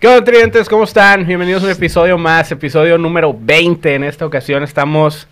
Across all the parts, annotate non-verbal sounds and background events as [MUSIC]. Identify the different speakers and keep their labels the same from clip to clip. Speaker 1: ¿Qué onda, tridentes? ¿Cómo están? Bienvenidos a un episodio más, episodio número 20. En esta ocasión estamos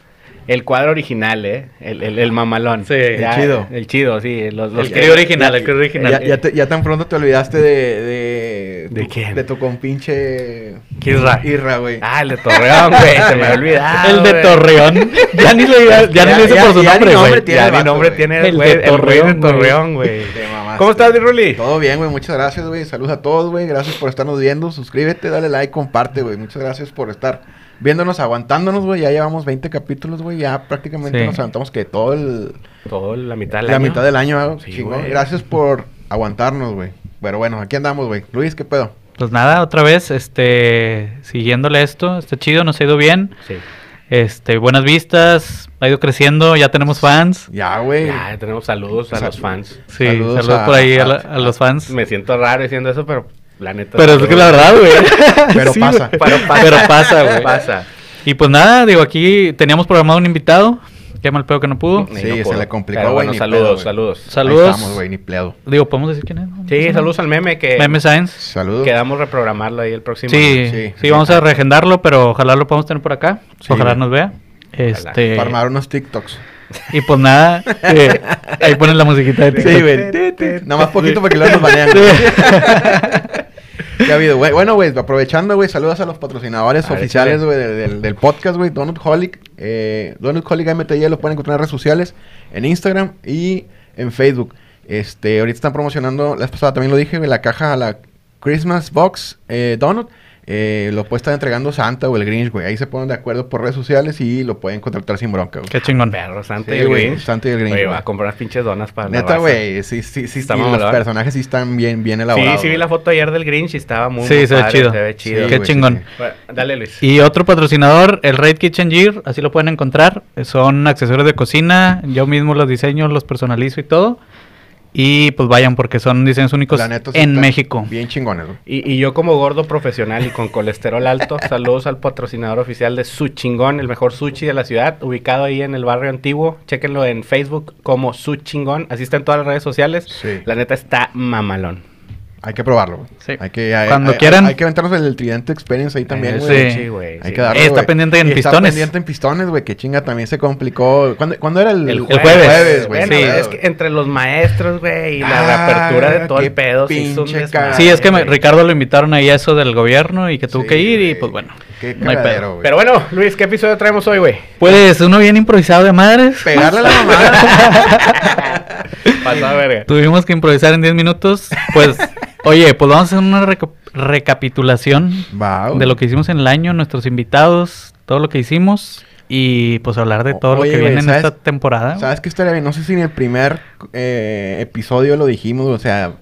Speaker 1: el cuadro original, ¿eh? El, el- el mamalón.
Speaker 2: Sí, el
Speaker 3: chido.
Speaker 1: El chido, sí. Los, los
Speaker 2: El
Speaker 1: que-
Speaker 2: crío original, el crío
Speaker 3: Ya,
Speaker 2: original.
Speaker 3: ya te- ya tan pronto te olvidaste de. ¿De,
Speaker 1: ¿De quién?
Speaker 3: De tu compinche.
Speaker 2: Kirra.
Speaker 3: Irra, güey.
Speaker 1: Ah, el de Torreón, güey. Se me había olvidado.
Speaker 2: el de
Speaker 1: güey.
Speaker 2: [LAUGHS] Torreón. Ya ni le, ya, ni
Speaker 3: Ya-
Speaker 2: le hice
Speaker 3: ya-
Speaker 2: por su
Speaker 3: ya ni
Speaker 2: nombre,
Speaker 3: nombre
Speaker 2: güey.
Speaker 3: [LAUGHS] tiene
Speaker 1: Ya
Speaker 3: el
Speaker 1: ni
Speaker 3: vato,
Speaker 1: nombre
Speaker 3: güey.
Speaker 1: tiene
Speaker 2: El
Speaker 1: güey,
Speaker 2: de
Speaker 1: el güey de
Speaker 2: Torreón, güey.
Speaker 1: Torreón, güey.
Speaker 3: Te mamaste.
Speaker 1: ¿Cómo estás, mi Ruli?
Speaker 3: Todo bien, güey. Muchas gracias, güey. Saludos a todos, güey. Gracias por estarnos viendo. Suscríbete, dale like, comparte, güey. Muchas gracias por estar viéndonos, aguantándonos, güey. Ya llevamos 20 capítulos, güey. Ya prácticamente
Speaker 2: Sí.
Speaker 3: nos aguantamos que todo el.
Speaker 1: Todo la mitad del
Speaker 3: la
Speaker 1: año.
Speaker 3: mitad del año, ¿eh?
Speaker 1: Sí,
Speaker 3: Chingón.
Speaker 1: güey.
Speaker 3: Gracias por aguantarnos, güey. Pero bueno, aquí andamos, güey. Luis, ¿qué pedo?
Speaker 2: Pues nada, otra vez, este, siguiéndole esto, está chido, nos ha ido bien,
Speaker 1: Sí.
Speaker 2: este, buenas vistas, ha ido creciendo, ya tenemos fans,
Speaker 3: Ya, güey.
Speaker 1: Ya, tenemos saludos a
Speaker 3: Sal-
Speaker 1: los fans.
Speaker 2: sí,
Speaker 3: Saludos
Speaker 2: saludos,
Speaker 3: a-
Speaker 2: por ahí a,
Speaker 3: a-
Speaker 2: la- a los fans,
Speaker 1: Me siento raro diciendo eso, pero la neta.
Speaker 2: pero es que la verdad, güey,
Speaker 3: Pero
Speaker 2: Sí,
Speaker 3: pasa.
Speaker 2: güey.
Speaker 1: Pero pasa.
Speaker 2: Pero pasa, güey.
Speaker 1: Pasa.
Speaker 2: [LAUGHS] y pues nada, digo, aquí teníamos programado un invitado, qué mal pedo que no pudo,
Speaker 3: Sí, se
Speaker 1: pudo.
Speaker 3: le complicó,
Speaker 1: Pero
Speaker 3: güey,
Speaker 1: bueno,
Speaker 3: ni
Speaker 1: saludos,
Speaker 3: pedo, güey.
Speaker 1: saludos.
Speaker 2: Sal- Saludos.
Speaker 3: Ahí estamos, güey. Ni pledo.
Speaker 2: digo, ¿podemos decir quién es? No,
Speaker 1: sí,
Speaker 2: no.
Speaker 1: saludos al meme que
Speaker 2: Meme Science,
Speaker 3: Saludos.
Speaker 1: quedamos reprogramarlo ahí el próximo.
Speaker 2: sí,
Speaker 3: sí,
Speaker 2: sí,
Speaker 3: sí,
Speaker 2: vamos a
Speaker 3: claro.
Speaker 2: reagendarlo, pero ojalá lo podamos tener por acá,
Speaker 3: Sí,
Speaker 2: ojalá
Speaker 3: güey.
Speaker 2: nos vea, este...
Speaker 3: Para armar unos TikToks.
Speaker 2: Y pues nada, eh, ahí ponen la musiquita de TikTok.
Speaker 3: Sí, güey. Nada más poquito porque luego nos banean. güey. [LAUGHS] ¿Qué ha habido, güey? Bueno, güey, aprovechando, güey, saludos a los patrocinadores
Speaker 1: A ver,
Speaker 3: oficiales,
Speaker 1: échale.
Speaker 3: güey, del, del- del podcast, güey. Donut Holic. Eh, Donut Holic MTY lo pueden encontrar en redes sociales, en Instagram y en Facebook. Este, ahorita están promocionando, la vez pasada también lo dije, güey, la caja, la Christmas Box eh, Donut. Eh, lo puede estar entregando Santa o el Grinch, güey. Ahí se ponen de acuerdo por redes sociales y lo pueden contratar sin bronca, güey.
Speaker 2: Qué chingón.
Speaker 1: Perro, Santa
Speaker 3: Sí,
Speaker 1: y el
Speaker 3: güey,
Speaker 1: Grinch.
Speaker 3: Santa y el Grinch,
Speaker 1: Oye,
Speaker 3: güey.
Speaker 1: va a comprar unas pinches donas para la
Speaker 3: Neta,
Speaker 1: raza.
Speaker 3: güey, sí, sí, sí,
Speaker 1: Está
Speaker 3: sí, los
Speaker 1: mamalón.
Speaker 3: personajes sí están bien, bien
Speaker 1: Sí,
Speaker 3: elaborados.
Speaker 1: sí vi la
Speaker 3: güey.
Speaker 1: foto ayer del Grinch y estaba muy
Speaker 2: Sí,
Speaker 1: muy
Speaker 2: se ve
Speaker 1: padre,
Speaker 2: chido.
Speaker 1: Se ve chido.
Speaker 3: Sí,
Speaker 2: Qué
Speaker 3: güey,
Speaker 2: chingón.
Speaker 3: sí, sí.
Speaker 1: Bueno, dale, Luis.
Speaker 2: Y otro patrocinador, el Raid Kitchen Gear, así lo pueden encontrar. Eh, Son accesorios de cocina, yo mismo los diseño, los personalizo y todo. Y pues vayan porque son diseños únicos
Speaker 3: La neta sí
Speaker 2: en
Speaker 3: están
Speaker 2: México.
Speaker 3: Bien chingones, güey.
Speaker 1: Y, y yo como gordo profesional y con colesterol alto, [LAUGHS] saludos al patrocinador oficial de Su Chingón, el mejor sushi de la ciudad, ubicado ahí en el barrio antiguo. Chéquenlo en Facebook como Su Chingón. Así está en todas las redes sociales.
Speaker 3: Sí.
Speaker 1: La neta está mamalón.
Speaker 3: Hay que probarlo, güey.
Speaker 2: Sí.
Speaker 3: Hay que, hay-
Speaker 2: Cuando
Speaker 3: hay-
Speaker 2: quieran.
Speaker 3: Hay, que aventarnos el, Tridente Experience ahí también,
Speaker 1: Eh,
Speaker 3: güey.
Speaker 2: sí.
Speaker 1: güey.
Speaker 3: Hay
Speaker 1: sí.
Speaker 3: que darle,
Speaker 2: Eh, Está
Speaker 3: güey.
Speaker 2: pendiente en
Speaker 3: Y está
Speaker 2: pistones.
Speaker 3: pendiente en pistones, güey. Que chinga, también se complicó. ¿Cuándo, cuándo era el,
Speaker 1: El
Speaker 2: jueves.
Speaker 3: jueves, güey?
Speaker 1: Bueno,
Speaker 2: sí.
Speaker 1: es que entre los maestros, güey, y la
Speaker 3: Ah,
Speaker 1: reapertura de todo
Speaker 3: qué
Speaker 1: el pedo. se hizo un
Speaker 3: pinche
Speaker 1: desmadre,
Speaker 2: Sí, es que me-
Speaker 1: güey.
Speaker 2: Ricardo lo invitaron ahí a eso del gobierno y que tuvo
Speaker 3: Sí,
Speaker 2: que ir y
Speaker 3: güey.
Speaker 2: pues bueno.
Speaker 3: Qué
Speaker 2: no hay
Speaker 3: cagadero,
Speaker 2: pedo.
Speaker 3: güey.
Speaker 1: Pero bueno, Luis, ¿qué episodio traemos hoy, güey?
Speaker 2: Pues uno bien improvisado de madres.
Speaker 3: Pegarle a la
Speaker 1: [LAUGHS]
Speaker 3: mamada.
Speaker 1: Pasada verga.
Speaker 3: [LAUGHS]
Speaker 2: Tuvimos que improvisar en 10 minutos. Pues, oye, pues vamos a hacer una reca- recapitulación
Speaker 3: Va, güey.
Speaker 2: de lo que hicimos en el año, nuestros invitados, todo lo que hicimos y pues hablar de
Speaker 3: O-
Speaker 2: todo
Speaker 3: oye,
Speaker 2: lo que
Speaker 3: güey,
Speaker 2: viene en
Speaker 3: ¿sabes-
Speaker 2: esta temporada.
Speaker 3: ¿Sabes qué estaría bien? No sé si en el primer eh, episodio lo dijimos, o sea...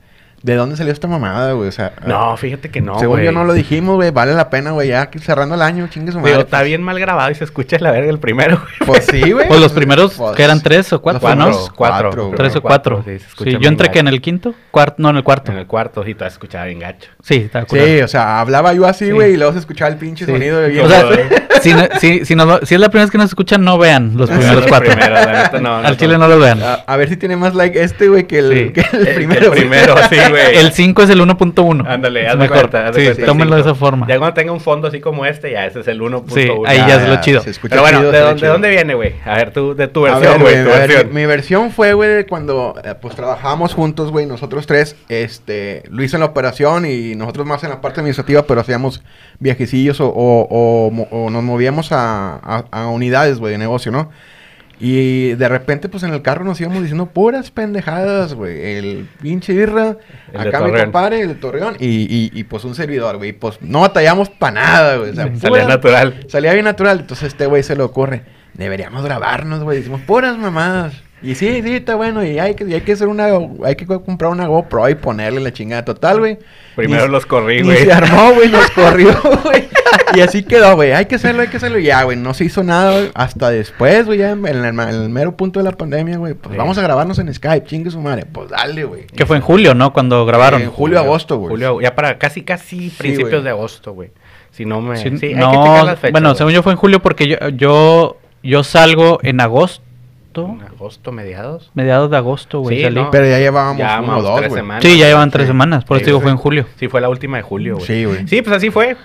Speaker 3: ¿De dónde salió esta mamada, güey? O sea... eh,
Speaker 1: No, fíjate que no,
Speaker 3: Ah, Según
Speaker 1: güey.
Speaker 3: yo no lo dijimos, güey. Vale la pena, güey. Ya que cerrando el año, chingue su madre.
Speaker 1: Digo, está bien mal grabado y se escucha la verga el primero, güey.
Speaker 3: [LAUGHS] Pues sí, güey.
Speaker 2: Pues los primeros
Speaker 3: Pues,
Speaker 2: que eran tres o cuatro,
Speaker 3: los
Speaker 2: ¿no?
Speaker 3: primeros
Speaker 1: Cuatro,
Speaker 3: güey.
Speaker 2: Tres o cuatro.
Speaker 1: Cuatro, sí, se escucha
Speaker 2: Sí,
Speaker 1: muy
Speaker 2: yo entré
Speaker 1: mal.
Speaker 2: que en el quinto, cuarto, no en el cuarto.
Speaker 1: En el cuarto, sí, te has escuchado bien
Speaker 2: [LAUGHS]
Speaker 1: gacho.
Speaker 2: Sí, estaba curado.
Speaker 3: Sí, o sea, hablaba yo así,
Speaker 2: Sí.
Speaker 3: güey, y luego se escuchaba el pinche
Speaker 2: Sí.
Speaker 3: sonido. de
Speaker 2: O
Speaker 3: bien-
Speaker 2: sea, [LAUGHS]
Speaker 1: Joder.
Speaker 2: si, no- si, si nos va- si es la primera vez que nos escuchan, no vean los
Speaker 1: No,
Speaker 2: primeros
Speaker 1: los
Speaker 2: cuatro. [LAUGHS]
Speaker 1: primeros, la neta, no, no
Speaker 2: Al chile
Speaker 1: son-
Speaker 2: no los vean.
Speaker 3: a, a ver si tiene más like este, güey, que el, [LAUGHS]
Speaker 2: Sí. Eh,
Speaker 3: que el
Speaker 1: El-
Speaker 3: primero.
Speaker 1: El
Speaker 3: güey.
Speaker 1: primero, sí, güey.
Speaker 2: El 5 es el 1.1.
Speaker 1: Ándale,
Speaker 2: Es
Speaker 1: haz de
Speaker 2: mejor.
Speaker 1: cuenta, haz de
Speaker 2: sí,
Speaker 1: cuenta, el
Speaker 2: tómenlo de
Speaker 1: cinco.
Speaker 2: esa forma.
Speaker 1: Ya cuando tenga un fondo así como este, ya ese es el 1.1.
Speaker 2: Sí, ahí ya es lo chido.
Speaker 3: Ah, se escucha
Speaker 1: Pero bueno,
Speaker 3: chido,
Speaker 1: ¿de,
Speaker 3: se ve
Speaker 1: dónde, de
Speaker 3: chido.
Speaker 1: dónde viene, güey? A ver, tú, de tu
Speaker 3: A
Speaker 1: versión,
Speaker 3: ver,
Speaker 1: güey,
Speaker 3: güey,
Speaker 1: tu
Speaker 3: a ver,
Speaker 1: versión.
Speaker 3: mi, mi versión fue, güey, de cuando eh, pues trabajamos juntos, güey, nosotros tres, este, Luis en la operación y nosotros más en la parte administrativa, pero hacíamos viajecillos o, o- o mo- o nos movíamos a, a- a unidades, güey, de negocio, ¿no? Y de repente, pues en el carro nos íbamos diciendo puras pendejadas, güey. El pinche irra,
Speaker 1: El de
Speaker 3: acá mi
Speaker 1: Torreón.
Speaker 3: compadre, el de Torreón, y, y- y, pues un servidor, güey. Pues no batallamos para nada, güey. O sea,
Speaker 1: Salía
Speaker 3: puras-
Speaker 1: natural.
Speaker 3: Salía bien natural, entonces este güey se le ocurre, deberíamos grabarnos, güey, decimos puras mamadas. Y sí, sí, está bueno, y hay que, y hay que hacer una, hay que comprar una GoPro y ponerle la chingada total, güey.
Speaker 1: Primero
Speaker 3: Ni-
Speaker 1: los corrí,
Speaker 3: ni
Speaker 1: güey.
Speaker 3: se armó, güey, nos corrió, güey. Y así quedó, güey, hay que hacerlo, hay que hacerlo, y ya, güey, no se hizo nada, güey, hasta después, güey, ya en el, en el mero punto de la pandemia, güey, pues
Speaker 1: Sí.
Speaker 3: vamos a grabarnos en Skype, chingue su madre, pues dale, güey.
Speaker 2: Que fue en julio, ¿no? Cuando grabaron.
Speaker 3: En julio, agosto, güey.
Speaker 1: Julio, ya para casi, casi principios
Speaker 3: güey.
Speaker 1: de agosto, güey. Si no me...
Speaker 2: Sí,
Speaker 1: Sí, hay que
Speaker 2: no,
Speaker 1: checar las fechas,
Speaker 2: bueno,
Speaker 1: güey.
Speaker 2: según yo fue en julio porque yo, yo, yo salgo en agosto. agosto.
Speaker 1: En agosto, mediados.
Speaker 2: Mediados de agosto, güey.
Speaker 1: Sí,
Speaker 2: salí.
Speaker 1: no.
Speaker 3: Pero ya llevábamos
Speaker 1: Ya
Speaker 3: uno o
Speaker 1: vamos
Speaker 3: dos,
Speaker 1: tres
Speaker 3: güey.
Speaker 1: semanas.
Speaker 2: Sí, ya llevan tres
Speaker 1: Sí.
Speaker 2: semanas. Por
Speaker 1: Sí,
Speaker 2: eso te digo,
Speaker 1: sí.
Speaker 2: fue en julio.
Speaker 1: Sí, fue la última de julio, güey.
Speaker 3: Sí, güey.
Speaker 1: Sí, pues así [LAUGHS] fue.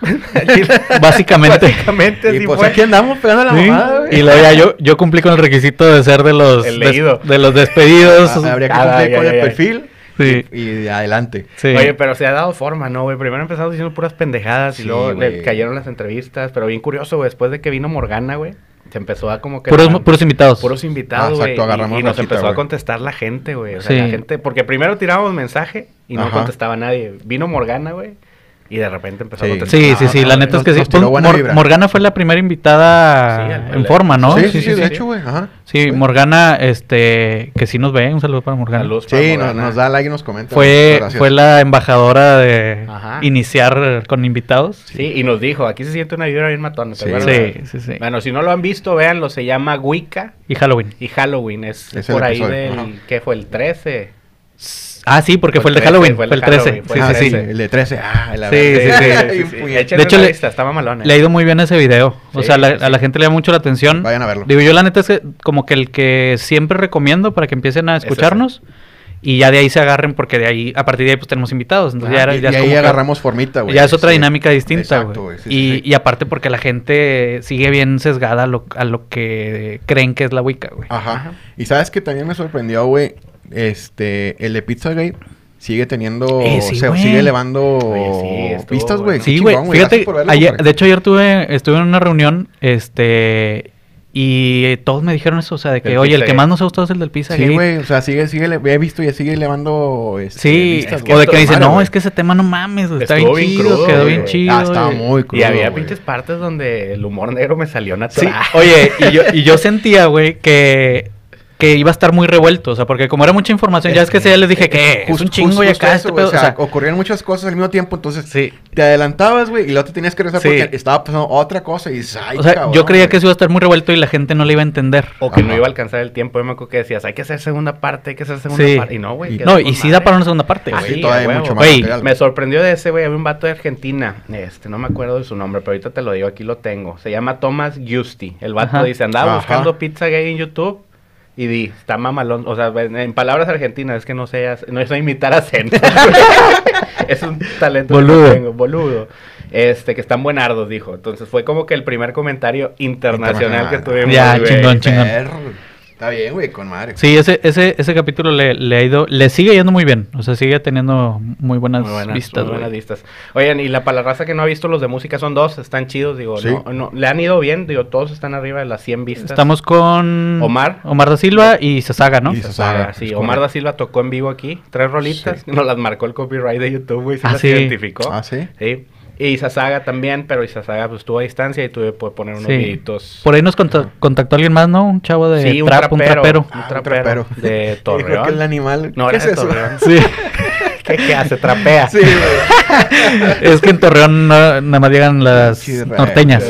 Speaker 2: Básicamente.
Speaker 1: Básicamente
Speaker 3: Y
Speaker 1: sí
Speaker 3: pues
Speaker 1: fue.
Speaker 3: aquí andamos pegando la
Speaker 2: Sí,
Speaker 3: mamada, güey.
Speaker 2: Y luego ya yo, yo cumplí con el requisito de ser de los,
Speaker 1: El
Speaker 2: des-
Speaker 1: leído.
Speaker 2: de los despedidos.
Speaker 3: Ah, Habría que
Speaker 1: Ah,
Speaker 3: cumplir
Speaker 1: ya,
Speaker 3: con
Speaker 1: ya,
Speaker 3: el
Speaker 1: ya.
Speaker 3: perfil
Speaker 2: sí,
Speaker 3: y adelante.
Speaker 2: sí.
Speaker 1: Oye, pero se ha dado forma, ¿no, güey? Primero empezamos diciendo puras pendejadas y
Speaker 3: Sí,
Speaker 1: luego le
Speaker 3: güey.
Speaker 1: cayeron las entrevistas. Pero bien curioso, güey. Después de que vino Morgana, güey, se empezó a como que...
Speaker 2: puros, puros invitados.
Speaker 1: puros
Speaker 3: Ah,
Speaker 1: invitados, güey.
Speaker 3: exacto, agarramos
Speaker 1: y, y nos
Speaker 3: racita,
Speaker 1: empezó a
Speaker 3: güey.
Speaker 1: contestar la gente, güey. O sea, la
Speaker 2: Sí.
Speaker 1: gente... Porque primero tirábamos mensaje y no
Speaker 3: Ajá.
Speaker 1: contestaba nadie. Vino Morgana, güey, y de repente empezó a
Speaker 3: Sí.
Speaker 1: contestar.
Speaker 2: sí, sí, sí.
Speaker 3: Ah,
Speaker 2: la
Speaker 3: ah,
Speaker 2: neta es
Speaker 3: nos-
Speaker 2: que sí.
Speaker 3: nos tiró buena
Speaker 2: Mor-
Speaker 3: vibra.
Speaker 2: Morgana fue la primera
Speaker 1: Sí,
Speaker 2: invitada
Speaker 1: al-
Speaker 2: en forma, ¿no?
Speaker 3: Sí, sí, sí, de
Speaker 1: sí.
Speaker 3: hecho, güey. Ajá.
Speaker 2: Sí,
Speaker 3: Sí.
Speaker 2: Morgana, este, que sí nos ve. Un saludo para Morgana.
Speaker 1: Saludos para
Speaker 3: Sí, nos,
Speaker 1: Morgana.
Speaker 3: nos da like y nos comenta.
Speaker 2: Fue,
Speaker 3: Gracias.
Speaker 2: fue la embajadora de
Speaker 1: Ajá.
Speaker 2: iniciar con invitados.
Speaker 1: Sí, y nos dijo, aquí se siente una vibra bien matona, ¿te
Speaker 3: Sí.
Speaker 1: acuerdas?
Speaker 2: Sí, sí, sí.
Speaker 1: Bueno, si no lo han visto, véanlo, se llama Wicca
Speaker 2: Y Halloween.
Speaker 1: y Halloween, es,
Speaker 3: Es el
Speaker 1: por ahí
Speaker 3: episodio,
Speaker 1: del,
Speaker 3: ajá.
Speaker 1: ¿qué fue? El 13.
Speaker 2: Ah, sí, porque fue el de
Speaker 1: 13,
Speaker 2: Halloween.
Speaker 1: fue el
Speaker 2: Fue el
Speaker 1: de Halloween,
Speaker 2: 13.
Speaker 1: fue
Speaker 2: Sí,
Speaker 1: el
Speaker 3: Ah,
Speaker 2: sí, sí.
Speaker 1: trece.
Speaker 3: El de 13. Ah, la
Speaker 2: Sí, sí,
Speaker 3: [LAUGHS]
Speaker 1: Échenle
Speaker 3: sí, sí.
Speaker 1: De hecho,
Speaker 2: hecho, le-
Speaker 1: está mamalona.
Speaker 2: Le ha ido muy bien ese video. o
Speaker 1: Sí,
Speaker 2: sea, la-
Speaker 1: sí, sí.
Speaker 2: a la gente le da mucho la atención.
Speaker 3: Vayan a verlo.
Speaker 2: Digo, yo la neta es que como que el que siempre recomiendo para que empiecen a
Speaker 1: Ese
Speaker 2: escucharnos y ya de ahí se agarren porque de ahí, a partir de ahí pues tenemos invitados. Entonces ya, era-
Speaker 3: Ah, y,
Speaker 2: ya
Speaker 3: y
Speaker 2: es
Speaker 3: ahí
Speaker 2: como que-
Speaker 3: agarramos formita, güey.
Speaker 2: ya es otra
Speaker 3: Sí.
Speaker 2: dinámica distinta,
Speaker 3: Exacto,
Speaker 2: güey.
Speaker 3: sí,
Speaker 2: y,
Speaker 3: sí, sí.
Speaker 2: y aparte porque la gente sigue bien sesgada a lo, a lo que creen que es la Wicca, güey.
Speaker 3: Ajá.
Speaker 1: Ajá.
Speaker 3: Y sabes que también me sorprendió, güey. Este, el de Pizzagate sigue teniendo.
Speaker 2: Eh, sí,
Speaker 3: se-
Speaker 2: güey.
Speaker 3: sigue elevando
Speaker 1: Oye, sí, estuvo
Speaker 3: vistas, güey.
Speaker 1: bueno.
Speaker 2: Sí,
Speaker 3: Qué
Speaker 2: güey.
Speaker 3: chingón,
Speaker 2: Fíjate,
Speaker 3: Gracias por verlo,
Speaker 2: ayer-
Speaker 3: compadre.
Speaker 2: de hecho ayer tuve, estuve en una reunión, este, y eh, todos me dijeron eso, o sea, de que,
Speaker 1: Del
Speaker 2: oye, el
Speaker 1: Pizza
Speaker 2: que
Speaker 1: Gate.
Speaker 2: más nos ha gustado es el del Pizza
Speaker 3: Sí,
Speaker 2: Gate".
Speaker 3: güey. O sea, sigue, sigue. ele- He visto y sigue elevando. este,
Speaker 2: Sí,
Speaker 3: vistas,
Speaker 1: es
Speaker 3: güey.
Speaker 2: o de que
Speaker 1: Está
Speaker 2: dicen,
Speaker 3: Madre,
Speaker 2: no,
Speaker 3: güey.
Speaker 2: es que ese tema no mames, güey, está bien
Speaker 1: Estuvo bien
Speaker 2: chido,
Speaker 1: crudo,
Speaker 2: quedó
Speaker 1: güey.
Speaker 2: bien chido.
Speaker 3: Ah, estaba
Speaker 2: y-
Speaker 3: muy crudo.
Speaker 1: ¿eh? y había
Speaker 3: güey.
Speaker 1: pinches partes donde el humor negro me salió
Speaker 2: Sí,
Speaker 1: natural.
Speaker 2: [LAUGHS] oye, y yo, y yo sentía, güey, que, que iba a estar muy revuelto, o sea, porque como era mucha información, ya es que ese día les dije que "Eh, es
Speaker 3: Jus-
Speaker 2: un chingo y
Speaker 3: justo eso,
Speaker 2: acá este
Speaker 3: güey,
Speaker 2: pedo,
Speaker 3: o sea, ocurrían muchas cosas al mismo tiempo, entonces
Speaker 2: sí.
Speaker 3: te adelantabas, güey, y luego te tenías que regresar
Speaker 2: Sí.
Speaker 3: porque estaba pasando otra cosa y dices, ay,
Speaker 2: O sea,
Speaker 3: cabrón,
Speaker 2: yo creía
Speaker 3: güey.
Speaker 2: que eso iba a estar muy revuelto y la gente no le iba a entender.
Speaker 1: O que no
Speaker 3: Ajá.
Speaker 1: iba a alcanzar el tiempo. Yo me acuerdo que decías, hay que hacer segunda parte, hay que hacer segunda
Speaker 2: Sí.
Speaker 1: parte. Y no, güey.
Speaker 3: Y-
Speaker 1: quedó
Speaker 2: No,
Speaker 1: con
Speaker 2: y sí da
Speaker 1: madre.
Speaker 2: para una segunda parte,
Speaker 1: Ah,
Speaker 2: güey.
Speaker 3: Sí,
Speaker 1: sí,
Speaker 3: todavía
Speaker 1: a
Speaker 3: hay mucho
Speaker 1: huevo.
Speaker 3: más
Speaker 2: Güey,
Speaker 3: material.
Speaker 1: Me sorprendió de ese, güey. Había un vato de Argentina. Este, no me acuerdo de su nombre, pero ahorita te lo digo. Aquí lo tengo. Se llama Thomas Giusti. El vato
Speaker 2: Ajá.
Speaker 1: dice, andaba
Speaker 3: Ajá.
Speaker 1: buscando pizza gay en YouTube. Y di, está mamalón. O sea, en, en palabras argentinas, es que no sé, hac- no sé imitar
Speaker 2: [LAUGHS]
Speaker 1: acento. es un talento que
Speaker 2: Boludo.
Speaker 1: no tengo, boludo. Este, que están buenardos, dijo. Entonces fue como que el primer comentario internacional,
Speaker 3: Internacional.
Speaker 1: que tuvimos.
Speaker 2: Ya,
Speaker 1: güey.
Speaker 2: chingón, chingón.
Speaker 3: Perro. Está bien, güey, con madre.
Speaker 2: Sí, ese, ese, ese capítulo le, le ha ido, le sigue yendo muy bien. O sea, sigue teniendo muy buenas,
Speaker 1: Muy buenas,
Speaker 2: vistas,
Speaker 1: muy buenas
Speaker 2: güey.
Speaker 1: vistas. Oigan, y la para la raza que no ha visto los de música son dos, están chidos, digo,
Speaker 3: Sí.
Speaker 1: no, no, le han ido bien, digo, todos están arriba de las 100 vistas.
Speaker 2: Estamos con
Speaker 1: Omar.
Speaker 2: Omar da Silva y Sasaga, ¿no?
Speaker 3: Y
Speaker 1: O
Speaker 3: Sasaga.
Speaker 1: sea, Ah, sí,
Speaker 3: Es
Speaker 1: Omar
Speaker 3: correcto.
Speaker 1: da Silva tocó en vivo aquí, tres rolitas, [LAUGHS] nos las marcó el copyright de YouTube, güey, se
Speaker 2: Ah,
Speaker 1: las
Speaker 2: sí.
Speaker 1: identificó.
Speaker 3: Ah, sí.
Speaker 1: Sí. Y Sasaga también, pero Sasaga pues, estuvo a distancia y tuve que poner unos
Speaker 2: Sí.
Speaker 1: videitos.
Speaker 2: Por ahí nos conta- contactó alguien más, ¿no? Un chavo de
Speaker 1: Sí, un
Speaker 2: trap,
Speaker 1: [LAUGHS]
Speaker 2: un trapero.
Speaker 1: Un
Speaker 3: Ah, un
Speaker 1: trapero
Speaker 3: trapero. [LAUGHS]
Speaker 1: de
Speaker 3: Yo creo que el
Speaker 1: Torreón.
Speaker 3: animal.
Speaker 1: No, era
Speaker 3: ¿Qué es
Speaker 1: de
Speaker 3: eso?
Speaker 1: Torreón.
Speaker 2: Sí,
Speaker 1: [LAUGHS] ¿Qué, qué hace? Trapea.
Speaker 3: [LAUGHS] Sí, güey.
Speaker 2: es que en Torreón no- nada más llegan las
Speaker 3: Sí,
Speaker 1: [LAUGHS]
Speaker 3: rayos.
Speaker 2: norteñas.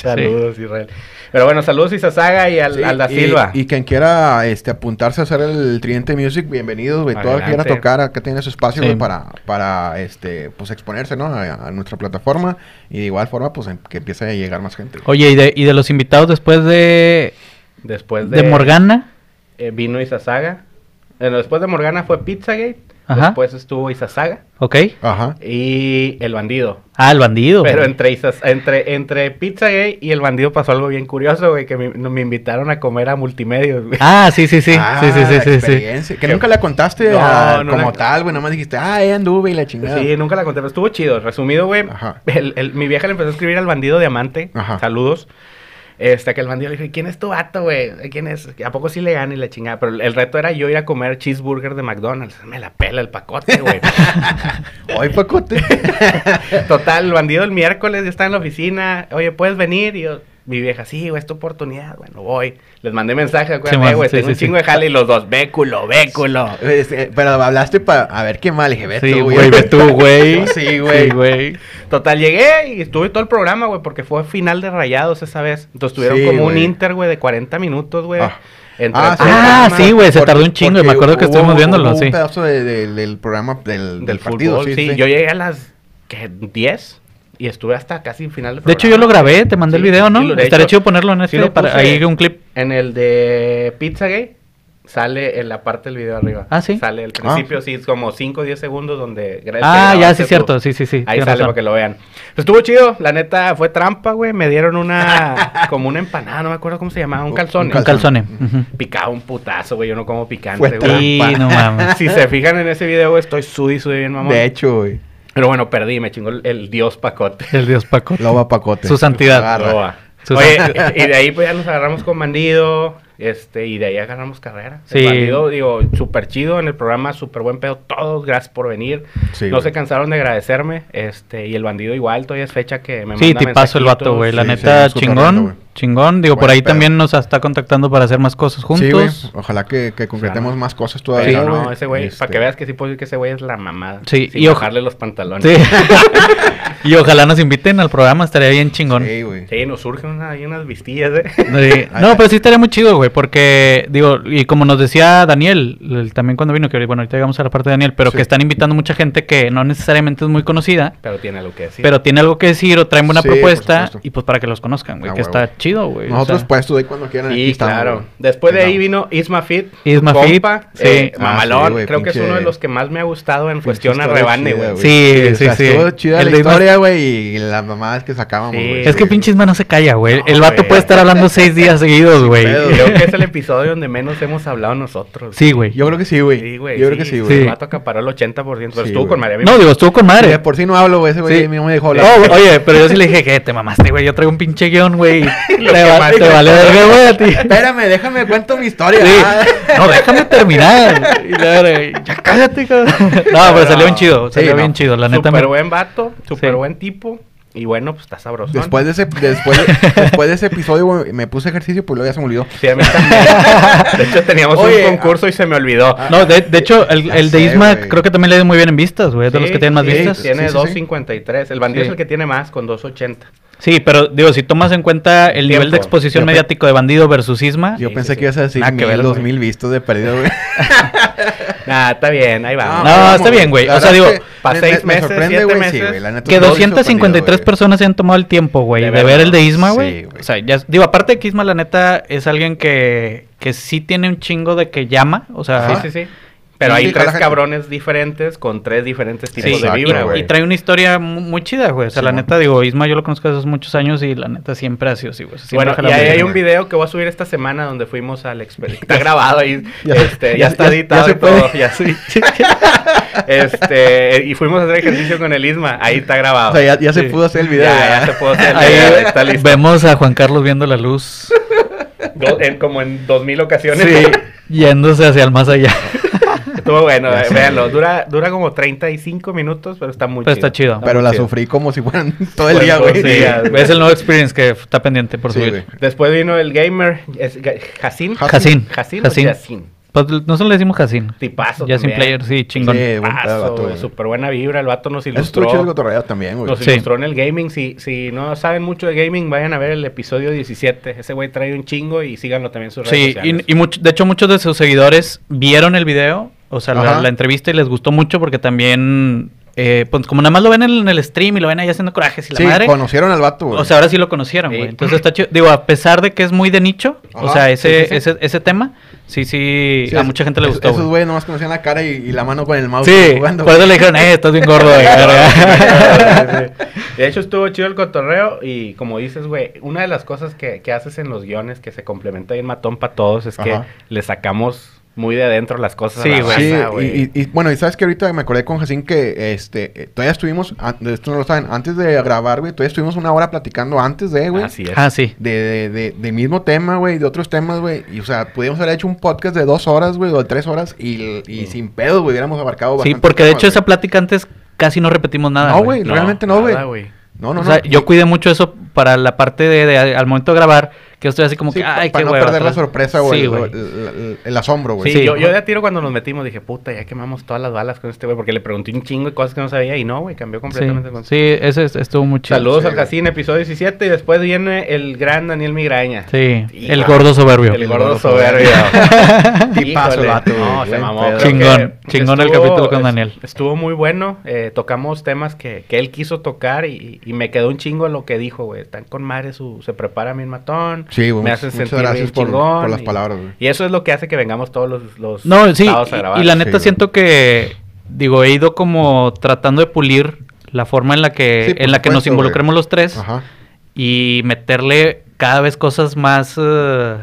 Speaker 1: saludos, Israel. Pero bueno, saludos Isasaga y al,
Speaker 3: Sí,
Speaker 1: al da
Speaker 3: y-
Speaker 1: Silva.
Speaker 3: Y, quien quiera este, apuntarse a hacer el Tridente Music, bienvenidos, güey. Todo el que quiera
Speaker 1: Adelante.
Speaker 3: tocar, acá tiene su espacio,
Speaker 2: Sí.
Speaker 3: güey, para, para este, pues, exponerse, ¿no? A, a nuestra plataforma. Y de igual forma, pues, em- que empiece a llegar más gente. güey.
Speaker 2: Oye, y de, y de los invitados después de,
Speaker 1: después Pues de,
Speaker 2: de Morgana,
Speaker 1: eh, vino Isasaga. Bueno, después de Morgana fue Pizzagate.
Speaker 2: Ajá.
Speaker 1: Después estuvo Isasaga
Speaker 2: ¿ok?
Speaker 3: Ajá.
Speaker 1: y El Bandido.
Speaker 2: Ah, el bandido.
Speaker 1: Pero
Speaker 2: güey.
Speaker 1: entre, Isas- entre, entre Pizzagate y El Bandido pasó algo bien curioso, güey, que me, no- me invitaron a comer a multimedios, güey.
Speaker 2: Ah, sí, sí, sí.
Speaker 3: Ah,
Speaker 2: sí, sí, sí,
Speaker 3: la
Speaker 2: sí, sí.
Speaker 3: experiencia. Que nunca la contaste
Speaker 1: No,
Speaker 3: a-
Speaker 1: no
Speaker 3: como
Speaker 1: la-
Speaker 3: tal, güey. Nada más dijiste, ah, ahí anduve y la chingada.
Speaker 1: Pues Sí, nunca la conté, pero estuvo chido. Resumido, güey.
Speaker 3: Ajá.
Speaker 1: el- el- Mi vieja le empezó a escribir al bandido diamante.
Speaker 3: Ajá.
Speaker 1: Saludos. Este, que el bandido le dijo, ¿quién es tu vato, güey? ¿Quién es? ¿A poco sí le gana y la chingada? Pero el reto era yo ir a comer cheeseburger de McDonald's. Me la pela el pacote,
Speaker 3: [LAUGHS]
Speaker 1: güey.
Speaker 3: Hoy,
Speaker 2: [LAUGHS]
Speaker 3: Pacote.
Speaker 1: Total, el bandido el miércoles yo estaba en la oficina. Oye, ¿puedes venir? Y yo, mi vieja, sí, güey, es tu oportunidad. Bueno, voy. Les mandé mensaje, acuérdate,
Speaker 2: man,
Speaker 1: "Eh, güey,
Speaker 2: sí,
Speaker 1: tengo
Speaker 2: sí,
Speaker 1: un
Speaker 2: sí.
Speaker 1: chingo de jale y los dos, véculo, véculo.
Speaker 3: Este, pero hablaste para a ver qué mal, dije, ve
Speaker 2: Sí,
Speaker 3: tú,
Speaker 2: güey,
Speaker 3: [LAUGHS]
Speaker 2: ve tú,
Speaker 1: [LAUGHS]
Speaker 2: güey.
Speaker 3: Sí, güey.
Speaker 2: Sí, güey.
Speaker 1: Total, llegué y estuve todo el programa, güey, porque fue final de rayados esa vez. Entonces tuvieron
Speaker 3: Sí,
Speaker 1: como un
Speaker 3: güey.
Speaker 1: inter, güey, de 40 minutos, güey.
Speaker 3: Ah.
Speaker 1: entre
Speaker 3: Ah,
Speaker 1: tres
Speaker 2: Ah,
Speaker 1: programas
Speaker 2: sí, güey, se
Speaker 3: Por-
Speaker 2: tardó un chingo. y Me
Speaker 3: porque
Speaker 2: acuerdo que
Speaker 3: hubo-
Speaker 2: estuvimos viéndolo,
Speaker 3: hubo
Speaker 2: sí.
Speaker 3: un pedazo de- de- del programa del,
Speaker 1: Del,
Speaker 3: del partido,
Speaker 1: fútbol, sí, Yo llegué a las, ¿qué? ¿10? y estuve hasta casi final del
Speaker 2: De hecho, yo lo
Speaker 1: programa.
Speaker 2: grabé, te mandé el
Speaker 1: Sí,
Speaker 2: video,
Speaker 1: sí,
Speaker 2: ¿no?
Speaker 1: lo- de
Speaker 2: Estaría
Speaker 1: hecho,
Speaker 2: chido ponerlo en
Speaker 1: sí
Speaker 2: este,
Speaker 1: lo
Speaker 2: para
Speaker 1: puse.
Speaker 2: ahí un clip.
Speaker 1: En el de Pizzagate sale en la parte del video arriba.
Speaker 2: Ah, ¿sí?
Speaker 1: Sale el principio, sí, es como 5 o 10 segundos donde... gracias
Speaker 2: Ah,
Speaker 1: que
Speaker 2: ya,
Speaker 1: grabaste
Speaker 2: sí,
Speaker 1: tú.
Speaker 2: cierto, sí, sí, sí.
Speaker 1: Ahí
Speaker 2: tienes
Speaker 1: sale
Speaker 2: razón.
Speaker 1: para que lo vean. Pues estuvo chido, la neta fue trampa, güey. Me dieron una como una empanada, no me acuerdo cómo se llamaba, un
Speaker 3: Un-
Speaker 1: calzón.
Speaker 3: un
Speaker 1: [LAUGHS]
Speaker 2: Un calzone. ujú.
Speaker 1: Picaba un putazo, güey. Yo no como picante,
Speaker 3: Fue
Speaker 1: güey.
Speaker 2: Y
Speaker 3: Trampa.
Speaker 2: no
Speaker 1: [LAUGHS]
Speaker 2: mames.
Speaker 1: Si se fijan en ese video, güey, estoy sudi, sudi bien, mamón.
Speaker 3: De hecho, güey.
Speaker 1: Pero bueno, perdí, me chingó el, el dios pacote.
Speaker 2: El dios Paco.
Speaker 3: Loba Pacote.
Speaker 2: Su santidad.
Speaker 3: Agarra.
Speaker 1: Loa.
Speaker 2: Sus-
Speaker 1: Oye, y de ahí pues ya nos agarramos con Bandido, este, y de ahí agarramos carrera.
Speaker 2: Sí.
Speaker 1: El bandido, digo, súper chido en el programa, súper buen pedo, todos, gracias por venir.
Speaker 3: Sí,
Speaker 1: no
Speaker 3: güey.
Speaker 1: se cansaron de agradecerme, este, y el bandido igual, todavía es fecha que me
Speaker 2: Sí,
Speaker 1: manda
Speaker 2: tipazo el vato,
Speaker 1: mensajitos.
Speaker 2: güey. La
Speaker 3: Sí,
Speaker 2: neta,
Speaker 3: sí, es cotorreando,
Speaker 2: chingón.
Speaker 3: güey.
Speaker 2: Chingón. Digo, por
Speaker 3: Buen
Speaker 2: ahí
Speaker 3: pedo.
Speaker 2: también nos está contactando para hacer más cosas
Speaker 3: Sí, güey.
Speaker 2: juntos.
Speaker 3: Ojalá que, que concretemos
Speaker 1: Claro.
Speaker 3: más cosas
Speaker 1: Pero
Speaker 3: todavía,
Speaker 1: no, ese güey, para que
Speaker 3: Este,
Speaker 1: veas que sí puedo decir que ese güey es la mamada.
Speaker 2: Sí,
Speaker 1: sin
Speaker 2: y ojo-
Speaker 1: bajarle los pantalones.
Speaker 2: Sí. [LAUGHS] y ojalá nos inviten al programa, estaría bien chingón.
Speaker 3: Sí, güey.
Speaker 1: Sí, nos surgen una- ahí unas vistillas, eh. [LAUGHS]
Speaker 2: Sí. No, pero sí estaría muy chido, güey, porque, digo, y como nos decía Daniel, el- también cuando vino, que bueno, ahorita llegamos a la parte de Daniel, pero
Speaker 3: Sí.
Speaker 2: que están invitando mucha gente que no necesariamente es muy conocida,
Speaker 1: Pero tiene algo que decir.
Speaker 2: pero tiene algo que decir o traen una
Speaker 3: Sí, por
Speaker 2: propuesta,
Speaker 3: supuesto.
Speaker 2: y pues para que los conozcan, güey,
Speaker 3: Ah,
Speaker 2: que
Speaker 3: huevo.
Speaker 2: está chido, güey. o
Speaker 3: Nosotros pues,
Speaker 2: sea.
Speaker 3: puestos de cuando quieran.
Speaker 1: Sí,
Speaker 3: aquí estamos,
Speaker 1: claro.
Speaker 3: güey.
Speaker 1: Después de
Speaker 3: Aquí
Speaker 1: ahí
Speaker 3: estamos.
Speaker 1: vino Isma Fit.
Speaker 2: Isma
Speaker 1: compa,
Speaker 2: Fit,
Speaker 1: eh,
Speaker 2: sí.
Speaker 1: mamalón.
Speaker 3: Ah, sí, güey,
Speaker 1: Creo que es
Speaker 3: pinche-
Speaker 1: uno de los que más me ha gustado en
Speaker 3: Pinche
Speaker 1: cuestión a
Speaker 3: historia
Speaker 1: rebane,
Speaker 3: chida,
Speaker 1: güey.
Speaker 2: güey. Sí,
Speaker 3: o sea,
Speaker 2: sí, sí.
Speaker 3: Estuvo chida
Speaker 2: El
Speaker 3: la
Speaker 2: de Isma-
Speaker 3: historia, güey, y las mamadas que sacábamos,
Speaker 1: Sí.
Speaker 3: güey.
Speaker 2: Es que
Speaker 1: güey.
Speaker 2: pinche Isma no se calla, güey.
Speaker 1: No,
Speaker 2: el vato
Speaker 1: güey.
Speaker 2: puede estar hablando seis días seguidos, güey.
Speaker 1: [LAUGHS]
Speaker 3: pedo.
Speaker 1: Creo que es el episodio donde menos hemos hablado nosotros.
Speaker 2: Sí, güey.
Speaker 3: Yo creo que sí, güey.
Speaker 1: Sí, güey.
Speaker 3: Yo creo que sí,
Speaker 1: El
Speaker 3: güey.
Speaker 1: vato acaparó el 80%. Pero
Speaker 3: Sí,
Speaker 1: estuvo
Speaker 3: güey.
Speaker 1: con María.
Speaker 2: No, digo, estuvo con madre.
Speaker 3: Sí, Por si no hablo, güey. Ese güey
Speaker 2: Sí.
Speaker 3: no me dejó hablar.
Speaker 2: No, oye, pero yo sí le dije que te mamaste, güey. Yo traigo un pinche
Speaker 3: [LAUGHS]
Speaker 2: guión, güey. y Te, va-
Speaker 1: quemaste,
Speaker 2: te vale verga, güey, a ti.
Speaker 3: Espérame, déjame cuento mi historia.
Speaker 2: Sí.
Speaker 3: Ah.
Speaker 2: No, déjame terminar. Y la verga, ya cállate, cabrón. [LAUGHS] No, pero salió bien chido.
Speaker 3: Sí,
Speaker 2: Salió
Speaker 3: no.
Speaker 2: bien chido, la neta.
Speaker 1: Súper
Speaker 2: me-
Speaker 1: buen vato. Súper
Speaker 2: Sí.
Speaker 1: buen tipo. Y bueno, pues está sabroso.
Speaker 3: Después de ese, después de, después de ese episodio, güey, me puse ejercicio, pues luego ya se me olvidó.
Speaker 1: Sí, a mí también. De hecho, teníamos
Speaker 3: Oye,
Speaker 1: un concurso y se me olvidó.
Speaker 3: ah,
Speaker 2: No, de, de hecho, el,
Speaker 3: Ya
Speaker 2: el de
Speaker 3: sé,
Speaker 2: Isma
Speaker 3: güey.
Speaker 2: creo que también le dio muy bien en vistas, güey. Es de los
Speaker 1: Sí,
Speaker 2: que tienen más
Speaker 1: sí,
Speaker 2: vistas.
Speaker 1: Tiene
Speaker 3: Sí, sí, sí.
Speaker 1: 2.53. El bandido
Speaker 2: Sí.
Speaker 1: es el que tiene más con 2.80.
Speaker 2: Sí, pero digo, si tomas en cuenta el nivel
Speaker 1: Tiempo.
Speaker 2: de exposición
Speaker 3: Yo pe-
Speaker 2: mediático de Bandido versus Isma,
Speaker 3: Yo
Speaker 1: Sí,
Speaker 3: pensé
Speaker 1: sí,
Speaker 3: que ibas a decir
Speaker 2: Nada que
Speaker 3: mil,
Speaker 2: ver,
Speaker 3: dos
Speaker 2: güey.
Speaker 3: mil vistos de perdido,
Speaker 1: [LAUGHS]
Speaker 3: güey.
Speaker 1: Nah, está bien. Ahí vamos.
Speaker 2: No, está bien, güey.
Speaker 3: La
Speaker 2: O sea,
Speaker 3: verdad
Speaker 2: digo,
Speaker 3: es que
Speaker 1: pa'
Speaker 3: me-
Speaker 1: seis
Speaker 3: me,
Speaker 1: meses,
Speaker 3: Me sorprende,
Speaker 1: siete
Speaker 3: güey, sí,
Speaker 1: meses.
Speaker 3: güey. La neta,
Speaker 2: Que
Speaker 3: estoy
Speaker 2: 253
Speaker 3: sorprendido,
Speaker 2: personas se han tomado el tiempo, güey,
Speaker 1: De
Speaker 2: de,
Speaker 1: verlo.
Speaker 2: ver el de Isma,
Speaker 3: Sí,
Speaker 2: güey.
Speaker 3: güey.
Speaker 2: o sea, ya, digo, aparte que Isma, la neta, es alguien que, que sí tiene un chingo de que llama, o sea,
Speaker 3: Ajá.
Speaker 1: Sí, sí, sí. Pero
Speaker 3: Sí,
Speaker 1: hay
Speaker 3: sí,
Speaker 1: tres
Speaker 3: jala gente.
Speaker 1: cabrones diferentes con tres diferentes tipos
Speaker 2: Sí,
Speaker 1: de
Speaker 3: Exacto,
Speaker 1: vibra,
Speaker 2: y-
Speaker 1: güey.
Speaker 2: y, trae una historia mu- muy chida, güey. O sea,
Speaker 3: Sí,
Speaker 2: la
Speaker 3: güey.
Speaker 2: neta, digo, Isma, yo lo conozco desde hace muchos años y la neta siempre ha sido así, güey. O sea, siempre
Speaker 1: Bueno,
Speaker 2: jala
Speaker 1: y ahí
Speaker 2: muy
Speaker 1: hay
Speaker 2: bien,
Speaker 1: un
Speaker 2: güey.
Speaker 1: video que voy a subir esta semana donde fuimos al exper- Está grabado
Speaker 2: [LAUGHS]
Speaker 1: ahí.
Speaker 3: Ya-
Speaker 1: este, ya,
Speaker 3: ya-
Speaker 1: está
Speaker 3: ya- ya
Speaker 1: editado
Speaker 3: se
Speaker 1: y todo.
Speaker 3: puede.
Speaker 1: Ya
Speaker 3: [LAUGHS]
Speaker 1: sí. este, y fuimos a hacer ejercicio con el Isma. Ahí está grabado.
Speaker 3: O sea, ya, ya se
Speaker 2: Sí.
Speaker 3: pudo hacer el video.
Speaker 1: Ya, ya
Speaker 3: ¿verdad?
Speaker 1: se pudo hacer.
Speaker 2: Ahí
Speaker 1: ya está listo.
Speaker 2: vemos a Juan Carlos viendo
Speaker 1: [LAUGHS]
Speaker 2: la luz,
Speaker 1: Do- en- como en dos mil ocasiones.
Speaker 2: sí, yéndose hacia el
Speaker 1: [LAUGHS]
Speaker 2: más allá.
Speaker 1: Estuvo bueno.
Speaker 3: Ya
Speaker 1: eh,
Speaker 3: sé,
Speaker 1: véanlo.
Speaker 3: güey.
Speaker 1: Dura, dura como 35 minutos, pero está muy
Speaker 2: Pero está chido.
Speaker 1: Está
Speaker 3: Pero
Speaker 1: muy
Speaker 3: la
Speaker 1: chido.
Speaker 3: sufrí como si fueran [LAUGHS] todo el
Speaker 1: Pues,
Speaker 3: día,
Speaker 1: pues,
Speaker 3: güey.
Speaker 1: sí, ya, güey.
Speaker 2: [LAUGHS] es el nuevo experience que f- está pendiente por
Speaker 3: Sí,
Speaker 2: subir.
Speaker 3: güey.
Speaker 1: Después vino el gamer. Es, Ga- Jacín.
Speaker 2: Jacín.
Speaker 1: Jacín.
Speaker 2: Jacín.
Speaker 1: Jacín.
Speaker 2: Pues, nosotros le decimos Jacín.
Speaker 1: Tipazo
Speaker 2: Ya sin
Speaker 1: también.
Speaker 2: player, sí, chingón.
Speaker 3: Sí, buen pedo,
Speaker 1: Tipazo,
Speaker 3: vato,
Speaker 1: güey,
Speaker 3: güey.
Speaker 1: Súper buena vibra. El vato nos
Speaker 3: Eso estuvo chido el
Speaker 1: ilustró.
Speaker 3: cotorreo también, güey.
Speaker 1: Nos
Speaker 2: Sí.
Speaker 1: ilustró en el gaming. Si, si no saben mucho de gaming, vayan a ver el episodio 17. Ese güey trae un chingo y síganlo también en sus redes
Speaker 2: Sí,
Speaker 1: sociales. [LAUGHS]
Speaker 2: y, y mucho- de hecho muchos de sus seguidores vieron el video, o sea, la,
Speaker 3: Ajá.
Speaker 2: la entrevista y les gustó mucho porque también, eh, pues como nada más lo ven en, el- en el stream y lo ven ahí haciendo corajes y la
Speaker 3: Sí,
Speaker 2: madre,
Speaker 3: conocieron al vato, güey.
Speaker 2: o sea, ahora sí lo conocieron,
Speaker 1: Sí.
Speaker 2: güey. Entonces está chido, digo, a pesar de que es muy de nicho, o
Speaker 3: Ajá,
Speaker 2: sea, ese,
Speaker 3: sí, sí, sí.
Speaker 2: Ese, ese tema, sí, sí,
Speaker 3: Sí,
Speaker 2: a
Speaker 3: es-
Speaker 2: mucha gente le
Speaker 3: es-
Speaker 2: gustó.
Speaker 3: Esos
Speaker 2: güey.
Speaker 3: güeyes nomás conocían la cara y, y la mano con el mouse.
Speaker 2: Sí,
Speaker 3: jugando,
Speaker 2: por eso
Speaker 3: güey.
Speaker 2: le dijeron, eh, estás bien gordo,
Speaker 3: [LAUGHS]
Speaker 2: güey, verga".
Speaker 1: De hecho, estuvo chido el cotorreo. Y como dices, güey, una de las cosas que, que haces en los guiones que se complementa bien matón para todos es que
Speaker 3: Ajá.
Speaker 1: le sacamos muy de adentro las cosas.
Speaker 2: Sí,
Speaker 1: a la
Speaker 2: güey.
Speaker 3: Sí,
Speaker 1: raza,
Speaker 3: y,
Speaker 1: güey.
Speaker 3: y- y, bueno, y sabes que ahorita me acordé con Jacín que este eh, todavía estuvimos, an- esto no lo saben, antes de grabar, güey, todavía estuvimos una hora platicando antes de, güey.
Speaker 1: Así es.
Speaker 2: [LAUGHS] Ah, sí.
Speaker 3: De, de, de- del mismo tema, güey, de otros temas, güey. Y, o sea, pudimos haber hecho un podcast de dos horas, güey, o de tres horas y, y sin pedo, güey, hubiéramos abarcado
Speaker 2: Mm. Sí,
Speaker 3: bastante.
Speaker 2: porque de hecho esa
Speaker 3: esa
Speaker 2: plática antes casi no repetimos nada.
Speaker 3: No, güey, realmente no,
Speaker 1: nada,
Speaker 3: güey. No, no, no.
Speaker 2: o sea, yo cuidé mucho eso para la parte de, de- al momento de grabar, que yo estoy así como
Speaker 3: Sí,
Speaker 2: que, ay,
Speaker 3: para
Speaker 2: qué
Speaker 3: no
Speaker 2: hueva,
Speaker 3: perder la
Speaker 2: otra vez".
Speaker 3: sorpresa, güey.
Speaker 2: Sí,
Speaker 3: o
Speaker 2: güey.
Speaker 3: el, el- el asombro, güey.
Speaker 1: Sí,
Speaker 2: Sí,
Speaker 1: yo,
Speaker 2: güey.
Speaker 1: yo de a tiro cuando nos metimos dije, puta, ya quemamos todas las balas con este güey, porque le pregunté un chingo de cosas que no sabía y no, güey, cambió
Speaker 2: Sí,
Speaker 1: completamente el concepto.
Speaker 2: sí, ese est- estuvo muy chido.
Speaker 1: Saludos
Speaker 3: Sí,
Speaker 1: al
Speaker 3: güey.
Speaker 1: Casín, episodio 17, y después viene el gran Daniel Migraña.
Speaker 2: Sí,
Speaker 1: Hijo.
Speaker 2: el gordo soberbio.
Speaker 1: El
Speaker 3: El
Speaker 1: gordo
Speaker 3: gordo
Speaker 1: soberbio.
Speaker 3: [LAUGHS] Tipazo el
Speaker 1: Híjole.
Speaker 3: vato, güey.
Speaker 1: No, se
Speaker 3: Buen
Speaker 1: mamó.
Speaker 3: pedo.
Speaker 1: Creo
Speaker 2: Chingón,
Speaker 1: que
Speaker 2: chingón el capítulo con
Speaker 1: es-
Speaker 2: Daniel.
Speaker 1: Estuvo muy bueno. eh, tocamos temas que, que él quiso tocar y, y me quedó un chingo en lo que dijo, güey. Están con madre su... Se prepara bien matón.
Speaker 3: Sí, güey,
Speaker 1: Me hacen
Speaker 3: muchas
Speaker 1: sentir
Speaker 3: gracias
Speaker 1: bien
Speaker 3: por-
Speaker 1: chingón.
Speaker 3: por las
Speaker 1: y-
Speaker 3: palabras, güey.
Speaker 1: Y eso es lo que hace que vengamos todos los, los
Speaker 2: No, sí,
Speaker 1: sábados a
Speaker 2: y,
Speaker 1: grabar.
Speaker 2: y la
Speaker 3: Sí,
Speaker 2: neta
Speaker 3: güey.
Speaker 2: siento que, digo, he ido como tratando de pulir la forma en la que,
Speaker 3: Sí, por
Speaker 2: en la que nos
Speaker 3: supuesto,
Speaker 2: involucremos los tres
Speaker 3: Ajá.
Speaker 2: y meterle cada vez cosas más, eh,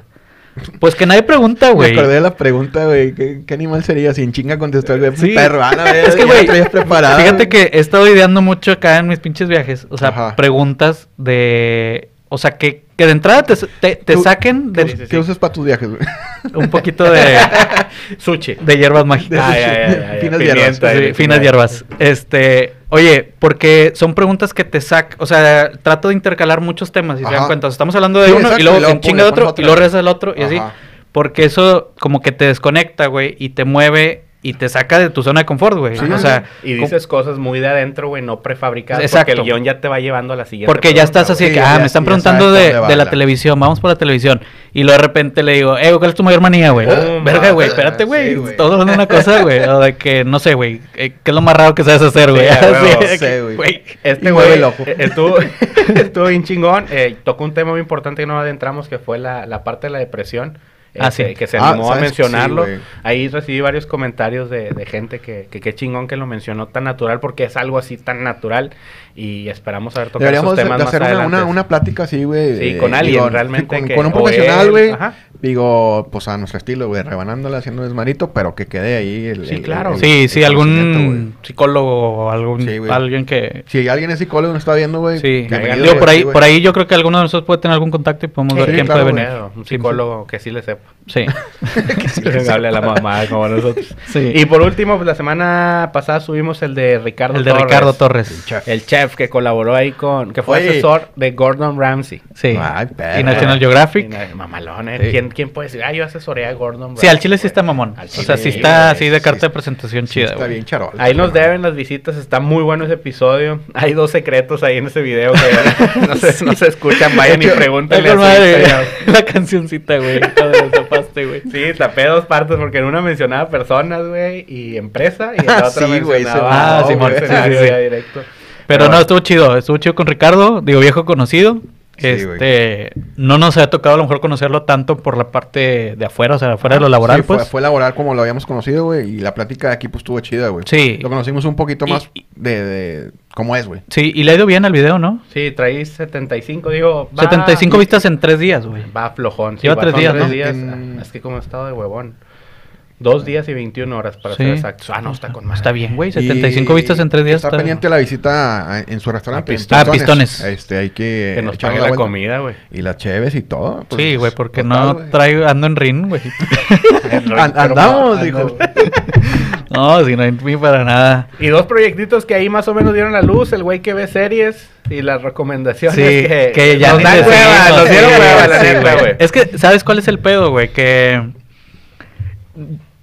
Speaker 2: pues que nadie pregunta, güey.
Speaker 3: Me acordé de la pregunta, güey. ¿Qué, qué animal sería? Sin chinga contestó el güey.
Speaker 2: Sí.
Speaker 3: Un perro. a la verga,
Speaker 2: Es que,
Speaker 3: ya lo
Speaker 2: güey,
Speaker 3: traías preparado.
Speaker 2: Fíjate que he estado ideando mucho acá en mis pinches viajes. O sea,
Speaker 3: Ajá.
Speaker 2: preguntas de. O sea, que, que de entrada te, te- te
Speaker 3: Tú-
Speaker 2: saquen
Speaker 3: ¿Qué,
Speaker 1: Sí,
Speaker 2: de
Speaker 1: sí,
Speaker 3: us-
Speaker 1: sí.
Speaker 3: qué usas para tus viajes, güey?
Speaker 2: un poquito de,
Speaker 1: Sushi.
Speaker 2: [LAUGHS] de hierbas mágicas.
Speaker 1: Ay, ay, ay, ay,
Speaker 3: Finas
Speaker 1: pimienta,
Speaker 3: hierbas.
Speaker 2: Sí,
Speaker 1: ay,
Speaker 2: finas hierbas. Este, oye, porque son preguntas que te sacan, o sea, trato de intercalar muchos temas, si se dan
Speaker 3: Ajá.
Speaker 2: cuenta. O sea, estamos hablando de
Speaker 3: Sí,
Speaker 2: uno
Speaker 3: exacto,
Speaker 2: y luego,
Speaker 3: y luego
Speaker 2: en
Speaker 3: pum,
Speaker 2: chinga
Speaker 3: le
Speaker 2: otro
Speaker 3: pones otra.
Speaker 2: y luego regresas al otro y así.
Speaker 3: Ajá.
Speaker 2: Porque eso como que te desconecta, güey, y te mueve y te saca de tu zona de confort, güey.
Speaker 3: Sí,
Speaker 2: o
Speaker 3: sí.
Speaker 2: sea,
Speaker 1: Y
Speaker 2: com-
Speaker 1: dices cosas muy de adentro, güey, no prefabricadas.
Speaker 2: Exacto.
Speaker 1: Porque el guión ya te va llevando a la siguiente.
Speaker 2: Porque ya
Speaker 1: pregunta,
Speaker 2: estás así de
Speaker 1: güey.
Speaker 2: que,
Speaker 3: Sí,
Speaker 2: ah,
Speaker 3: ya-
Speaker 2: me están
Speaker 3: ya
Speaker 2: preguntando
Speaker 3: sabes
Speaker 2: de,
Speaker 3: dónde va
Speaker 2: de la
Speaker 3: la-
Speaker 2: televisión, vamos por la televisión. Y luego de repente le digo, eh, ¿cuál es tu mayor manía, güey?
Speaker 1: Oh,
Speaker 2: [LAUGHS] Verga,
Speaker 1: madre,
Speaker 2: güey, espérate,
Speaker 3: Ah, sí,
Speaker 2: güey.
Speaker 3: güey.
Speaker 2: Todo hablando de una cosa, güey. O de que, no sé, güey, eh, ¿qué es lo más raro que sabes hacer, güey?
Speaker 1: [LAUGHS] Sí, a
Speaker 2: [LAUGHS] Así
Speaker 1: huevo,
Speaker 2: de
Speaker 3: sí,
Speaker 2: que,
Speaker 3: güey.
Speaker 1: Este
Speaker 3: Y
Speaker 1: güey [LAUGHS]
Speaker 3: mueve el ojo.
Speaker 1: eh,
Speaker 3: [LAUGHS]
Speaker 1: estuvo, estuvo bien chingón. eh, tocó un tema muy importante que no adentramos, que fue la, la parte de la depresión. eh,
Speaker 2: Ah, sí.
Speaker 1: que, que se
Speaker 3: Ah,
Speaker 1: animó a
Speaker 3: ¿sabes?
Speaker 1: mencionarlo.
Speaker 3: Sí, güey.
Speaker 1: Ahí recibí varios comentarios de, de gente que, que qué chingón que lo mencionó tan natural, porque es algo así tan natural. Y esperamos haber tocado esos
Speaker 3: Deberíamos de,
Speaker 1: temas
Speaker 3: de
Speaker 1: más
Speaker 3: hacer una,
Speaker 1: adelante.
Speaker 3: una, una plática así, güey.
Speaker 1: Sí,
Speaker 3: eh,
Speaker 1: con alguien
Speaker 3: digo,
Speaker 1: realmente
Speaker 3: sí, Con,
Speaker 1: que-
Speaker 3: con un
Speaker 1: o
Speaker 3: profesional,
Speaker 1: él,
Speaker 3: güey.
Speaker 1: ajá.
Speaker 3: Digo, pues a nuestro estilo, güey. Rebanándola, haciendo desmarito, pero que quede ahí el.
Speaker 1: Sí,
Speaker 3: el-
Speaker 1: claro.
Speaker 3: el-
Speaker 2: Sí,
Speaker 3: el
Speaker 2: sí,
Speaker 3: conocimiento, güey.
Speaker 2: algún psicólogo o algún,
Speaker 3: Sí, güey.
Speaker 2: alguien que...
Speaker 3: Si alguien es psicólogo y nos está viendo, güey.
Speaker 2: Sí,
Speaker 3: bienvenido,
Speaker 2: digo, por
Speaker 3: güey,
Speaker 2: ahí,
Speaker 3: güey.
Speaker 2: por ahí yo creo que alguno de nosotros puede tener algún contacto y podemos
Speaker 1: Sí,
Speaker 2: ver quién
Speaker 1: claro,
Speaker 2: puede
Speaker 1: güey,
Speaker 2: venir.
Speaker 1: Un psicólogo que sí le sepa. [LAUGHS]
Speaker 2: Sí,
Speaker 1: Que hable a la mamá como nosotros.
Speaker 2: sí.
Speaker 1: Y por último, pues, la semana pasada subimos el de Ricardo
Speaker 2: el de
Speaker 1: Torres.
Speaker 2: Ricardo Torres.
Speaker 3: Chef.
Speaker 1: El chef que colaboró ahí con, que fue
Speaker 3: Oye.
Speaker 1: asesor de Gordon Ramsay.
Speaker 2: Sí.
Speaker 3: Ay, perra.
Speaker 2: y National
Speaker 1: Y
Speaker 2: Geographic.
Speaker 1: na- Mamalón, ¿eh?
Speaker 3: Sí.
Speaker 1: ¿Quién, ¿Quién puede decir? Ah, yo asesoré a Gordon Ramsay.
Speaker 2: Sí, al Chile sí
Speaker 1: güey.
Speaker 2: está mamón.
Speaker 1: Al
Speaker 2: O
Speaker 1: Chile,
Speaker 2: sea, sí
Speaker 1: güey.
Speaker 2: está así de carta
Speaker 3: Sí,
Speaker 2: de presentación
Speaker 3: Sí,
Speaker 2: chida,
Speaker 3: Está
Speaker 2: güey.
Speaker 3: bien, charol.
Speaker 1: Ahí nos deben las visitas, está muy bueno ese episodio. Hay dos secretos ahí en ese video
Speaker 2: [LAUGHS]
Speaker 1: que no se, no se escuchan, vayan y
Speaker 2: Yo-
Speaker 1: pregúntenle.
Speaker 2: Ay,
Speaker 1: a
Speaker 2: con
Speaker 1: su
Speaker 2: madre,
Speaker 1: Instagram.
Speaker 2: [LAUGHS] la cancioncita, güey. cuando la tapaste, güey.
Speaker 1: Sí, tapé dos partes porque en una mencionaba personas, güey, y empresa, y en
Speaker 3: Ah,
Speaker 1: la otra
Speaker 3: sí, güey,
Speaker 1: mencionaba
Speaker 2: se- ah, sí,
Speaker 1: un
Speaker 2: mon- sí, sí,
Speaker 1: escenario
Speaker 2: sí.
Speaker 1: ya directo.
Speaker 2: Pero no,
Speaker 1: bueno.
Speaker 2: estuvo chido. Estuvo chido con Ricardo, digo, viejo conocido.
Speaker 3: Sí,
Speaker 2: este, no nos ha tocado a lo mejor conocerlo tanto por la parte de afuera, o sea, afuera de lo laboral,
Speaker 3: Sí, fue-
Speaker 2: pues.
Speaker 3: Fue, laboral como lo habíamos conocido, güey. Y la plática de aquí, pues, estuvo chida, güey.
Speaker 2: Sí.
Speaker 3: Lo conocimos un poquito
Speaker 2: Y-
Speaker 3: más
Speaker 2: y-
Speaker 3: de, de cómo es, güey.
Speaker 2: Sí, y le ha ido bien al video, ¿no?
Speaker 1: Sí, traí 75, digo. va-
Speaker 2: 75 vistas en tres días, güey.
Speaker 1: Va flojón.
Speaker 2: Lleva
Speaker 1: va
Speaker 2: tres
Speaker 1: son
Speaker 2: días, ¿no?
Speaker 3: En-
Speaker 1: Ah, Es que como he estado de huevón. Dos días y 21 horas para
Speaker 2: Sí.
Speaker 1: ser exactos. Ah, no, está con más.
Speaker 2: Está bien, güey.
Speaker 3: Y
Speaker 2: 75 vistas en tres días.
Speaker 3: Está, pendiente pues, la visita a- en su restaurante.
Speaker 1: A
Speaker 3: en
Speaker 1: Pistones.
Speaker 2: Ah, Pistones.
Speaker 3: Este, hay que...
Speaker 1: Que nos
Speaker 3: echarle
Speaker 1: pague la
Speaker 3: vuelta.
Speaker 1: comida, güey.
Speaker 3: Y las cheves y todo. pues,
Speaker 2: Sí, güey, porque
Speaker 3: total,
Speaker 2: no
Speaker 3: güey.
Speaker 2: traigo, ando en ring,
Speaker 3: [LAUGHS]
Speaker 2: güey.
Speaker 3: An- andamos, dijo.
Speaker 2: No, si no hay ring para nada.
Speaker 1: Y dos proyectitos que ahí más o menos dieron la luz. El güey que ve series y las recomendaciones.
Speaker 2: Sí, que, ya
Speaker 1: nos
Speaker 2: ni
Speaker 1: dan
Speaker 2: les
Speaker 1: hueva.
Speaker 2: digo,
Speaker 1: Nos
Speaker 2: sí,
Speaker 1: dieron hueva, la
Speaker 2: sí,
Speaker 1: neta,
Speaker 2: güey.
Speaker 1: güey.
Speaker 2: Es que, ¿sabes cuál es el pedo, güey? Que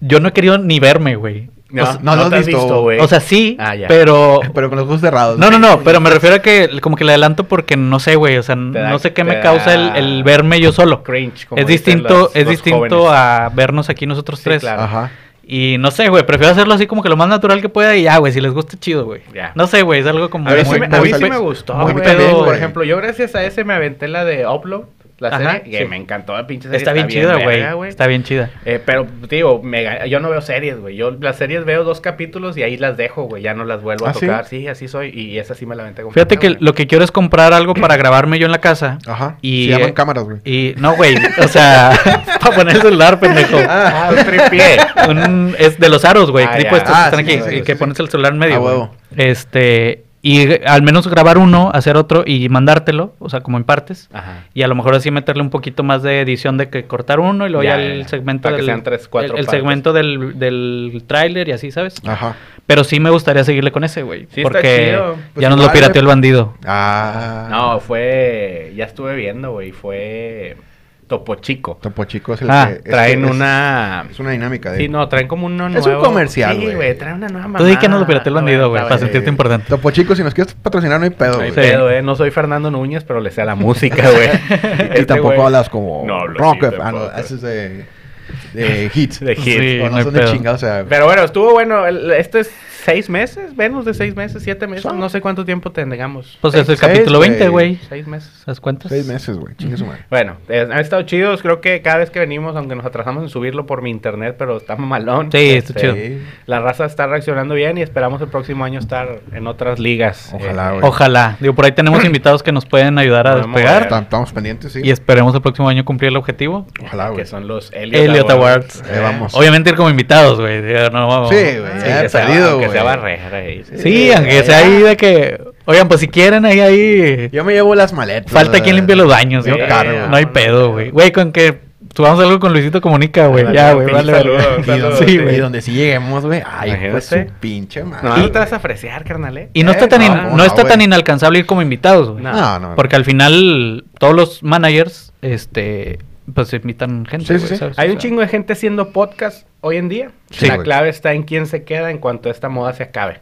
Speaker 2: yo no he querido ni verme, güey.
Speaker 3: o sea, no lo has
Speaker 1: te
Speaker 3: visto,
Speaker 1: güey.
Speaker 2: O sea, sí,
Speaker 1: Ah, ya.
Speaker 2: pero...
Speaker 3: [LAUGHS] Pero con los ojos cerrados.
Speaker 2: No, no, no, pero me refiero a que como que le adelanto porque no sé, güey. O sea,
Speaker 1: da-
Speaker 2: no sé qué
Speaker 1: te
Speaker 2: me causa el,
Speaker 1: da-
Speaker 2: el verme yo solo.
Speaker 1: cringe. como
Speaker 2: Es
Speaker 1: dicen
Speaker 2: distinto,
Speaker 1: los-
Speaker 2: es
Speaker 1: los
Speaker 2: distinto
Speaker 1: jóvenes.
Speaker 2: a vernos aquí nosotros
Speaker 1: Sí,
Speaker 2: tres.
Speaker 1: claro.
Speaker 3: Ajá.
Speaker 2: Y no sé, güey, prefiero hacerlo así como que lo más natural que pueda y ya, güey, si les gusta chido, güey.
Speaker 1: Ya.
Speaker 2: No sé, güey, es algo como
Speaker 1: A mí,
Speaker 3: ver,
Speaker 1: sí,
Speaker 3: muy-
Speaker 1: me,
Speaker 3: muy
Speaker 1: a mí sí
Speaker 3: feliz.
Speaker 1: me gustó,
Speaker 2: Muy
Speaker 1: güey.
Speaker 2: feliz,
Speaker 1: Por
Speaker 2: güey.
Speaker 1: ejemplo, yo gracias a ese me aventé la de Upload, la
Speaker 2: Ajá,
Speaker 1: serie, que
Speaker 2: sí.
Speaker 1: me encantó la pinche serie.
Speaker 2: Está bien chida,
Speaker 1: verga,
Speaker 2: güey. Está bien chida.
Speaker 1: Eh, pero, te digo, me ga- yo no veo series, güey. Yo las series veo dos capítulos y ahí las dejo, güey. Ya no las vuelvo a
Speaker 3: ¿Ah, sí?
Speaker 1: tocar. Sí, así soy. Y esa sí me la aventé completa,
Speaker 2: Fíjate que
Speaker 1: güey.
Speaker 2: lo que quiero es comprar algo para grabarme yo en la casa.
Speaker 3: Ajá.
Speaker 2: Y,
Speaker 3: Se llaman
Speaker 2: eh,
Speaker 3: cámaras, güey.
Speaker 2: Y no, güey, o sea, [LAUGHS] para poner el celular, pendejo.
Speaker 1: Ah, un
Speaker 2: [LAUGHS]
Speaker 1: tripié.
Speaker 2: Un- es de los aros, güey,
Speaker 1: Ah,
Speaker 2: tipo
Speaker 1: ya.
Speaker 2: estos
Speaker 3: Ah,
Speaker 2: que están
Speaker 3: sí,
Speaker 2: aquí,
Speaker 3: sí,
Speaker 2: y
Speaker 3: sí,
Speaker 2: que
Speaker 3: sí.
Speaker 2: pones el celular en medio.
Speaker 3: A
Speaker 2: güey.
Speaker 3: huevo.
Speaker 2: Este, y eh, al menos grabar uno, hacer otro y mandártelo, o sea, como en partes.
Speaker 1: Ajá.
Speaker 2: Y a lo mejor así meterle un poquito más de edición de que cortar uno y luego
Speaker 1: Ya,
Speaker 2: ya,
Speaker 1: ya,
Speaker 2: el
Speaker 1: ya.
Speaker 2: segmento
Speaker 1: Para que
Speaker 2: del
Speaker 1: sean tres, cuatro
Speaker 2: el, el
Speaker 1: partes.
Speaker 2: segmento del, del tráiler y así, ¿sabes?
Speaker 3: Ajá.
Speaker 2: Pero sí me gustaría seguirle con ese, güey,
Speaker 1: Sí, está
Speaker 2: porque
Speaker 1: chido.
Speaker 2: ya
Speaker 3: Pues
Speaker 2: nos lo
Speaker 3: igual,
Speaker 2: pirateó
Speaker 3: güey.
Speaker 2: el bandido.
Speaker 3: Ah.
Speaker 1: No, fue. Ya estuve viendo, güey. Fue. Topo Chico.
Speaker 3: Topo Chico es el
Speaker 2: Ah,
Speaker 3: que... es
Speaker 1: traen
Speaker 3: que es-
Speaker 1: una...
Speaker 3: Es una dinámica de...
Speaker 1: Sí, no, traen como uno
Speaker 3: Es
Speaker 1: nuevo.
Speaker 3: un comercial,
Speaker 1: Sí,
Speaker 3: güey.
Speaker 1: güey, traen una nueva
Speaker 2: Tú di que
Speaker 1: mamá.
Speaker 2: no lo pirateé el bandido, güey,
Speaker 1: Ah,
Speaker 2: para sentirte importante.
Speaker 3: Eh, Topo Chico, si nos quieres patrocinar, no hay pedo,
Speaker 1: No hay
Speaker 3: güey.
Speaker 1: pedo, eh. No soy Fernando Núñez, pero le sé a
Speaker 3: [LAUGHS]
Speaker 1: la música, güey.
Speaker 3: Y
Speaker 1: Este
Speaker 3: tampoco
Speaker 1: güey-
Speaker 3: hablas como
Speaker 1: No hablo
Speaker 3: rock,
Speaker 1: así
Speaker 3: ah, no,
Speaker 1: tampoco.
Speaker 3: haces de, de hits.
Speaker 1: De hits.
Speaker 2: Sí,
Speaker 3: O
Speaker 2: no
Speaker 3: no
Speaker 2: hay
Speaker 3: son de
Speaker 2: pedo.
Speaker 3: chingados, o sea,
Speaker 1: Pero bueno, estuvo bueno. El- Este es seis meses, menos de seis meses, siete meses.
Speaker 3: Son-
Speaker 1: No sé cuánto tiempo tengamos.
Speaker 2: Pues es el
Speaker 3: Seis,
Speaker 2: capítulo
Speaker 3: güey.
Speaker 2: 20, güey.
Speaker 1: Seis meses.
Speaker 2: ¿Sabes cuántos?
Speaker 3: seis meses, güey. Chingue su madre.
Speaker 1: Bueno, eh, han estado chidos. Creo que cada vez que venimos, aunque nos atrasamos en subirlo por mi internet, pero está malón.
Speaker 2: Sí, está chido.
Speaker 3: Sí.
Speaker 1: La raza está reaccionando bien y esperamos el próximo año estar en otras ligas. eh,
Speaker 3: Ojalá, güey.
Speaker 2: Ojalá. Digo, por ahí tenemos invitados que nos pueden ayudar a
Speaker 1: Vamos a
Speaker 2: despegar.
Speaker 3: Tam- Estamos pendientes, sí.
Speaker 2: Y esperemos el próximo año cumplir el objetivo.
Speaker 3: Ojalá, güey.
Speaker 1: que son los Elliot,
Speaker 2: Elliot Awards.
Speaker 3: Eh, vamos.
Speaker 2: Obviamente ir como invitados, güey. Digo, no, vamos.
Speaker 3: Sí, güey.
Speaker 1: Sí,
Speaker 3: Ah, ya
Speaker 1: que sea-
Speaker 3: perdido,
Speaker 1: aunque
Speaker 3: güey.
Speaker 1: sea barrera, eh.
Speaker 2: Sí, aunque sea ahí de que. Oigan, pues si quieren, ahí, ahí.
Speaker 3: Yo me llevo las maletas.
Speaker 2: Falta quien limpie los baños,
Speaker 1: Sí,
Speaker 2: yo
Speaker 1: claro,
Speaker 2: cargo.
Speaker 1: güey.
Speaker 2: No hay pedo, güey. Güey, con que subamos algo con Luisito Comunica, güey.
Speaker 1: Ándale,
Speaker 2: Ya, güey,
Speaker 1: pinche
Speaker 2: vale, vale.
Speaker 1: saludo,
Speaker 3: Y donde,
Speaker 1: saludo,
Speaker 2: Sí,
Speaker 3: sí,
Speaker 2: güey.
Speaker 3: y donde sí lleguemos, güey. Ay, pues su
Speaker 1: Imagínate.
Speaker 3: pinche madre.
Speaker 1: No, no te vas a fresear, carnal, eh.
Speaker 2: Y no
Speaker 3: Eh,
Speaker 2: está tan,
Speaker 1: no,
Speaker 2: in-
Speaker 1: no,
Speaker 2: no,
Speaker 3: no,
Speaker 2: está tan
Speaker 3: güey.
Speaker 2: inalcanzable ir como invitados, güey.
Speaker 1: No.
Speaker 3: No, no, no.
Speaker 2: Porque al final, todos los managers, este, pues invitan gente,
Speaker 3: Sí, sí,
Speaker 2: güey,
Speaker 3: sí.
Speaker 2: ¿sabes?
Speaker 1: Hay
Speaker 2: O
Speaker 1: un
Speaker 2: sea,
Speaker 1: chingo de gente haciendo podcast hoy en día.
Speaker 3: Sí,
Speaker 1: la
Speaker 3: güey.
Speaker 1: clave está en quién se queda en cuanto esta moda se acabe.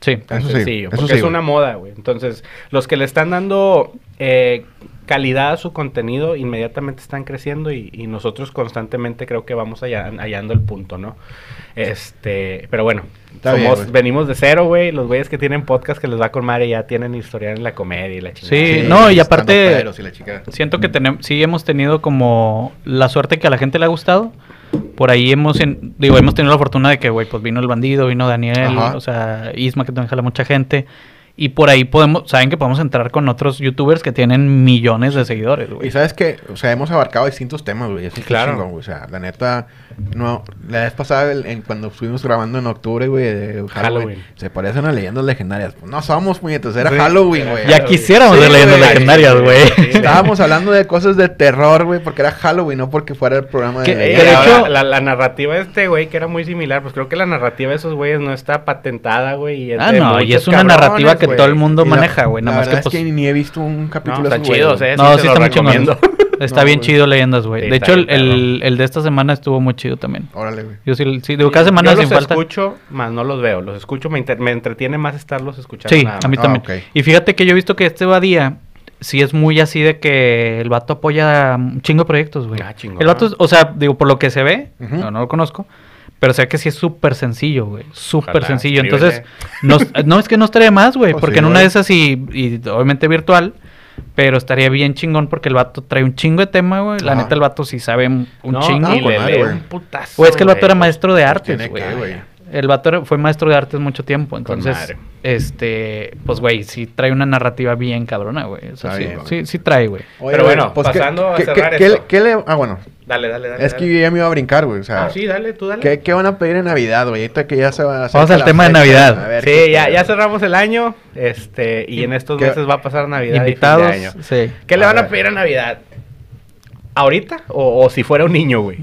Speaker 2: Sí.
Speaker 3: Eso sí,
Speaker 1: Sencillo,
Speaker 3: eso
Speaker 1: porque
Speaker 3: sí,
Speaker 1: es
Speaker 3: güey.
Speaker 1: una moda, güey. Entonces, los que le están dando eh, calidad a su contenido inmediatamente están creciendo y, y nosotros constantemente creo que vamos halla- hallando el punto, ¿no? Este, pero bueno,
Speaker 3: Está bien,
Speaker 1: somos,
Speaker 3: güey.
Speaker 1: venimos de cero, güey. Los güeyes que tienen podcast que les va con madre ya tienen historial en la comedia y la chingada.
Speaker 2: Sí, no, y
Speaker 3: están
Speaker 2: aparte-
Speaker 3: los peros y la chica.
Speaker 2: Siento que tenemos, sí hemos tenido como la suerte que a la gente le ha gustado. Por ahí hemos, en- digo, hemos tenido la fortuna de que, güey, pues vino el bandido, vino Daniel,
Speaker 3: Ajá.
Speaker 2: o sea, Isma, que también jala mucha gente. Y por ahí podemos, saben que podemos entrar con otros youtubers que tienen millones de seguidores,
Speaker 3: Y
Speaker 2: güey.
Speaker 3: sabes que, o sea, hemos abarcado distintos temas, güey. Eso es
Speaker 1: Claro.
Speaker 3: claro. o sea, la neta, no, la vez pasada, el- en, cuando estuvimos grabando en octubre, güey, de Halloween,
Speaker 1: Halloween.
Speaker 3: se parecen a leyendas legendarias. Pues No somos puñetas, era Halloween, güey.
Speaker 2: Ya quisiéramos
Speaker 3: Sí,
Speaker 2: ser leyendas
Speaker 3: güey.
Speaker 2: legendarias, güey.
Speaker 1: Sí, sí.
Speaker 3: Estábamos hablando de cosas de terror, güey, porque era Halloween, no porque fuera el programa de
Speaker 2: Que-
Speaker 1: Eh,
Speaker 2: que de
Speaker 3: leyendas.
Speaker 1: ahora,
Speaker 2: hecho-
Speaker 1: la, la narrativa de este güey, que era muy similar, pues creo que la narrativa de esos güeyes no está patentada, güey. y es
Speaker 2: Ah,
Speaker 1: de
Speaker 2: no, y
Speaker 1: muchos
Speaker 2: es una
Speaker 1: cabrones,
Speaker 2: narrativa que
Speaker 1: güey.
Speaker 2: todo el mundo
Speaker 3: Y la-
Speaker 2: maneja, güey.
Speaker 3: La
Speaker 2: Nada más que,
Speaker 3: verdad
Speaker 2: pues,
Speaker 3: es que ni he visto un capítulo
Speaker 1: No, están
Speaker 3: así, güey.
Speaker 1: chidos, eh.
Speaker 2: No,
Speaker 1: sí
Speaker 2: sí
Speaker 1: te lo
Speaker 2: está muy chingón.
Speaker 1: recomiendo.
Speaker 2: [LAUGHS] Está
Speaker 3: No,
Speaker 2: bien
Speaker 3: güey.
Speaker 2: chido Leyendas, güey.
Speaker 1: Sí,
Speaker 2: de
Speaker 1: está
Speaker 2: hecho, el,
Speaker 1: bien
Speaker 2: el- el de esta semana estuvo muy chido también.
Speaker 3: Órale, güey.
Speaker 2: Yo sí, sí digo, cada semana
Speaker 1: Yo
Speaker 2: sin
Speaker 1: los
Speaker 2: falta.
Speaker 1: escucho, más no los veo. Los escucho, me, inter- me entretiene más estarlos escuchando.
Speaker 2: Sí,
Speaker 1: nada
Speaker 2: a mí
Speaker 1: más.
Speaker 3: Ah,
Speaker 2: también.
Speaker 3: ok.
Speaker 2: Y fíjate que yo he visto que este Badía sí es muy así de que el vato apoya un chingo de proyectos, güey.
Speaker 1: Ah, chingón.
Speaker 2: el vato, es- o sea, digo, por lo que se ve,
Speaker 3: Ujú.
Speaker 2: no, no lo conozco, pero sé que sí es súper sencillo, güey. Súper
Speaker 1: Ojalá,
Speaker 2: sencillo.
Speaker 1: escríbele.
Speaker 2: Entonces,
Speaker 3: [LAUGHS]
Speaker 2: no, no es que no estaría más, güey,
Speaker 3: Pues
Speaker 2: porque
Speaker 3: sí,
Speaker 2: en una
Speaker 3: güey.
Speaker 2: de esas y, y obviamente virtual. Pero estaría bien chingón porque el vato trae un chingo de tema, güey. La
Speaker 3: Ajá.
Speaker 2: neta, el vato sí sabe un un
Speaker 1: No,
Speaker 2: chingo.
Speaker 1: y
Speaker 3: con
Speaker 1: le
Speaker 3: madre,
Speaker 1: lee
Speaker 3: güey.
Speaker 1: un putazo.
Speaker 2: O es que el vato
Speaker 1: güey.
Speaker 2: era maestro de artes,
Speaker 3: tiene
Speaker 2: güey.
Speaker 3: que, güey.
Speaker 2: El vato era- fue maestro de artes mucho tiempo,
Speaker 1: Con
Speaker 2: entonces,
Speaker 1: madre.
Speaker 2: este, pues, güey, sí trae una narrativa bien cabrona, güey. O
Speaker 3: Está
Speaker 2: sea, sí,
Speaker 3: bien, güey.
Speaker 2: sí, sí trae, güey.
Speaker 1: Pero
Speaker 3: güey,
Speaker 1: bueno,
Speaker 3: pues, ¿qué-
Speaker 1: pasando a
Speaker 3: qué,
Speaker 1: cerrar
Speaker 3: qué- qué
Speaker 1: esto.
Speaker 3: le- qué le- Ah, bueno.
Speaker 1: Dale, dale, dale.
Speaker 3: Es que
Speaker 1: dale.
Speaker 3: yo ya me iba a brincar, güey. O sea,
Speaker 1: Ah, sí, dale, tú dale.
Speaker 3: ¿Qué, qué van a pedir en Navidad, güey? Ahorita que ya se va a
Speaker 2: Vamos al tema de Navidad.
Speaker 1: Sí, ya, ya cerramos el año. Este, y en estos
Speaker 3: ¿Qué-
Speaker 1: meses va a pasar Navidad. y fin de
Speaker 2: Invitados,
Speaker 1: año.
Speaker 2: sí.
Speaker 1: ¿Qué le
Speaker 3: A
Speaker 1: van a
Speaker 3: ver.
Speaker 1: pedir a Navidad? ¿Ahorita? O, o si fuera un niño, güey.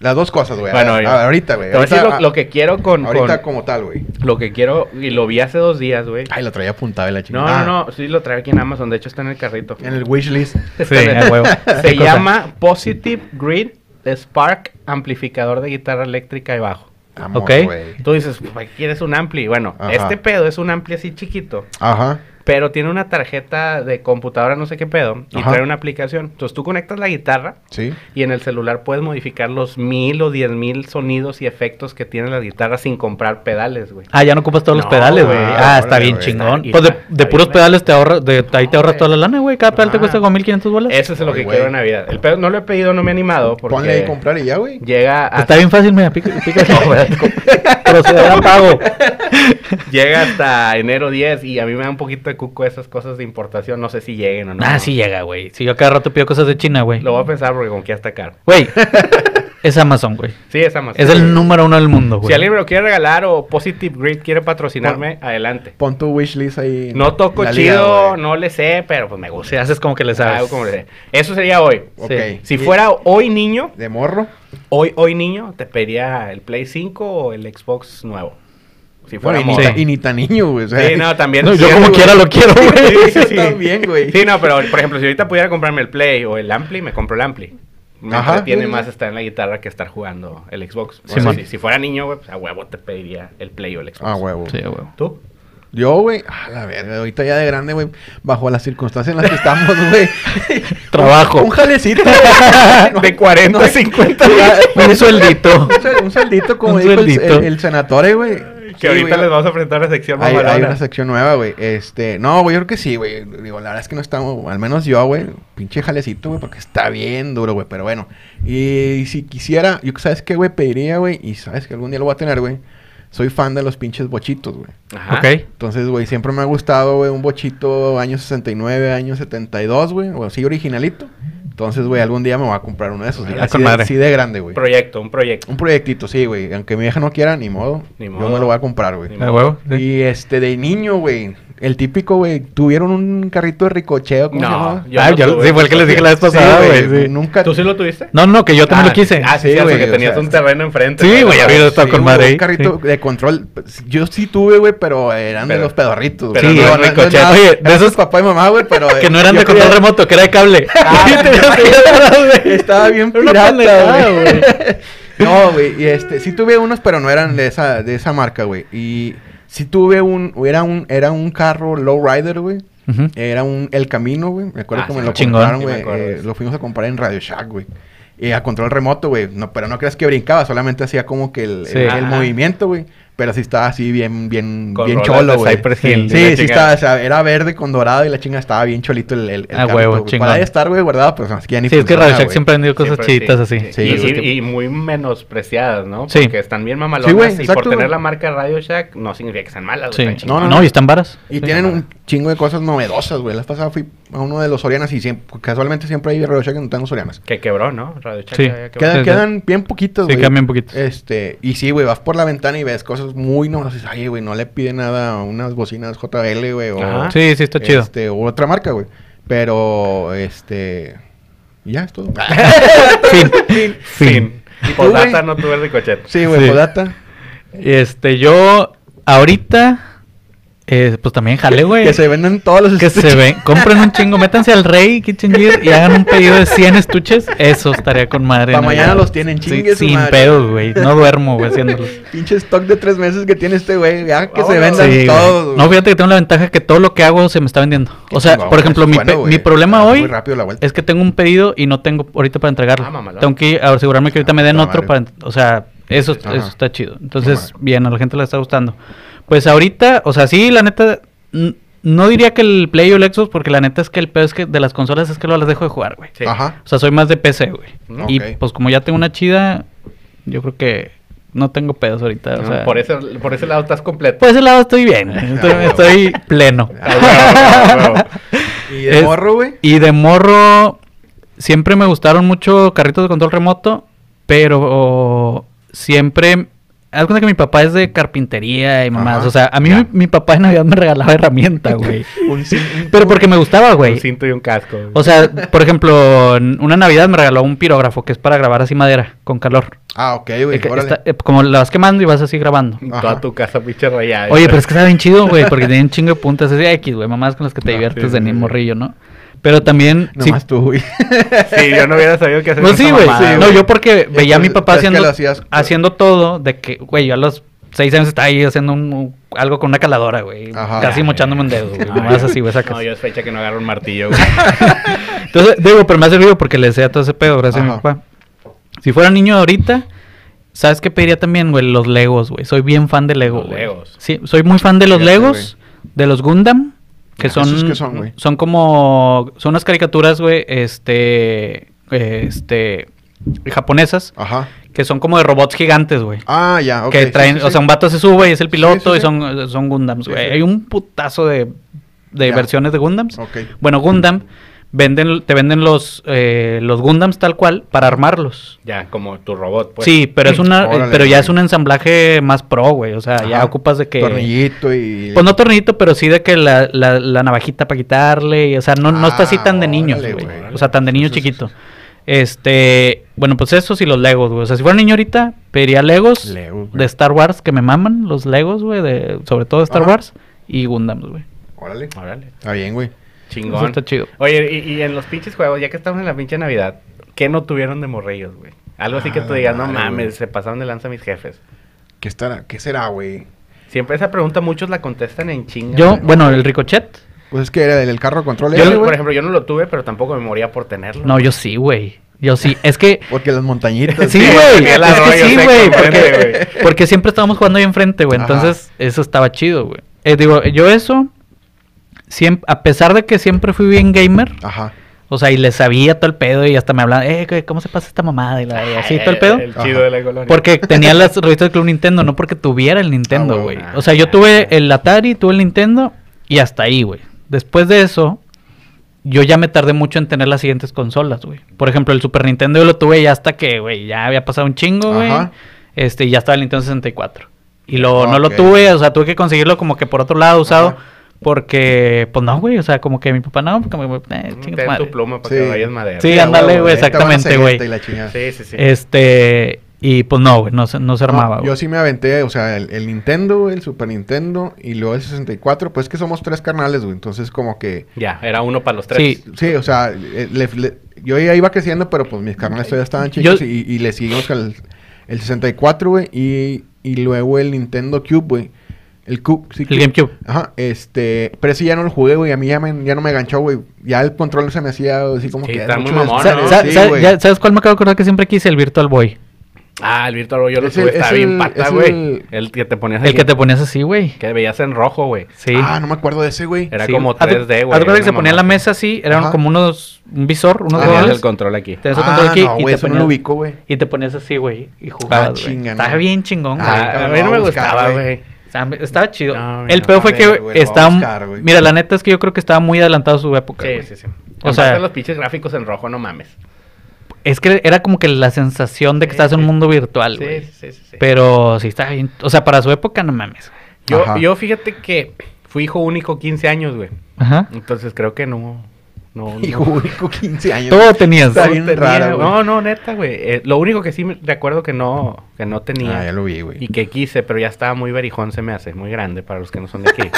Speaker 3: Las dos cosas, güey.
Speaker 1: Bueno,
Speaker 3: A-
Speaker 1: yo-
Speaker 3: a- ahorita, güey.
Speaker 1: Te voy a decir
Speaker 3: Ahorita- ah,
Speaker 1: lo, lo que quiero con,
Speaker 3: Ahorita
Speaker 1: con-
Speaker 3: como tal, güey.
Speaker 1: Lo que quiero, y lo vi hace dos días, güey.
Speaker 3: Ay, lo traía apuntado en la
Speaker 1: No,
Speaker 3: chingada.
Speaker 1: no, no, sí lo traigo aquí en Amazon. De hecho, está en el carrito. Este
Speaker 3: En el wishlist.
Speaker 2: Sí, a
Speaker 1: [LAUGHS]
Speaker 2: huevo.
Speaker 1: Se
Speaker 2: Qué cosa.
Speaker 1: llama Positive Grid Spark Amplificador de Guitarra Eléctrica y Bajo.
Speaker 3: Vamos,
Speaker 2: Ok.
Speaker 3: güey.
Speaker 1: Tú dices, "Pues, ¿quieres un ampli? Bueno,
Speaker 3: Ajá.
Speaker 1: este pedo es un ampli así chiquito,
Speaker 3: Ajá.
Speaker 1: pero tiene una tarjeta de computadora, no sé qué pedo, y
Speaker 3: Ajá.
Speaker 1: trae una aplicación. Entonces tú conectas la guitarra
Speaker 3: Sí.
Speaker 1: y en el celular puedes modificar los mil o diez mil sonidos y efectos que tiene la guitarra sin comprar pedales, güey.
Speaker 2: Ah, ya no ocupas todos los
Speaker 1: No,
Speaker 2: pedales, güey.
Speaker 1: güey.
Speaker 2: Ah, está
Speaker 3: Órale,
Speaker 2: bien
Speaker 3: güey.
Speaker 2: chingón.
Speaker 1: Está-
Speaker 2: Pues de,
Speaker 1: está
Speaker 2: de
Speaker 1: bien,
Speaker 2: puros
Speaker 1: güey.
Speaker 2: pedales te ahorras, de ahí te ahorras
Speaker 1: No,
Speaker 2: toda la lana, güey. Cada pedal te
Speaker 1: Ah.
Speaker 2: cuesta como 1500 bolas.
Speaker 1: Eso es lo
Speaker 3: Ay,
Speaker 1: que
Speaker 3: güey.
Speaker 1: quiero en Navidad. El pedo no lo he pedido, no me he animado porque
Speaker 3: Ponle ahí comprar y ya, güey.
Speaker 1: llega a
Speaker 2: Pues, Está bien fácil, mira, pica,
Speaker 1: [LAUGHS]
Speaker 2: pica. Proceder a pago.
Speaker 1: Llega hasta enero 10 y a mí me da un poquito de cuco esas cosas de importación. No sé si lleguen o no.
Speaker 2: Ah, sí llega, güey. Si yo cada rato pido cosas de China, güey.
Speaker 1: Lo voy a pensar porque con qué está caro.
Speaker 2: Güey, es Amazon, güey.
Speaker 1: Sí, es Amazon.
Speaker 2: Es el número uno del mundo, güey.
Speaker 1: Si alguien me lo quiere regalar o Positive Grid quiere patrocinarme, adelante.
Speaker 3: Pon tu wishlist ahí.
Speaker 1: No toco
Speaker 3: La liga,
Speaker 1: chido,
Speaker 3: güey.
Speaker 1: no le sé, pero pues me
Speaker 2: Si
Speaker 1: gusta.
Speaker 2: haces como que le sabes.
Speaker 1: Algo como le sé. Eso sería hoy.
Speaker 3: Ok.
Speaker 2: Sí.
Speaker 1: Si
Speaker 3: Y-
Speaker 1: fuera hoy niño,
Speaker 3: De morro.
Speaker 1: hoy hoy niño, te pediría el Play 5 o el Xbox nuevo. Si fuera
Speaker 3: Bueno, y, ni
Speaker 1: morro.
Speaker 3: ta- y ni tan niño, güey. o sea.
Speaker 1: Sí,
Speaker 3: [LAUGHS]
Speaker 1: no, también.
Speaker 2: No, yo
Speaker 1: Sí,
Speaker 2: como
Speaker 1: güey.
Speaker 2: quiera lo
Speaker 1: [LAUGHS]
Speaker 2: quiero, güey.
Speaker 1: Sí, sí,
Speaker 3: Yo
Speaker 1: sí.
Speaker 3: también, güey.
Speaker 1: Sí, no, pero por ejemplo, si ahorita pudiera comprarme el Play o el Ampli, me compro el Ampli. me
Speaker 3: Ajá.
Speaker 1: entretiene más estar en la guitarra que estar jugando el Xbox. O sea,
Speaker 2: Simón.
Speaker 1: si, si fuera niño, güey, pues a huevo te pediría el Play o el Xbox.
Speaker 3: Ah, huevo.
Speaker 2: Sí, a huevo.
Speaker 1: ¿Tú?
Speaker 3: Yo, güey, a la verga, ahorita ya de grande, güey, bajo las circunstancias en las que estamos, güey.
Speaker 2: [LAUGHS] Trabajo.
Speaker 3: Un jalecito.
Speaker 2: [LAUGHS]
Speaker 1: De 40 a 50.
Speaker 2: Un sueldito.
Speaker 3: Un suel- Un sueldito, como
Speaker 2: Un
Speaker 3: dijo el,
Speaker 2: sueldito.
Speaker 3: el, el senatore, güey.
Speaker 1: Que
Speaker 3: Sí,
Speaker 1: ahorita
Speaker 3: güey.
Speaker 1: les vamos a presentar la sección
Speaker 3: Hay, hay
Speaker 1: mamalona.
Speaker 3: una sección nueva, güey. Este, no, güey, yo creo que sí, güey. Digo, la verdad es que no estamos, al menos yo, güey, pinche jalecito, güey, porque está bien duro, güey, pero bueno. Y si quisiera, yo sabes qué, güey, pediría, güey, y sabes que algún día lo voy a tener, güey. Soy fan de los pinches bochitos, güey.
Speaker 1: Ajá.
Speaker 2: Ok.
Speaker 3: Entonces, güey, siempre me ha gustado, güey, un bochito año 69, año 72, güey, o así originalito. Entonces, güey, algún día me voy a comprar uno de esos. güey.
Speaker 2: Ah,
Speaker 3: Así,
Speaker 2: con
Speaker 3: de-
Speaker 2: madre.
Speaker 3: así de grande, güey.
Speaker 1: Proyecto, un proyecto.
Speaker 3: Un proyectito, sí, güey. Aunque mi vieja no quiera, ni modo.
Speaker 1: Ni
Speaker 3: Yo me
Speaker 1: modo.
Speaker 3: lo voy a comprar, güey.
Speaker 1: Ni
Speaker 2: A huevo. sí.
Speaker 3: Y este, de niño, güey. El típico, güey. Tuvieron un carrito de ricocheo, ¿cómo
Speaker 1: No,
Speaker 3: se llamaba?
Speaker 1: yo
Speaker 2: Ah,
Speaker 1: no
Speaker 2: ya lo-
Speaker 1: tuve
Speaker 2: sí, fue el que les dije la vez pasada,
Speaker 3: Sí,
Speaker 2: güey. sí.
Speaker 3: Nunca.
Speaker 1: ¿Tú sí lo tuviste?
Speaker 2: No, no, que yo también lo quise.
Speaker 1: Ah, sí,
Speaker 3: Sí,
Speaker 1: sí,
Speaker 3: güey,
Speaker 1: que
Speaker 3: o
Speaker 1: tenías
Speaker 3: sea,
Speaker 1: un terreno enfrente.
Speaker 2: Sí,
Speaker 1: ¿no?
Speaker 2: güey, había estado
Speaker 3: Sí,
Speaker 2: con
Speaker 3: un-
Speaker 2: madre ahí.
Speaker 3: Un carrito
Speaker 2: Sí.
Speaker 3: de control. Pues, Yo sí tuve, güey, pero eran de
Speaker 1: Pero-
Speaker 3: los pedorritos.
Speaker 1: pero
Speaker 3: güey.
Speaker 1: no eran
Speaker 3: es
Speaker 2: ricocheo.
Speaker 3: nada-
Speaker 2: Oye, de
Speaker 3: eran de
Speaker 2: esos-
Speaker 3: esos papá y mamá, güey, pero.
Speaker 2: [LAUGHS]
Speaker 3: eh,
Speaker 2: Que no eran
Speaker 3: yo
Speaker 2: de control
Speaker 3: quería-
Speaker 2: remoto, que era de cable. [LAUGHS]
Speaker 3: Ah,
Speaker 2: Y tenías que ir atrás, güey.
Speaker 3: Estaba bien
Speaker 2: Era una
Speaker 3: pirata,
Speaker 2: pendejada,
Speaker 3: güey. [LAUGHS] no, güey, y este, sí tuve unos, pero no eran de esa, de esa marca, güey. Y sí tuve un, era un, era un carro lowrider, güey.
Speaker 2: Ujú.
Speaker 3: Era un El Camino, güey. Me acuerdo
Speaker 1: Ah,
Speaker 3: que
Speaker 1: sí,
Speaker 3: me lo
Speaker 2: chingón.
Speaker 3: compraron,
Speaker 1: Sí, me
Speaker 3: güey.
Speaker 1: acuerdo.
Speaker 3: eh, lo fuimos a comprar en Radio Shack, güey. Y a control remoto, güey. No, pero no creas que brincaba, solamente hacía como que el,
Speaker 2: Sí.
Speaker 3: el- el
Speaker 1: Ajá.
Speaker 3: movimiento, güey. Pero sí estaba así bien, bien,
Speaker 1: Con
Speaker 3: bien
Speaker 1: rolas
Speaker 3: cholo,
Speaker 1: de
Speaker 3: güey.
Speaker 1: Cypress
Speaker 3: Sí,
Speaker 1: Hill, y la
Speaker 3: sí, sí
Speaker 1: chingada.
Speaker 3: estaba, o sea, era verde con dorado y la chinga estaba bien cholito el, el, el
Speaker 2: Ah,
Speaker 3: carrito,
Speaker 2: huevo,
Speaker 3: güey.
Speaker 2: chingón.
Speaker 3: Para estar, güey, guardado, pero es que ya ni
Speaker 2: Sí, es que
Speaker 3: funciona,
Speaker 2: Radio Shack
Speaker 3: güey.
Speaker 2: siempre ha vendido cosas
Speaker 1: Siempre,
Speaker 2: chiditas
Speaker 1: sí.
Speaker 2: así.
Speaker 3: Sí,
Speaker 1: y,
Speaker 3: güey.
Speaker 1: y- y muy menospreciadas, ¿no?
Speaker 2: Sí.
Speaker 1: Porque están bien mamalonas.
Speaker 3: Sí, güey,
Speaker 1: y
Speaker 3: exacto,
Speaker 1: por tener
Speaker 3: güey.
Speaker 1: la marca Radio Shack no significa que sean malas.
Speaker 2: Sí.
Speaker 1: güey, están
Speaker 3: No,
Speaker 2: No,
Speaker 3: no,
Speaker 2: no,
Speaker 3: no.
Speaker 2: y están varas.
Speaker 3: Y tienen
Speaker 2: [LAUGHS]
Speaker 3: un chingo de cosas novedosas, güey. Las pasadas fui a uno de los Sorianas y siempre, casualmente siempre hay Radio Shack que no tenemos Sorianas.
Speaker 1: Que quebró, ¿no? Radio Shack.
Speaker 2: Sí.
Speaker 1: ya quebró.
Speaker 3: Quedan,
Speaker 2: Sí,
Speaker 3: quedan bien poquitos,
Speaker 2: Sí,
Speaker 3: güey.
Speaker 2: quedan bien poquitos.
Speaker 3: Este, y sí, güey, vas por la ventana y ves cosas muy novedosas. Ay, güey, no le pide nada a unas bocinas JBL, güey, o...
Speaker 1: Ajá.
Speaker 2: Sí, sí, está chido.
Speaker 3: Este, o otra marca, güey. Pero, este... Ya, es todo.
Speaker 2: Ah. Fin.
Speaker 1: Fin.
Speaker 3: ¿Y tú,
Speaker 1: Posdata,
Speaker 3: güey?
Speaker 1: no tuve el ricochet.
Speaker 3: sí, güey,
Speaker 2: Sí.
Speaker 3: Podata.
Speaker 2: Este, yo ahorita, eh, pues también jale, güey.
Speaker 3: Que se venden todos los... este
Speaker 2: Que se ven, compren un chingo, métanse al Rey Kitchen Gear y hagan un pedido de 100 estuches. Eso estaría con madre.
Speaker 3: Pa'
Speaker 2: ¿no?
Speaker 3: mañana los tienen,
Speaker 2: Sí,
Speaker 3: chingue su
Speaker 2: Sin
Speaker 3: madre.
Speaker 2: pedos, güey. No duermo, güey, haciéndolos.
Speaker 3: Pinche stock de tres meses que tiene este güey. Ya que se
Speaker 1: Vámonos.
Speaker 3: [LAUGHS] vendan
Speaker 2: Sí, güey.
Speaker 3: todos, güey.
Speaker 2: No, fíjate que tengo la ventaja que todo lo que hago se me está vendiendo.
Speaker 3: Qué
Speaker 2: O sea,
Speaker 3: chingón,
Speaker 2: por ejemplo,
Speaker 3: eso
Speaker 2: mi,
Speaker 3: es
Speaker 2: pe-
Speaker 3: bueno,
Speaker 2: mi
Speaker 3: güey.
Speaker 2: problema
Speaker 3: Ah,
Speaker 2: hoy
Speaker 3: Muy rápido la vuelta.
Speaker 2: es que tengo un pedido y no tengo ahorita para entregarlo.
Speaker 1: Ah, mamalón.
Speaker 2: tengo que asegurarme que ahorita me den
Speaker 3: Ah,
Speaker 2: otro para...
Speaker 3: madre.
Speaker 2: O sea, eso,
Speaker 3: Ajá.
Speaker 2: eso está chido. Entonces,
Speaker 3: Madre.
Speaker 2: bien, a la gente le está gustando. Pues ahorita, o sea, sí, la neta... n- No diría que el Play o el Xbox, porque la neta es que el peor es que de las consolas es que no las dejo de jugar, güey.
Speaker 1: Sí.
Speaker 3: Ajá.
Speaker 2: O sea, soy más de PC, güey.
Speaker 1: Mm,
Speaker 2: Y
Speaker 3: ok.
Speaker 2: pues como ya tengo una chida, yo creo que no tengo pedos ahorita. o
Speaker 1: No,
Speaker 2: sea, Pues,
Speaker 1: por, ese, por ese lado estás completo. [LAUGHS]
Speaker 2: por ese lado estoy bien, estoy,
Speaker 3: Ah,
Speaker 2: estoy pleno.
Speaker 1: Ah, huevo, huevo.
Speaker 2: [LAUGHS]
Speaker 3: Y de
Speaker 2: Es-
Speaker 3: morro, güey.
Speaker 2: Y de morro, siempre me gustaron mucho carritos de control remoto, pero siempre... Haz cuenta que mi papá es de carpintería y mamás.
Speaker 3: Ajá.
Speaker 2: O sea, a mí
Speaker 3: Ya.
Speaker 2: mi, mi papá en Navidad me regalaba herramienta,
Speaker 3: [LAUGHS]
Speaker 2: güey.
Speaker 3: Un cin- un-
Speaker 2: Pero porque me gustaba,
Speaker 1: Un
Speaker 2: güey.
Speaker 1: cinto y un casco. güey.
Speaker 2: O sea, por ejemplo, en una Navidad me regaló un pirógrafo que es para grabar así madera con calor.
Speaker 3: Ah, ok, güey.
Speaker 2: El que
Speaker 3: órale.
Speaker 2: está- eh, como la vas quemando y vas así grabando.
Speaker 1: toda
Speaker 3: Ajá.
Speaker 1: tu casa pinche rayada.
Speaker 2: Oye, pero es que está bien chido, güey,
Speaker 3: [LAUGHS]
Speaker 2: porque tienen chingo de puntas. Es de X, güey, mamás con las que te
Speaker 3: Ah,
Speaker 2: diviertes
Speaker 3: sí,
Speaker 2: de
Speaker 3: sí,
Speaker 2: ni
Speaker 3: sí.
Speaker 2: morrillo, ¿no? Pero también. sí,
Speaker 3: Nomás tú, güey.
Speaker 1: Sí, yo no hubiera sabido qué hacer.
Speaker 2: pues
Speaker 1: con
Speaker 2: sí,
Speaker 1: esa
Speaker 2: güey.
Speaker 1: mamada,
Speaker 2: sí,
Speaker 3: güey.
Speaker 2: no, yo porque
Speaker 3: Ya
Speaker 2: veía a mi
Speaker 3: pues,
Speaker 2: papá
Speaker 3: es que
Speaker 2: haciendo,
Speaker 3: lo hacías-
Speaker 2: haciendo todo, de que, güey, yo a los seis años estaba ahí haciendo un- algo con una caladora, güey.
Speaker 3: Ajá.
Speaker 2: Casi mochándome un
Speaker 1: [LAUGHS]
Speaker 2: dedo, güey.
Speaker 1: No,
Speaker 2: Nomás
Speaker 1: yo-
Speaker 2: así, güey, sacas.
Speaker 1: No, yo es fecha que no agarro un
Speaker 2: [LAUGHS]
Speaker 1: martillo, güey.
Speaker 2: Entonces, digo, pero me ha servido porque le decía todo ese pedo, gracias a mi
Speaker 3: Ajá.
Speaker 2: papá. Si fuera niño ahorita, ¿sabes qué pediría también, güey? Los Legos, güey. Soy bien fan de Lego,
Speaker 1: Los
Speaker 2: güey.
Speaker 1: Legos.
Speaker 2: Sí, soy muy fan de los
Speaker 3: Fíjate,
Speaker 2: Legos, de los Gundam, que
Speaker 3: Ah,
Speaker 2: son...
Speaker 3: ¿esos qué son, güey?
Speaker 2: son como... Son unas caricaturas, güey, este... Este... Japonesas,
Speaker 3: Ajá.
Speaker 2: que son como de robots gigantes, güey.
Speaker 3: Ah, ya, ok.
Speaker 2: que
Speaker 3: sí,
Speaker 2: traen...
Speaker 3: sí,
Speaker 2: O
Speaker 3: sí.
Speaker 2: sea, un vato se sube y es el
Speaker 3: Sí,
Speaker 2: piloto
Speaker 3: sí, sí.
Speaker 2: y son, son Gundams,
Speaker 3: Sí,
Speaker 2: güey.
Speaker 3: sí.
Speaker 2: Hay un putazo de, de
Speaker 3: Ya.
Speaker 2: versiones de Gundams.
Speaker 3: Ok.
Speaker 2: Bueno, Gundam, venden, te venden los, eh, los Gundams tal cual para armarlos.
Speaker 1: Ya, como tu robot, pues.
Speaker 2: sí, pero es una,
Speaker 3: Órale,
Speaker 2: eh, pero ya
Speaker 3: güey.
Speaker 2: es un ensamblaje más pro, güey. O sea, ya
Speaker 3: Ajá.
Speaker 2: ocupas de que.
Speaker 3: Tornillito y...
Speaker 2: Pues no tornillito, pero sí de que la, la, la navajita para quitarle. y, o sea, no, no está así
Speaker 3: Ah,
Speaker 2: tan de niños,
Speaker 3: órale,
Speaker 2: güey.
Speaker 3: güey.
Speaker 2: O sea, tan de niño
Speaker 3: Sí, sí, sí,
Speaker 2: chiquito.
Speaker 3: sí.
Speaker 2: Este, bueno, pues esos y los Legos, güey. O sea, si fuera niño ahorita, pediría Legos
Speaker 3: Legos, güey.
Speaker 2: de Star Wars, que me maman los Legos, güey, de, sobre todo de Star
Speaker 3: Ajá.
Speaker 2: Wars y Gundams, güey.
Speaker 3: Órale.
Speaker 1: [CLEARS THROAT] Órale.
Speaker 3: Está bien, güey.
Speaker 1: Chingón.
Speaker 2: Eso está chido.
Speaker 1: Oye, y, y en los pinches juegos, ya que estamos en la pinche Navidad, ¿Qué no tuvieron de morrillos, güey? Algo así que
Speaker 3: Ah,
Speaker 1: tú digas, no
Speaker 3: madre,
Speaker 1: mames,
Speaker 3: güey.
Speaker 1: se pasaron de lanza mis jefes.
Speaker 3: ¿Qué, estará, qué será, güey?
Speaker 1: Siempre esa pregunta muchos la contestan en chinga.
Speaker 2: Yo,
Speaker 1: güey.
Speaker 2: bueno, el ricochet.
Speaker 3: Pues es que era del carro control.
Speaker 1: Yo,
Speaker 3: ese,
Speaker 1: por
Speaker 3: güey,
Speaker 1: ejemplo, yo no lo tuve, pero tampoco me moría por tenerlo.
Speaker 2: No, yo sí, güey.
Speaker 3: [LAUGHS]
Speaker 2: Yo sí. Es que.
Speaker 3: Porque las montañitas.
Speaker 2: [LAUGHS] Sí,
Speaker 1: Sí,
Speaker 2: güey.
Speaker 1: el
Speaker 2: Es que
Speaker 1: arroyo
Speaker 2: sí,
Speaker 1: seco,
Speaker 2: güey.
Speaker 1: enfrente,
Speaker 2: Porque, porque siempre estábamos jugando ahí enfrente, güey.
Speaker 3: Ajá.
Speaker 2: Entonces, eso estaba chido, güey. Eh, digo, yo eso. siem- a pesar de que siempre fui bien gamer,
Speaker 3: Ajá.
Speaker 2: o sea, y le sabía todo el pedo y hasta me hablaban, eh, güey, ¿cómo se pasa esta mamada? Y, la, y así todo el pedo.
Speaker 1: Eh, El chido de la colonia.
Speaker 2: Porque tenía las revistas del Club Nintendo, no porque tuviera el Nintendo,
Speaker 3: Ah,
Speaker 2: güey.
Speaker 3: bueno.
Speaker 2: o sea, yo tuve el Atari, tuve el Nintendo y hasta ahí, güey. Después de eso, yo ya me tardé mucho en tener las siguientes consolas, güey. Por ejemplo, el Super Nintendo yo lo tuve ya hasta que, güey, ya había pasado un chingo, güey.
Speaker 3: Ajá.
Speaker 2: Este, y ya estaba el Nintendo 64. Y lo, no lo
Speaker 3: Ok.
Speaker 2: tuve, o sea, tuve que conseguirlo como que por otro lado usado.
Speaker 3: Ajá.
Speaker 2: Porque, pues no, güey, o sea, como que mi papá no, como que, eh, chinga tu
Speaker 1: Mm, Ten
Speaker 2: madre.
Speaker 1: tu pluma para
Speaker 3: Sí.
Speaker 1: que vayas madera.
Speaker 2: Sí, ándale, güey,
Speaker 3: Esta van a hacer
Speaker 2: exactamente, güey.
Speaker 3: esta y la chingada.
Speaker 1: Sí, sí, sí.
Speaker 2: Este, y pues no, güey, no, se- no se
Speaker 3: No,
Speaker 2: armaba, güey.
Speaker 3: yo sí me aventé, o sea, el, el Nintendo, güey, el Super Nintendo y luego el 64. Pues es que somos tres carnales, güey. Entonces, como que.
Speaker 1: Ya, era uno para los tres.
Speaker 2: Sí.
Speaker 3: Sí, o sea, eh, le- le- yo ya iba creciendo, pero pues mis carnales todavía estaban chicos
Speaker 2: Yo-
Speaker 3: y, y le seguimos con el, el 64, güey, y, y luego el Nintendo Cube, güey. El Cube, sí,
Speaker 2: El GameCube.
Speaker 3: Ajá, este, pero ese ya no lo jugué, güey, a mí ya, me- ya no me ganchó, güey. Ya el control se me hacía así como
Speaker 1: Sí,
Speaker 3: que...
Speaker 1: está muy
Speaker 3: mucho
Speaker 1: mamón,
Speaker 2: Sa-
Speaker 1: ¿no?
Speaker 2: sa-
Speaker 3: Ah, Sí,
Speaker 2: sa-
Speaker 3: güey.
Speaker 2: ya- ¿Sabes cuál me acabo de acordar que siempre quise? El Virtual Boy.
Speaker 1: Ah, el Virtual Boy, yo lo
Speaker 3: Es
Speaker 1: tuve,
Speaker 3: el-
Speaker 1: estaba
Speaker 3: es
Speaker 1: bien
Speaker 3: el-
Speaker 1: pata,
Speaker 3: es
Speaker 1: güey. El...
Speaker 3: el-
Speaker 1: que te ponías
Speaker 2: El
Speaker 1: ahí-
Speaker 2: que te ponías así, güey.
Speaker 1: Que veías en rojo, güey.
Speaker 2: Sí.
Speaker 3: Ah, no me acuerdo de ese, güey.
Speaker 1: Era
Speaker 2: Sí.
Speaker 1: como
Speaker 2: Haz de-
Speaker 1: 3D,
Speaker 2: haz
Speaker 1: güey.
Speaker 2: de cuenta que se
Speaker 1: una
Speaker 2: ponía en la
Speaker 1: mamá.
Speaker 2: mesa así, eran
Speaker 3: Ajá.
Speaker 2: como unos, un visor,
Speaker 3: Ah,
Speaker 2: unos
Speaker 1: Tenías
Speaker 2: goggles.
Speaker 1: el control aquí.
Speaker 2: Tenías el
Speaker 3: Ah,
Speaker 2: control aquí
Speaker 3: no,
Speaker 2: y,
Speaker 3: güey,
Speaker 2: te
Speaker 3: eso no
Speaker 2: ponías,
Speaker 3: lo ubico, güey.
Speaker 2: y te ponías así, güey. Y jugabas, güey.
Speaker 3: Ah, chinga, no.
Speaker 2: Estaba bien chingón, güey.
Speaker 3: Ah,
Speaker 1: Ah, a mí no me
Speaker 3: cabrón,
Speaker 1: gustaba,
Speaker 3: buscaba,
Speaker 1: güey.
Speaker 2: Estaba- Estaba chido.
Speaker 1: No, güey,
Speaker 2: el
Speaker 1: no,
Speaker 2: peor
Speaker 3: a
Speaker 2: fue que
Speaker 3: ver, güey, lo
Speaker 2: estaba...
Speaker 3: voy a buscar, güey.
Speaker 2: Mira, la neta es que yo creo que estaba muy adelantado a su época,
Speaker 1: Sí,
Speaker 2: güey.
Speaker 1: sí, sí.
Speaker 2: O
Speaker 1: O
Speaker 2: sea-
Speaker 1: sea, los pinches gráficos en rojo, no mames.
Speaker 2: Es que era como que la sensación de que
Speaker 1: Sí,
Speaker 2: estabas en un
Speaker 1: sí.
Speaker 2: mundo virtual,
Speaker 1: Sí,
Speaker 2: güey.
Speaker 1: sí, sí, sí, sí.
Speaker 2: Pero sí estaba bien... O sea, para su época, no mames.
Speaker 1: Yo,
Speaker 3: Ajá.
Speaker 1: yo fíjate que fui hijo único 15 años, güey.
Speaker 2: Ajá.
Speaker 1: Entonces creo que no. No, no.
Speaker 3: Hijo, güey, con 15 años.
Speaker 2: Todo tenías.
Speaker 3: Está
Speaker 1: No
Speaker 3: bien
Speaker 1: tenía,
Speaker 3: raro, güey.
Speaker 1: No, no, neta, güey. Eh, lo único que sí me recuerdo que no, que no tenía.
Speaker 3: Ah, ya lo vi, güey.
Speaker 1: Y que quise, pero ya estaba muy verijón, se me hace, muy grande para los que no son de aquí.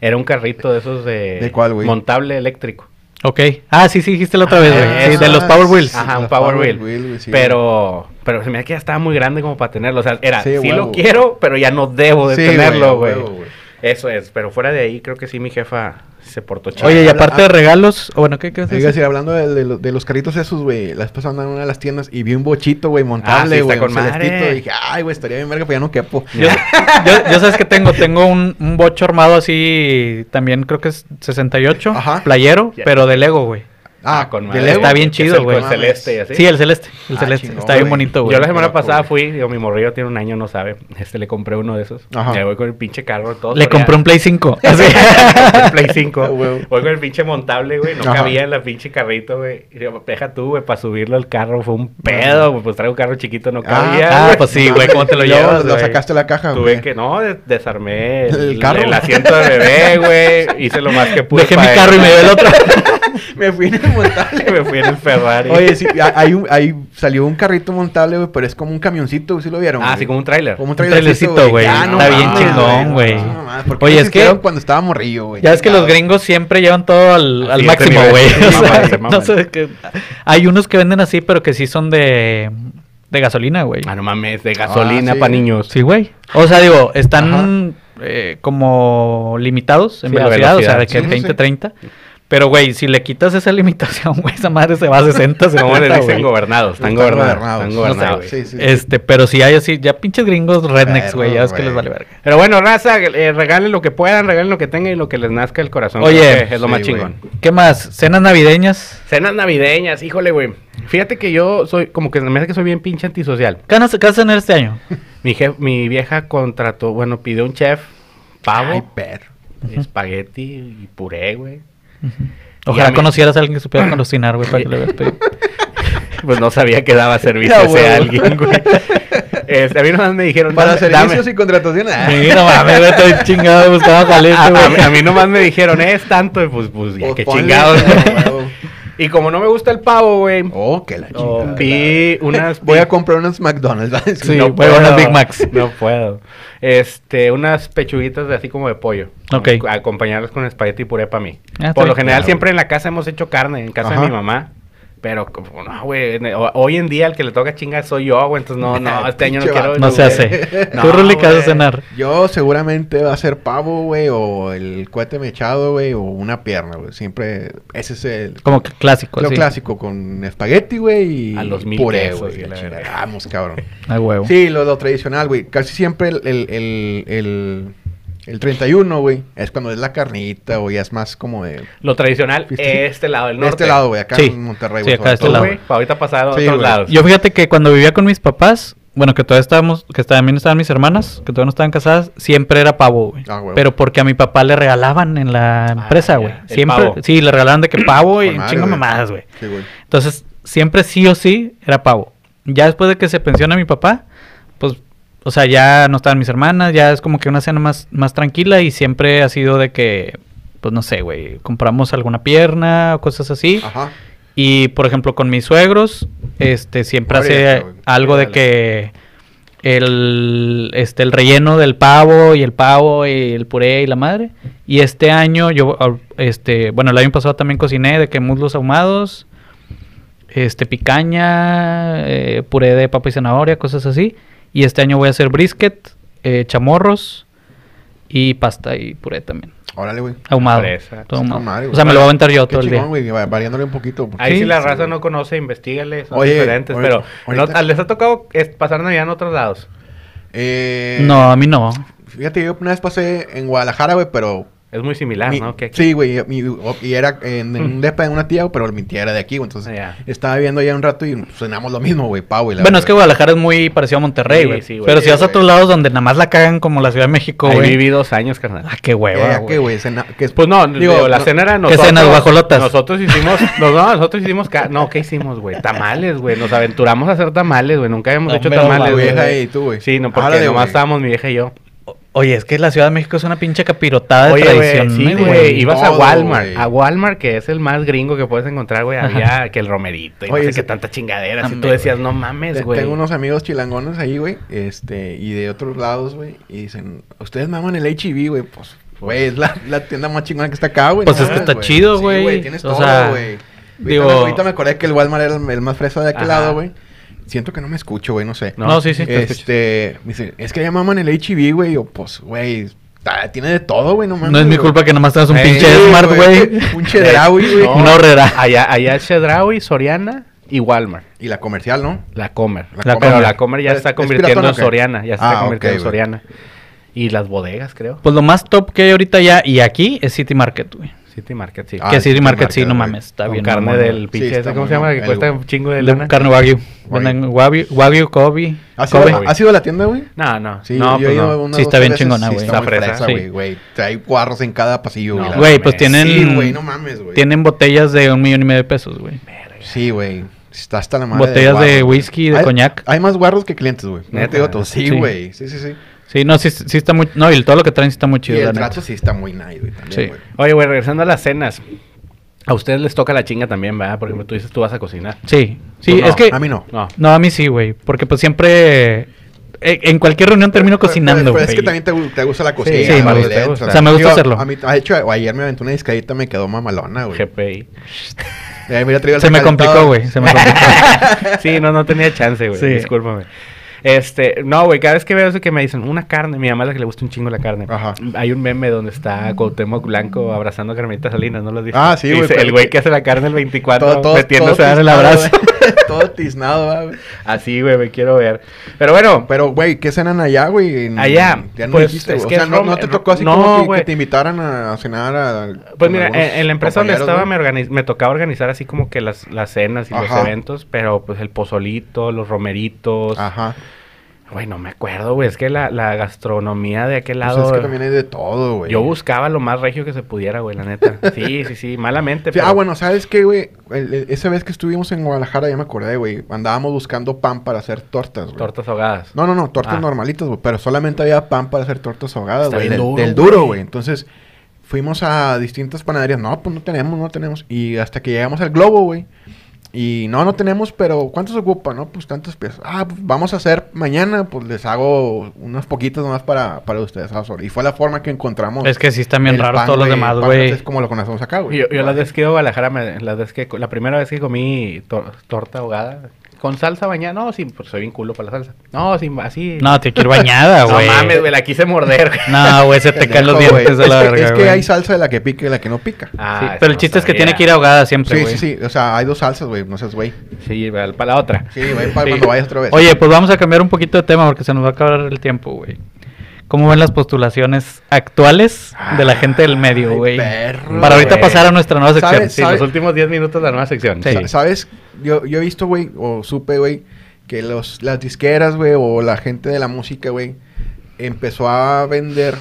Speaker 1: Era un carrito de esos de,
Speaker 3: ¿De cuál, güey?
Speaker 1: montable eléctrico.
Speaker 2: Ok. Ah, sí, sí, dijiste la otra vez, güey.
Speaker 1: Ah,
Speaker 2: Sí, de los
Speaker 1: eso.
Speaker 2: Power Wheels.
Speaker 1: Ajá,
Speaker 3: los
Speaker 1: un Power Wheel.
Speaker 3: güey, sí,
Speaker 1: pero, pero se me hace que ya estaba muy grande como para tenerlo. O sea, era, sí,
Speaker 3: Sí,
Speaker 1: lo
Speaker 3: huevo.
Speaker 1: quiero, pero ya no debo de
Speaker 3: Sí,
Speaker 1: tenerlo,
Speaker 3: güey, a
Speaker 1: güey.
Speaker 3: huevo, güey.
Speaker 1: Eso es, pero fuera de ahí creo que sí mi jefa se portó chido.
Speaker 2: Oye, y
Speaker 3: Habla-
Speaker 2: aparte de regalos... o Bueno, ¿qué qué vas a
Speaker 3: Te iba a
Speaker 2: decir?
Speaker 3: decir, hablando de, de lo- de los carritos esos, güey, la vez pasada andaba en una de las tiendas y vi un bochito, güey,
Speaker 1: Ah, sí,
Speaker 3: montable,
Speaker 1: está
Speaker 3: güey,
Speaker 1: con
Speaker 3: un celestito,
Speaker 1: madre.
Speaker 3: y dije, ay, güey, estaría bien verga, pero ya no quepo.
Speaker 2: Yo, yo, yo sabes que tengo, tengo un, un bocho armado así, también creo que es 68,
Speaker 3: Ajá.
Speaker 2: playero,
Speaker 1: Ya.
Speaker 2: pero de Lego, güey.
Speaker 1: Ah, con madre.
Speaker 2: Lego? Está bien
Speaker 1: Que es
Speaker 2: chido,
Speaker 1: el
Speaker 2: güey.
Speaker 1: con celeste y así.
Speaker 2: Sí, el celeste, el
Speaker 3: Ah,
Speaker 2: celeste,
Speaker 3: chingón,
Speaker 2: está bien
Speaker 3: güey.
Speaker 2: bonito, güey.
Speaker 1: Yo la semana
Speaker 3: loco,
Speaker 1: pasada
Speaker 3: güey.
Speaker 1: fui, digo, mi morrillo tiene un año, no sabe. Este le compré uno de esos.
Speaker 3: Ajá.
Speaker 1: Ya voy con el pinche carro todo.
Speaker 2: Le
Speaker 1: [LAUGHS]
Speaker 2: compré un Play 5. así.
Speaker 1: el Play 5.
Speaker 3: Ah, huevo.
Speaker 1: Voy con el pinche montable, güey. No
Speaker 3: Ajá.
Speaker 1: cabía en la pinche carrito, güey. Y digo, Deja tú, güey, para subirlo al carro. Fue un pedo, güey. Pues traigo un carro chiquito, no cabía.
Speaker 2: ah,
Speaker 1: güey.
Speaker 2: pues sí, güey, ¿cómo te lo
Speaker 3: Y luego
Speaker 2: llevas,
Speaker 3: Lo
Speaker 2: güey?
Speaker 3: sacaste de la caja,
Speaker 1: Tuve
Speaker 3: güey.
Speaker 1: que, no, des- desarmé el,
Speaker 3: Ah, ¿El carro?
Speaker 1: el asiento de bebé, güey. Hice lo más que pude.
Speaker 2: Dejé mi
Speaker 1: para
Speaker 2: carro y
Speaker 1: él.
Speaker 2: me dio
Speaker 1: [LAUGHS]
Speaker 2: el otro.
Speaker 3: Me fui en el montable.
Speaker 1: Me fui en el Ferrari.
Speaker 3: Oye, sí, a- hay un, hay, salió un carrito montable, güey, pero es como un camioncito, güey, ¿sí lo vieron?
Speaker 1: ah,
Speaker 3: güey?
Speaker 1: sí, como un tráiler.
Speaker 3: Como un
Speaker 2: trailercito, güey.
Speaker 3: Ya,
Speaker 1: Está bien
Speaker 3: mames,
Speaker 1: chingón,
Speaker 2: güey.
Speaker 3: No mames, ¿por qué
Speaker 2: Oye,
Speaker 3: no
Speaker 2: es que-
Speaker 3: hicieron cuando estaba morrillo, güey.
Speaker 2: Ya es que los
Speaker 3: Chingado.
Speaker 2: gringos siempre llevan todo al,
Speaker 1: Así
Speaker 2: al
Speaker 1: es,
Speaker 2: máximo,
Speaker 1: mira,
Speaker 2: güey.
Speaker 1: se
Speaker 2: O sea,
Speaker 1: maman, se maman.
Speaker 2: no sé qué- Hay unos que venden así, pero que sí son de, de gasolina, güey.
Speaker 1: Ah, no mames, de gasolina
Speaker 3: Ah, sí.
Speaker 1: para niños.
Speaker 2: Sí, güey. O sea, digo, están eh, como limitados en
Speaker 1: Sí, la
Speaker 2: velocidad, o sea, de
Speaker 1: velocidad.
Speaker 3: Sí,
Speaker 2: que
Speaker 3: sí,
Speaker 2: 20,
Speaker 3: sí.
Speaker 2: 30. Pero, güey, si le quitas esa [LAUGHS] limitación, güey, esa madre se va
Speaker 1: [LAUGHS]
Speaker 2: a 60, se
Speaker 1: ¿Cómo le dicen
Speaker 2: güey.
Speaker 1: gobernados? Están
Speaker 3: Están
Speaker 1: gobernados.
Speaker 3: gobernados.
Speaker 1: Están
Speaker 3: No
Speaker 2: sé,
Speaker 1: gobernados.
Speaker 2: güey.
Speaker 1: güey.
Speaker 3: Sí, sí, sí.
Speaker 2: Este, pero si hay así, ya pinches gringos rednecks,
Speaker 3: Perro,
Speaker 2: güey, ya es que
Speaker 3: güey.
Speaker 2: les vale verga.
Speaker 1: Pero bueno, raza, eh, regalen lo que puedan, regalen lo que tengan y lo que les nazca el corazón.
Speaker 2: Oye,
Speaker 1: Creo que es lo
Speaker 3: sí,
Speaker 1: más
Speaker 3: güey.
Speaker 1: chingón.
Speaker 2: ¿Qué más? ¿Cenas navideñas?
Speaker 1: Cenas navideñas, híjole, güey. Fíjate que yo soy, como que me hace que soy bien pinche antisocial.
Speaker 2: ¿Qué vas a- qué vas a cenar este año?
Speaker 1: Mi jef- mi vieja contrató, bueno, pidió un chef, pavo,
Speaker 3: Ay, perro.
Speaker 1: espagueti y puré, güey.
Speaker 2: Ojalá
Speaker 1: mí-
Speaker 2: conocieras a alguien que supiera
Speaker 1: [LAUGHS]
Speaker 2: cocinar, güey, para que le este- veas pedido.
Speaker 1: Pues no sabía que
Speaker 3: [LAUGHS]
Speaker 1: daba servicio
Speaker 2: Ya,
Speaker 1: ese
Speaker 2: huevo.
Speaker 1: a alguien, güey. Este, a mí nomás me dijeron...
Speaker 3: Para
Speaker 1: dame- dame-
Speaker 3: servicios y contrataciones. ah.
Speaker 2: Mira, mames, güey, estoy chingado buscando
Speaker 1: a,
Speaker 2: talento,
Speaker 1: a mí- a
Speaker 2: güey.
Speaker 1: mí nomás me dijeron, "Eh, es tanto, y pues, pues, ya,
Speaker 3: Pues
Speaker 1: qué
Speaker 3: ponle,
Speaker 1: chingados,
Speaker 3: pero,
Speaker 1: güey.
Speaker 3: huevo.
Speaker 1: Y como no me gusta el pavo, güey,
Speaker 3: Oh, que la chingada.
Speaker 1: vi unas...
Speaker 3: Voy a comprar unos McDonald's. ¿vale?
Speaker 2: Sí, güey, unas Big Macs.
Speaker 1: [LAUGHS] No puedo. Este, unas pechuguitas de así como de pollo.
Speaker 2: Ok.
Speaker 1: Ac- Acompañarlas con espagueti y puré para mí.
Speaker 2: Ah, está
Speaker 1: Por lo
Speaker 2: bien.
Speaker 1: general,
Speaker 3: Claro.
Speaker 1: siempre en la casa hemos hecho carne, en casa
Speaker 3: Ajá.
Speaker 1: de mi mamá. Pero, como, no, güey, ne- ho- hoy en día el que le toca chingar soy yo, güey. Entonces,
Speaker 2: [LAUGHS]
Speaker 1: no, no, este año no
Speaker 3: Pinche
Speaker 1: quiero...
Speaker 3: vato,
Speaker 2: No se
Speaker 1: güey. [LAUGHS]
Speaker 2: hace.
Speaker 1: No,
Speaker 2: Tú, Ruli, ¿qué vas a
Speaker 1: güey.
Speaker 2: cenar?
Speaker 3: Yo seguramente va a ser pavo, güey, o el cohete mechado, güey, o una pierna, güey. Siempre ese es el
Speaker 2: Como que clásico,
Speaker 3: lo
Speaker 2: sí.
Speaker 3: clásico con espagueti, güey, y
Speaker 1: A los mil
Speaker 3: puré,
Speaker 1: quesos,
Speaker 3: güey.
Speaker 1: y
Speaker 3: la
Speaker 1: la
Speaker 3: chingada.
Speaker 1: verga.
Speaker 3: Vamos,
Speaker 2: [LAUGHS]
Speaker 3: cabrón.
Speaker 2: A huevo.
Speaker 3: Sí, lo, lo tradicional, güey. Casi siempre el, el, el, el, el 31, güey, es cuando es la carnita, o ya es más como de,
Speaker 1: Lo tradicional,
Speaker 3: Fíjate.
Speaker 1: este lado del
Speaker 3: de
Speaker 1: norte.
Speaker 3: este lado, güey, acá
Speaker 2: Sí.
Speaker 3: en Monterrey,
Speaker 2: Sí,
Speaker 3: güey.
Speaker 2: acá
Speaker 3: sobre
Speaker 2: de este
Speaker 1: Tú,
Speaker 3: todo,
Speaker 2: lado.
Speaker 1: güey, pa' ahorita pasar a
Speaker 3: Sí,
Speaker 1: otros
Speaker 3: güey.
Speaker 1: lados.
Speaker 2: Yo fíjate que cuando vivía con mis papás, bueno, que todavía estábamos, que también estaban mis hermanas, que todavía no estaban casadas, siempre era pavo, güey.
Speaker 3: Ah, huevo. Ah,
Speaker 2: Pero porque a mi papá le regalaban en la empresa,
Speaker 1: ya,
Speaker 2: güey.
Speaker 1: el
Speaker 2: Siempre,
Speaker 1: pavo.
Speaker 2: sí, le regalaban de que pavo y
Speaker 3: Con madre,
Speaker 2: chingo
Speaker 3: güey.
Speaker 2: mamadas, güey.
Speaker 3: Sí, güey.
Speaker 2: Entonces, siempre sí o sí era pavo. Ya después de que se pensiona mi papá, pues, o sea, ya no estaban mis hermanas, ya es como que una cena más, más tranquila y siempre ha sido de que, pues no sé, güey, compramos alguna pierna o cosas así.
Speaker 3: Ajá.
Speaker 2: Y por ejemplo, con mis suegros, este siempre
Speaker 3: Ahora ya
Speaker 2: hace
Speaker 3: está, güey.
Speaker 2: algo de
Speaker 1: Dale.
Speaker 2: que el este el relleno del pavo y el pavo y el puré y la madre. Y este año yo ah, este, bueno, el año pasado también cociné de que muslos ahumados, este picaña, eh, puré de papa y zanahoria, cosas así. Y este año voy a hacer brisket, eh, chamorros y pasta y puré también.
Speaker 3: Órale, güey.
Speaker 2: Ahumado.
Speaker 1: fresa.
Speaker 2: todo
Speaker 3: Está
Speaker 2: ahumado.
Speaker 3: madre, güey.
Speaker 2: o sea, me lo voy a aventar yo
Speaker 3: Qué
Speaker 2: todo el día.
Speaker 3: chingón, güey, va- variándole un poquito. porque-
Speaker 1: Ahí si
Speaker 2: Sí,
Speaker 1: la
Speaker 3: sí,
Speaker 1: raza
Speaker 3: güey.
Speaker 1: no conoce, investigale, son
Speaker 3: Oye,
Speaker 1: diferentes.
Speaker 3: ahorita-
Speaker 1: pero ¿no- ah,
Speaker 3: ahorita-
Speaker 1: ¿les ha tocado es, pasar Navidad en otros lados?
Speaker 3: Eh,
Speaker 2: No, a mí no.
Speaker 3: Fíjate, yo una vez pasé en Guadalajara, güey, pero...
Speaker 1: Es muy similar,
Speaker 3: mi-
Speaker 1: ¿no? Que aquí-
Speaker 3: Sí, güey, mi- o- y era en,
Speaker 1: [LAUGHS]
Speaker 3: en un depa de una tía, pero mi tía era de aquí, güey, entonces
Speaker 1: Ya.
Speaker 3: estaba viviendo allá un rato y cenamos lo mismo, güey, pavo y la
Speaker 2: Bueno, es que
Speaker 3: verga.
Speaker 2: Guadalajara es muy parecido a Monterrey,
Speaker 1: Sí,
Speaker 2: güey.
Speaker 1: sí, güey.
Speaker 2: Pero si
Speaker 3: Sí,
Speaker 2: vas a
Speaker 3: güey.
Speaker 2: otros lados donde nada más la cagan como la Ciudad de México,
Speaker 1: Ahí
Speaker 2: güey.
Speaker 1: viví dos años, carnal.
Speaker 2: Ah, qué
Speaker 3: Eh,
Speaker 2: hueva,
Speaker 3: ¿qué,
Speaker 2: güey.
Speaker 3: güey? Cena- que es-
Speaker 1: Pues no, digo, la
Speaker 3: no-
Speaker 1: cena era
Speaker 2: ¿Qué
Speaker 1: nosotros.
Speaker 2: cenas, guajolotas?
Speaker 1: Nosotros
Speaker 3: [LAUGHS]
Speaker 1: hicimos, no, no, nosotros hicimos, ca- no, ¿qué hicimos, güey? Tamales, güey, nos aventuramos a hacer tamales, güey, nunca habíamos
Speaker 2: No,
Speaker 1: hecho
Speaker 2: hombre,
Speaker 1: tamales,
Speaker 3: Tu
Speaker 2: güey.
Speaker 3: vieja
Speaker 1: güey.
Speaker 3: y tú, güey.
Speaker 1: Sí, no, porque
Speaker 3: Órale,
Speaker 1: nomás
Speaker 3: güey.
Speaker 1: estábamos mi vieja y yo.
Speaker 2: Oye, es que la Ciudad de México es una pinche
Speaker 3: Ah,
Speaker 2: capirotada de
Speaker 1: Oye, güey,
Speaker 2: tradición,
Speaker 1: sí, güey,
Speaker 2: güey.
Speaker 1: ibas a
Speaker 3: Todo,
Speaker 1: Walmart,
Speaker 3: güey.
Speaker 1: a Walmart, que es el más gringo que puedes encontrar, güey, había que el romerito y
Speaker 3: Oye,
Speaker 1: no sé
Speaker 3: ese-
Speaker 1: qué tanta chingadera, si tú
Speaker 2: Hombre,
Speaker 1: decías,
Speaker 2: güey.
Speaker 1: no
Speaker 3: Te-
Speaker 1: mames, güey.
Speaker 3: Tengo unos amigos chilangones ahí, güey, este, y de otros lados, güey, y dicen, ustedes maman el HIV, güey, pues, güey, es la, la tienda más chingona que está acá, güey.
Speaker 2: Pues
Speaker 3: no
Speaker 2: es que
Speaker 3: mames,
Speaker 2: está chido,
Speaker 3: Sí,
Speaker 2: güey.
Speaker 3: tienes
Speaker 2: O
Speaker 3: todo,
Speaker 2: sea,
Speaker 3: güey.
Speaker 2: digo-
Speaker 3: Ahorita, me- ahorita me acordé que el Walmart era el, el más fresa de aquel
Speaker 1: Ajá.
Speaker 3: lado, güey. Siento que no me escucho, güey, no sé.
Speaker 2: No, sí, sí.
Speaker 1: te escucho.
Speaker 3: Este, me dicen, es que ya maman el HIV, güey, yo, pues, güey, ta- tiene de todo, güey, no mames.
Speaker 2: No es mi
Speaker 3: güey. Eh,
Speaker 2: culpa que nomás tengas un
Speaker 1: Sí,
Speaker 2: pinche
Speaker 1: güey,
Speaker 2: Smart, güey.
Speaker 3: [LAUGHS] Un chedraui, güey.
Speaker 1: No.
Speaker 2: Una horrera.
Speaker 1: Allá, allá Chedraui, Soriana y Walmart.
Speaker 3: Y la comercial, ¿no?
Speaker 1: La Comer.
Speaker 3: La
Speaker 1: pero
Speaker 2: Comer.
Speaker 1: la Comer ya
Speaker 3: ¿Es-
Speaker 1: está
Speaker 3: es
Speaker 1: convirtiendo
Speaker 3: piratona
Speaker 1: en
Speaker 3: o qué?
Speaker 1: Soriana. Ya se está
Speaker 3: Ah,
Speaker 1: convirtiendo
Speaker 3: ok,
Speaker 1: en
Speaker 3: güey.
Speaker 1: Soriana. Y las bodegas, creo.
Speaker 2: Pues lo más top que hay ahorita ya y aquí es City Market, güey.
Speaker 1: City Market, sí.
Speaker 3: Ah,
Speaker 2: que City
Speaker 3: City
Speaker 2: Market, sí,
Speaker 3: Market,
Speaker 2: no
Speaker 3: güey.
Speaker 2: mames, está
Speaker 1: Con
Speaker 2: bien.
Speaker 1: carne
Speaker 2: mamón.
Speaker 1: del pinche,
Speaker 3: Sí,
Speaker 1: ese,
Speaker 3: está
Speaker 1: ¿cómo
Speaker 3: muy
Speaker 1: se llama?
Speaker 3: bueno.
Speaker 1: Que cuesta
Speaker 3: El-
Speaker 1: un chingo de
Speaker 2: De
Speaker 1: lana.
Speaker 2: carne wagyu.
Speaker 3: Wagyu. Ah,
Speaker 2: Venden Wagyu, wagyu Kobe.
Speaker 3: ¿Has
Speaker 1: Kobe.
Speaker 3: ido, ¿Has ido a la tienda, güey?
Speaker 1: No, no.
Speaker 3: Sí,
Speaker 1: no,
Speaker 3: yo he
Speaker 1: pues
Speaker 3: ido
Speaker 1: no.
Speaker 3: una,
Speaker 2: Sí,
Speaker 3: dos,
Speaker 2: está bien
Speaker 3: veces,
Speaker 2: chingona,
Speaker 3: sí,
Speaker 2: güey.
Speaker 3: Está
Speaker 1: Está
Speaker 3: muy
Speaker 1: fresa,
Speaker 3: fresa,
Speaker 2: sí.
Speaker 3: güey, güey. Trae cuarros en cada pasillo,
Speaker 1: No,
Speaker 3: güey. la
Speaker 1: güey,
Speaker 2: Güey,
Speaker 3: verdad.
Speaker 2: pues tienen
Speaker 3: Sí, güey, no mames, güey.
Speaker 2: tienen botellas de un millón y medio de pesos, güey.
Speaker 3: Sí, güey. Está hasta la madre.
Speaker 2: Botellas de,
Speaker 3: guarros,
Speaker 2: whisky, de
Speaker 3: güey. Hay-
Speaker 2: coñac.
Speaker 3: Hay más guarros que clientes, güey. No
Speaker 1: Neta.
Speaker 3: te digo todo. Sí,
Speaker 2: Sí.
Speaker 3: güey. Sí, sí, sí.
Speaker 2: Sí, no, sí, sí está muy... No, y todo lo que traen sí está muy
Speaker 3: Y
Speaker 2: chido, la
Speaker 3: el
Speaker 2: neta.
Speaker 3: trato sí está muy nice, güey. también,
Speaker 2: Sí.
Speaker 3: güey.
Speaker 1: Oye, güey, regresando a las cenas. A ustedes les toca la chinga también, ¿verdad? Por ejemplo, tú dices tú vas a cocinar.
Speaker 2: Sí, sí,
Speaker 1: Pues no,
Speaker 2: es que...
Speaker 3: A mí no.
Speaker 1: No.
Speaker 2: No, a mí sí, güey. Porque pues siempre... eh, En cualquier reunión termino
Speaker 3: Pero-
Speaker 2: cocinando,
Speaker 3: pero-
Speaker 2: güey.
Speaker 3: Pero es que también te, gu- te gusta la cocina.
Speaker 1: sí,
Speaker 3: güey,
Speaker 2: me
Speaker 1: gusta,
Speaker 3: le
Speaker 1: me
Speaker 3: entras.
Speaker 1: gusta.
Speaker 2: O sea, me gusta hacerlo.
Speaker 3: A mí, de hecho, ayer me aventé una discadita me quedó mamalona, güey.
Speaker 1: GPI.
Speaker 3: Eh, mira, traigo el
Speaker 2: Se me
Speaker 3: recalentado.
Speaker 2: complicó, güey. Se me complicó.
Speaker 1: sí, no, no tenía chance, güey.
Speaker 2: Sí.
Speaker 1: Discúlpame. Este, no, güey, cada vez que veo eso que me dicen una carne, mi mamá es la que le gusta un chingo la carne.
Speaker 3: Ajá.
Speaker 1: Hay un meme donde está Cuauhtémoc Blanco abrazando a Carmelita Salinas, ¿no lo dice?
Speaker 3: Ah, sí, güey,
Speaker 1: Dice,
Speaker 3: pero-
Speaker 1: El güey que hace la carne el 24
Speaker 3: [LAUGHS] Todo, todo,
Speaker 1: metiéndose
Speaker 3: todo
Speaker 1: a dar el
Speaker 3: tiznado,
Speaker 1: abrazo.
Speaker 3: güey. [LAUGHS] Todo tiznado, va, güey.
Speaker 1: [LAUGHS] Así, güey, me quiero ver. Pero bueno, pues,
Speaker 3: Pero, güey, ¿qué cenan allá, güey? En-
Speaker 1: Allá,
Speaker 3: Ya no
Speaker 1: pues,
Speaker 3: dijiste,
Speaker 1: es
Speaker 3: güey.
Speaker 1: que
Speaker 3: O sea, no,
Speaker 1: Rom-
Speaker 3: no te tocó así
Speaker 1: no,
Speaker 3: como que- que,
Speaker 1: güey.
Speaker 3: te invitaran a cenar a...
Speaker 1: Pues
Speaker 3: con
Speaker 1: mira,
Speaker 3: algunos
Speaker 1: en, en la empresa donde
Speaker 3: compañeros,
Speaker 1: estaba me,
Speaker 3: güey?
Speaker 1: organiz- me tocaba organizar así como que las, las cenas y los
Speaker 3: Ajá.
Speaker 1: eventos, pero pues el pozolito, los romeritos.
Speaker 3: Ajá.
Speaker 1: Güey, no me acuerdo, güey, es que la, la gastronomía de aquel
Speaker 3: Pues
Speaker 1: lado...
Speaker 3: es que también hay de todo, güey.
Speaker 1: Yo buscaba lo más regio que se pudiera, güey, la neta.
Speaker 3: [LAUGHS]
Speaker 1: Sí, sí, sí, malamente.
Speaker 3: Sí, ah,
Speaker 1: pero-
Speaker 3: bueno, ¿sabes qué, güey? El- el- Esa vez que estuvimos en Guadalajara, ya me acordé, güey. Andábamos buscando pan para hacer tortas, güey.
Speaker 1: Tortas ahogadas.
Speaker 3: No, no, no, tortas
Speaker 1: Ah.
Speaker 3: normalitas, güey. Pero solamente había pan para hacer tortas ahogadas,
Speaker 1: Está
Speaker 3: güey. Del,
Speaker 1: bien duro,
Speaker 3: del duro,
Speaker 1: güey.
Speaker 3: güey. Entonces, fuimos a distintas panaderías. No, pues no tenemos, no tenemos. Y hasta que llegamos al Globo, güey. Y no, no tenemos, pero ¿cuántos ocupa? No, pues tantas piezas. Ah, pues vamos a hacer mañana, pues les hago unas poquitas nomás para, para ustedes. ah, sobre. Y fue la forma que encontramos.
Speaker 2: Es que sí están bien
Speaker 3: el
Speaker 2: raros
Speaker 3: pan,
Speaker 2: todos los
Speaker 3: güey.
Speaker 2: demás,
Speaker 3: El pan
Speaker 2: güey.
Speaker 3: Es como lo conocemos acá, güey.
Speaker 1: Yo, yo la vez que iba a Guadalajara, me- la, vez que, la primera vez que comí tor- torta ahogada, con salsa bañada, no, sin, pues soy bien culo para la salsa. No, sin, así.
Speaker 2: No, te quiero bañada,
Speaker 1: No
Speaker 2: güey.
Speaker 1: mames, güey, la quise morder, güey.
Speaker 2: No, güey,
Speaker 3: [LAUGHS]
Speaker 2: se te caen los
Speaker 3: Pendejo, güey.
Speaker 2: dientes de
Speaker 3: Es
Speaker 2: la
Speaker 3: que-
Speaker 2: verga,
Speaker 3: Es que
Speaker 2: güey.
Speaker 3: hay salsa de la que pica y de la que no pica.
Speaker 1: [LAUGHS] Ah,
Speaker 2: Sí,
Speaker 1: eso
Speaker 2: pero el
Speaker 1: no
Speaker 2: chiste es que
Speaker 1: sabía.
Speaker 2: tiene que ir ahogada siempre,
Speaker 3: Sí,
Speaker 2: güey.
Speaker 3: sí, sí. O sea, hay dos salsas, güey. No seas güey.
Speaker 1: Sí, para para la otra.
Speaker 3: Sí, güey, para cuando vayas otra vez.
Speaker 2: Oye, pues vamos a cambiar un poquito de tema porque se nos va a acabar el tiempo, güey. ¿Cómo ven las postulaciones actuales de la gente del medio,
Speaker 3: Ah, Ay,
Speaker 2: güey?
Speaker 3: perro,
Speaker 2: Para ahorita
Speaker 1: güey.
Speaker 2: pasar a nuestra nueva sección.
Speaker 3: ¿Sabes?
Speaker 1: Sí,
Speaker 3: ¿Sabe?
Speaker 1: los últimos 10 minutos de la nueva sección.
Speaker 2: Sí.
Speaker 1: Sí.
Speaker 3: Sa- ¿Sabes? Yo, yo he visto, güey, o supe, güey, que los, las disqueras, güey, o la gente de la música, güey, empezó a vender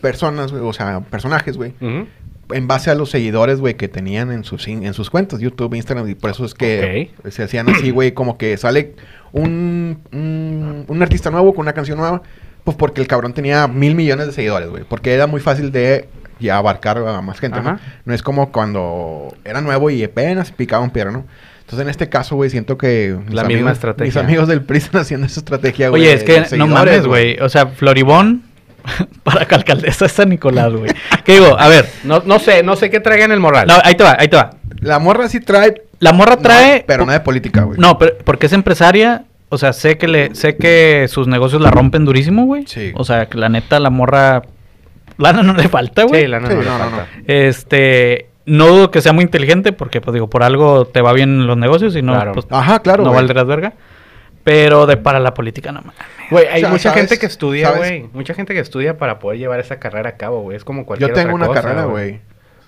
Speaker 3: personas, güey, o sea, personajes, güey,
Speaker 1: Ujú.
Speaker 3: en base a los seguidores, güey, que tenían en sus, in- en sus cuentas, YouTube, Instagram, y por eso es que se hacían así, güey, como que sale un, un, un artista nuevo con una canción nueva, pues porque el cabrón tenía mil millones de seguidores, güey, porque era muy fácil de y abarcar a más gente, ¿no?
Speaker 1: Ajá.
Speaker 3: No es como cuando era nuevo y apenas picaba un piedra, ¿no? Entonces, en este caso, güey, siento que... mis
Speaker 1: La misma
Speaker 3: amigos-
Speaker 1: estrategia.
Speaker 3: Mis amigos del PRI están haciendo esa estrategia, güey.
Speaker 2: Oye, es
Speaker 3: de
Speaker 2: que
Speaker 3: los
Speaker 2: no
Speaker 3: seguidores,
Speaker 2: mames, güey. O sea, Floribón [LAUGHS] para que alcaldesa es San
Speaker 3: [LAUGHS]
Speaker 2: Nicolás, güey. ¿Qué digo? A ver.
Speaker 1: No, no sé, no sé qué traiga en el moral.
Speaker 2: No, ahí te va, ahí te va.
Speaker 3: La morra sí trae...
Speaker 2: La morra trae...
Speaker 3: no, pero no de política, güey.
Speaker 2: No, pero porque es empresaria, o sea, sé que le, sé que sus negocios la rompen durísimo, güey.
Speaker 3: Sí.
Speaker 2: O sea, que la neta, la morra. Lana no le falta, güey.
Speaker 1: Sí, la
Speaker 3: Sí,
Speaker 1: no, le
Speaker 3: no, no,
Speaker 1: falta.
Speaker 3: no.
Speaker 2: Este. No dudo que sea muy inteligente, porque, pues digo, por algo te va bien en los negocios y no,
Speaker 1: Claro.
Speaker 2: pues,
Speaker 3: Ajá, claro,
Speaker 2: no
Speaker 3: güey.
Speaker 2: valdrás verga. Pero de para la política, no mames.
Speaker 1: Güey, hay
Speaker 3: O sea,
Speaker 1: mucha
Speaker 3: ¿sabes?
Speaker 1: gente que estudia,
Speaker 3: ¿Sabes?
Speaker 1: güey. Mucha gente que estudia para poder llevar esa carrera a cabo, güey. Es como cualquier
Speaker 3: Yo
Speaker 1: otra
Speaker 3: tengo una
Speaker 1: cosa,
Speaker 3: carrera, güey.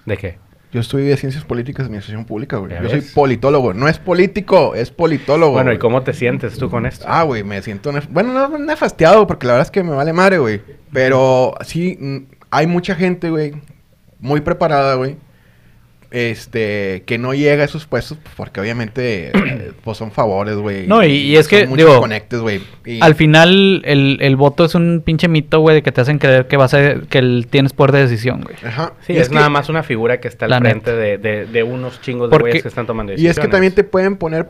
Speaker 1: ¿De qué?
Speaker 3: Yo estudié Ciencias Políticas y Administración Pública, güey.
Speaker 1: ¿Ya
Speaker 3: Yo soy
Speaker 1: ves?
Speaker 3: politólogo. No es político, es politólogo.
Speaker 1: Bueno, ¿y
Speaker 3: güey.
Speaker 1: cómo te sientes tú con esto?
Speaker 3: Ah, güey, me siento... nef- Bueno, no nefasteado porque la verdad es que me vale madre, güey. Pero sí, mm, hay mucha gente, güey, muy preparada, güey. Este, que no llega a esos puestos pues, porque obviamente, eh, pues son favores, güey.
Speaker 2: No, y- y es
Speaker 3: son
Speaker 2: que,
Speaker 3: muchos
Speaker 2: digo,
Speaker 3: conectes, güey. Y-
Speaker 2: Al final, el, el voto es un pinche mito, güey, de que te hacen creer que vas a, que el- tienes poder de decisión, güey.
Speaker 3: Ajá.
Speaker 1: Sí,
Speaker 3: Y
Speaker 1: es,
Speaker 3: que-
Speaker 1: nada más una figura que está al
Speaker 2: La
Speaker 1: frente de, de- de unos chingos de
Speaker 2: Porque-
Speaker 1: güeyes que están tomando
Speaker 3: Y es
Speaker 1: decisiones.
Speaker 3: que también te pueden poner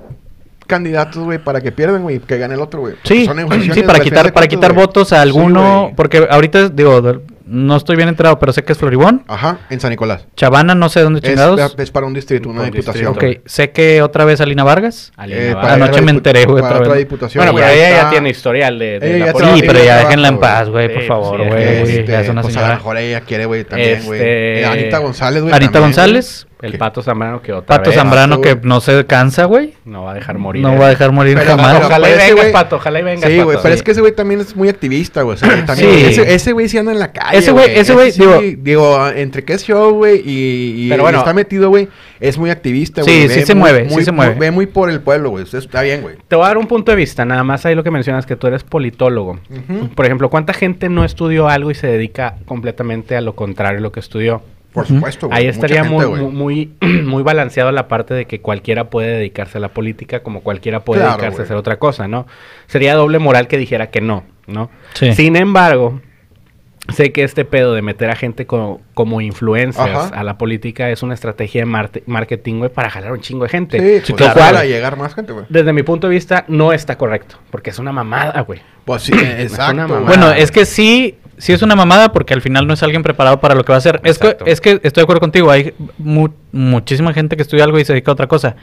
Speaker 3: candidatos, güey, para que pierdan, güey, que gane el otro, güey.
Speaker 2: Sí,
Speaker 3: Son negociaciones,
Speaker 2: sí,
Speaker 3: al
Speaker 2: para
Speaker 3: final
Speaker 2: quitar,
Speaker 3: de
Speaker 2: para
Speaker 3: cuentas,
Speaker 2: quitar
Speaker 3: güey.
Speaker 2: votos a
Speaker 3: Sí,
Speaker 2: alguno,
Speaker 3: güey.
Speaker 2: porque ahorita digo, de- no estoy bien enterado, pero sé que es Floribón,
Speaker 3: Ajá, en San Nicolás.
Speaker 2: Chavana, no sé dónde
Speaker 3: Es,
Speaker 2: chingados.
Speaker 3: es para un distrito, una
Speaker 1: Un
Speaker 3: diputación.
Speaker 1: distrito.
Speaker 2: ok, sé que otra vez Alina Vargas.
Speaker 1: Alina
Speaker 3: Eh,
Speaker 1: Navarro.
Speaker 3: para
Speaker 2: Anoche
Speaker 3: otra
Speaker 2: me
Speaker 3: dipu-
Speaker 2: enteré, güey,
Speaker 3: Para
Speaker 2: otra
Speaker 3: otra
Speaker 2: vez.
Speaker 3: diputación.
Speaker 1: Bueno,
Speaker 3: güey,
Speaker 1: pero
Speaker 3: ahí
Speaker 1: ella ya
Speaker 3: está.
Speaker 1: tiene historial de, de
Speaker 3: Ella ya
Speaker 1: la
Speaker 3: trabaja-
Speaker 2: Sí,
Speaker 1: política.
Speaker 2: pero
Speaker 3: ella
Speaker 2: ya
Speaker 3: trabaja,
Speaker 2: déjenla en
Speaker 3: güey.
Speaker 2: paz, güey,
Speaker 1: Sí,
Speaker 2: por
Speaker 1: pues,
Speaker 2: favor,
Speaker 1: sí,
Speaker 2: güey.
Speaker 3: Este,
Speaker 2: ya es una
Speaker 3: pues, a lo
Speaker 2: señora.
Speaker 3: mejor ella quiere, güey, también, güey.
Speaker 1: Este,
Speaker 3: Eh, Anita González, güey.
Speaker 2: Anita
Speaker 3: también,
Speaker 2: González,
Speaker 3: güey.
Speaker 1: El
Speaker 3: Que-
Speaker 1: Pato Zambrano que otra
Speaker 2: Pato
Speaker 1: vez
Speaker 2: Zambrano
Speaker 3: Pato,
Speaker 2: que
Speaker 3: güey.
Speaker 2: no se cansa, güey.
Speaker 1: no va a dejar morir.
Speaker 2: No
Speaker 1: eh.
Speaker 2: va a dejar morir
Speaker 3: Pero
Speaker 2: jamás.
Speaker 3: Pero
Speaker 1: Ojalá y
Speaker 3: parece,
Speaker 1: vengas,
Speaker 3: güey.
Speaker 1: Pato. Ojalá y vengas,
Speaker 3: Sí, güey,
Speaker 1: Pato.
Speaker 3: pero es que ese güey también es muy activista, güey. o
Speaker 2: [CLEARS THROAT]
Speaker 3: sea, también-
Speaker 2: Sí.
Speaker 3: Ese ese güey sí anda en la calle.
Speaker 2: Ese güey- ese güey,
Speaker 3: sí,
Speaker 2: digo-
Speaker 3: digo, entre que es show, güey, y, y
Speaker 1: Pero bueno.
Speaker 3: está metido, güey, es muy activista,
Speaker 2: Sí,
Speaker 3: güey.
Speaker 2: sí
Speaker 3: ve
Speaker 2: se
Speaker 3: muy-
Speaker 2: mueve, sí
Speaker 3: muy-
Speaker 2: se mueve.
Speaker 3: Ve muy por el pueblo, güey. eso Está bien, güey.
Speaker 1: Te voy a dar un punto de vista, nada más ahí lo que mencionas que tú eres politólogo.
Speaker 3: Ujú.
Speaker 1: Por ejemplo, ¿cuánta gente no estudió algo y se dedica completamente a lo contrario a lo que estudió?
Speaker 3: Por
Speaker 2: Ujú.
Speaker 3: supuesto, güey.
Speaker 1: Ahí
Speaker 3: mucha
Speaker 1: estaría
Speaker 3: gente,
Speaker 1: muy,
Speaker 3: güey.
Speaker 1: muy, [CLEARS THROAT] muy, muy balanceado la parte de que cualquiera puede dedicarse a la política como cualquiera puede
Speaker 3: Claro,
Speaker 1: dedicarse a
Speaker 3: güey.
Speaker 1: hacer otra cosa, ¿no? Sería doble moral que dijera que no, ¿no?
Speaker 2: Sí.
Speaker 1: Sin embargo, sé que este pedo de meter a gente co- como influencers
Speaker 3: Ajá.
Speaker 1: a la política es una estrategia de marte- marketing, güey, para jalar un chingo de gente.
Speaker 3: Sí,
Speaker 1: Lo
Speaker 3: pues, claro,
Speaker 1: cual,
Speaker 3: para llegar más gente, güey.
Speaker 1: desde mi punto de vista, no está correcto, porque es una mamada, güey.
Speaker 3: Pues sí, exacto.
Speaker 1: mamada.
Speaker 3: güey.
Speaker 2: Bueno, es que sí, sí es una mamada porque al final no es alguien preparado para lo que va a hacer. Es que,
Speaker 1: Exacto.
Speaker 2: es que estoy de acuerdo contigo, hay mu- muchísima gente que estudia algo y se dedica a otra cosa.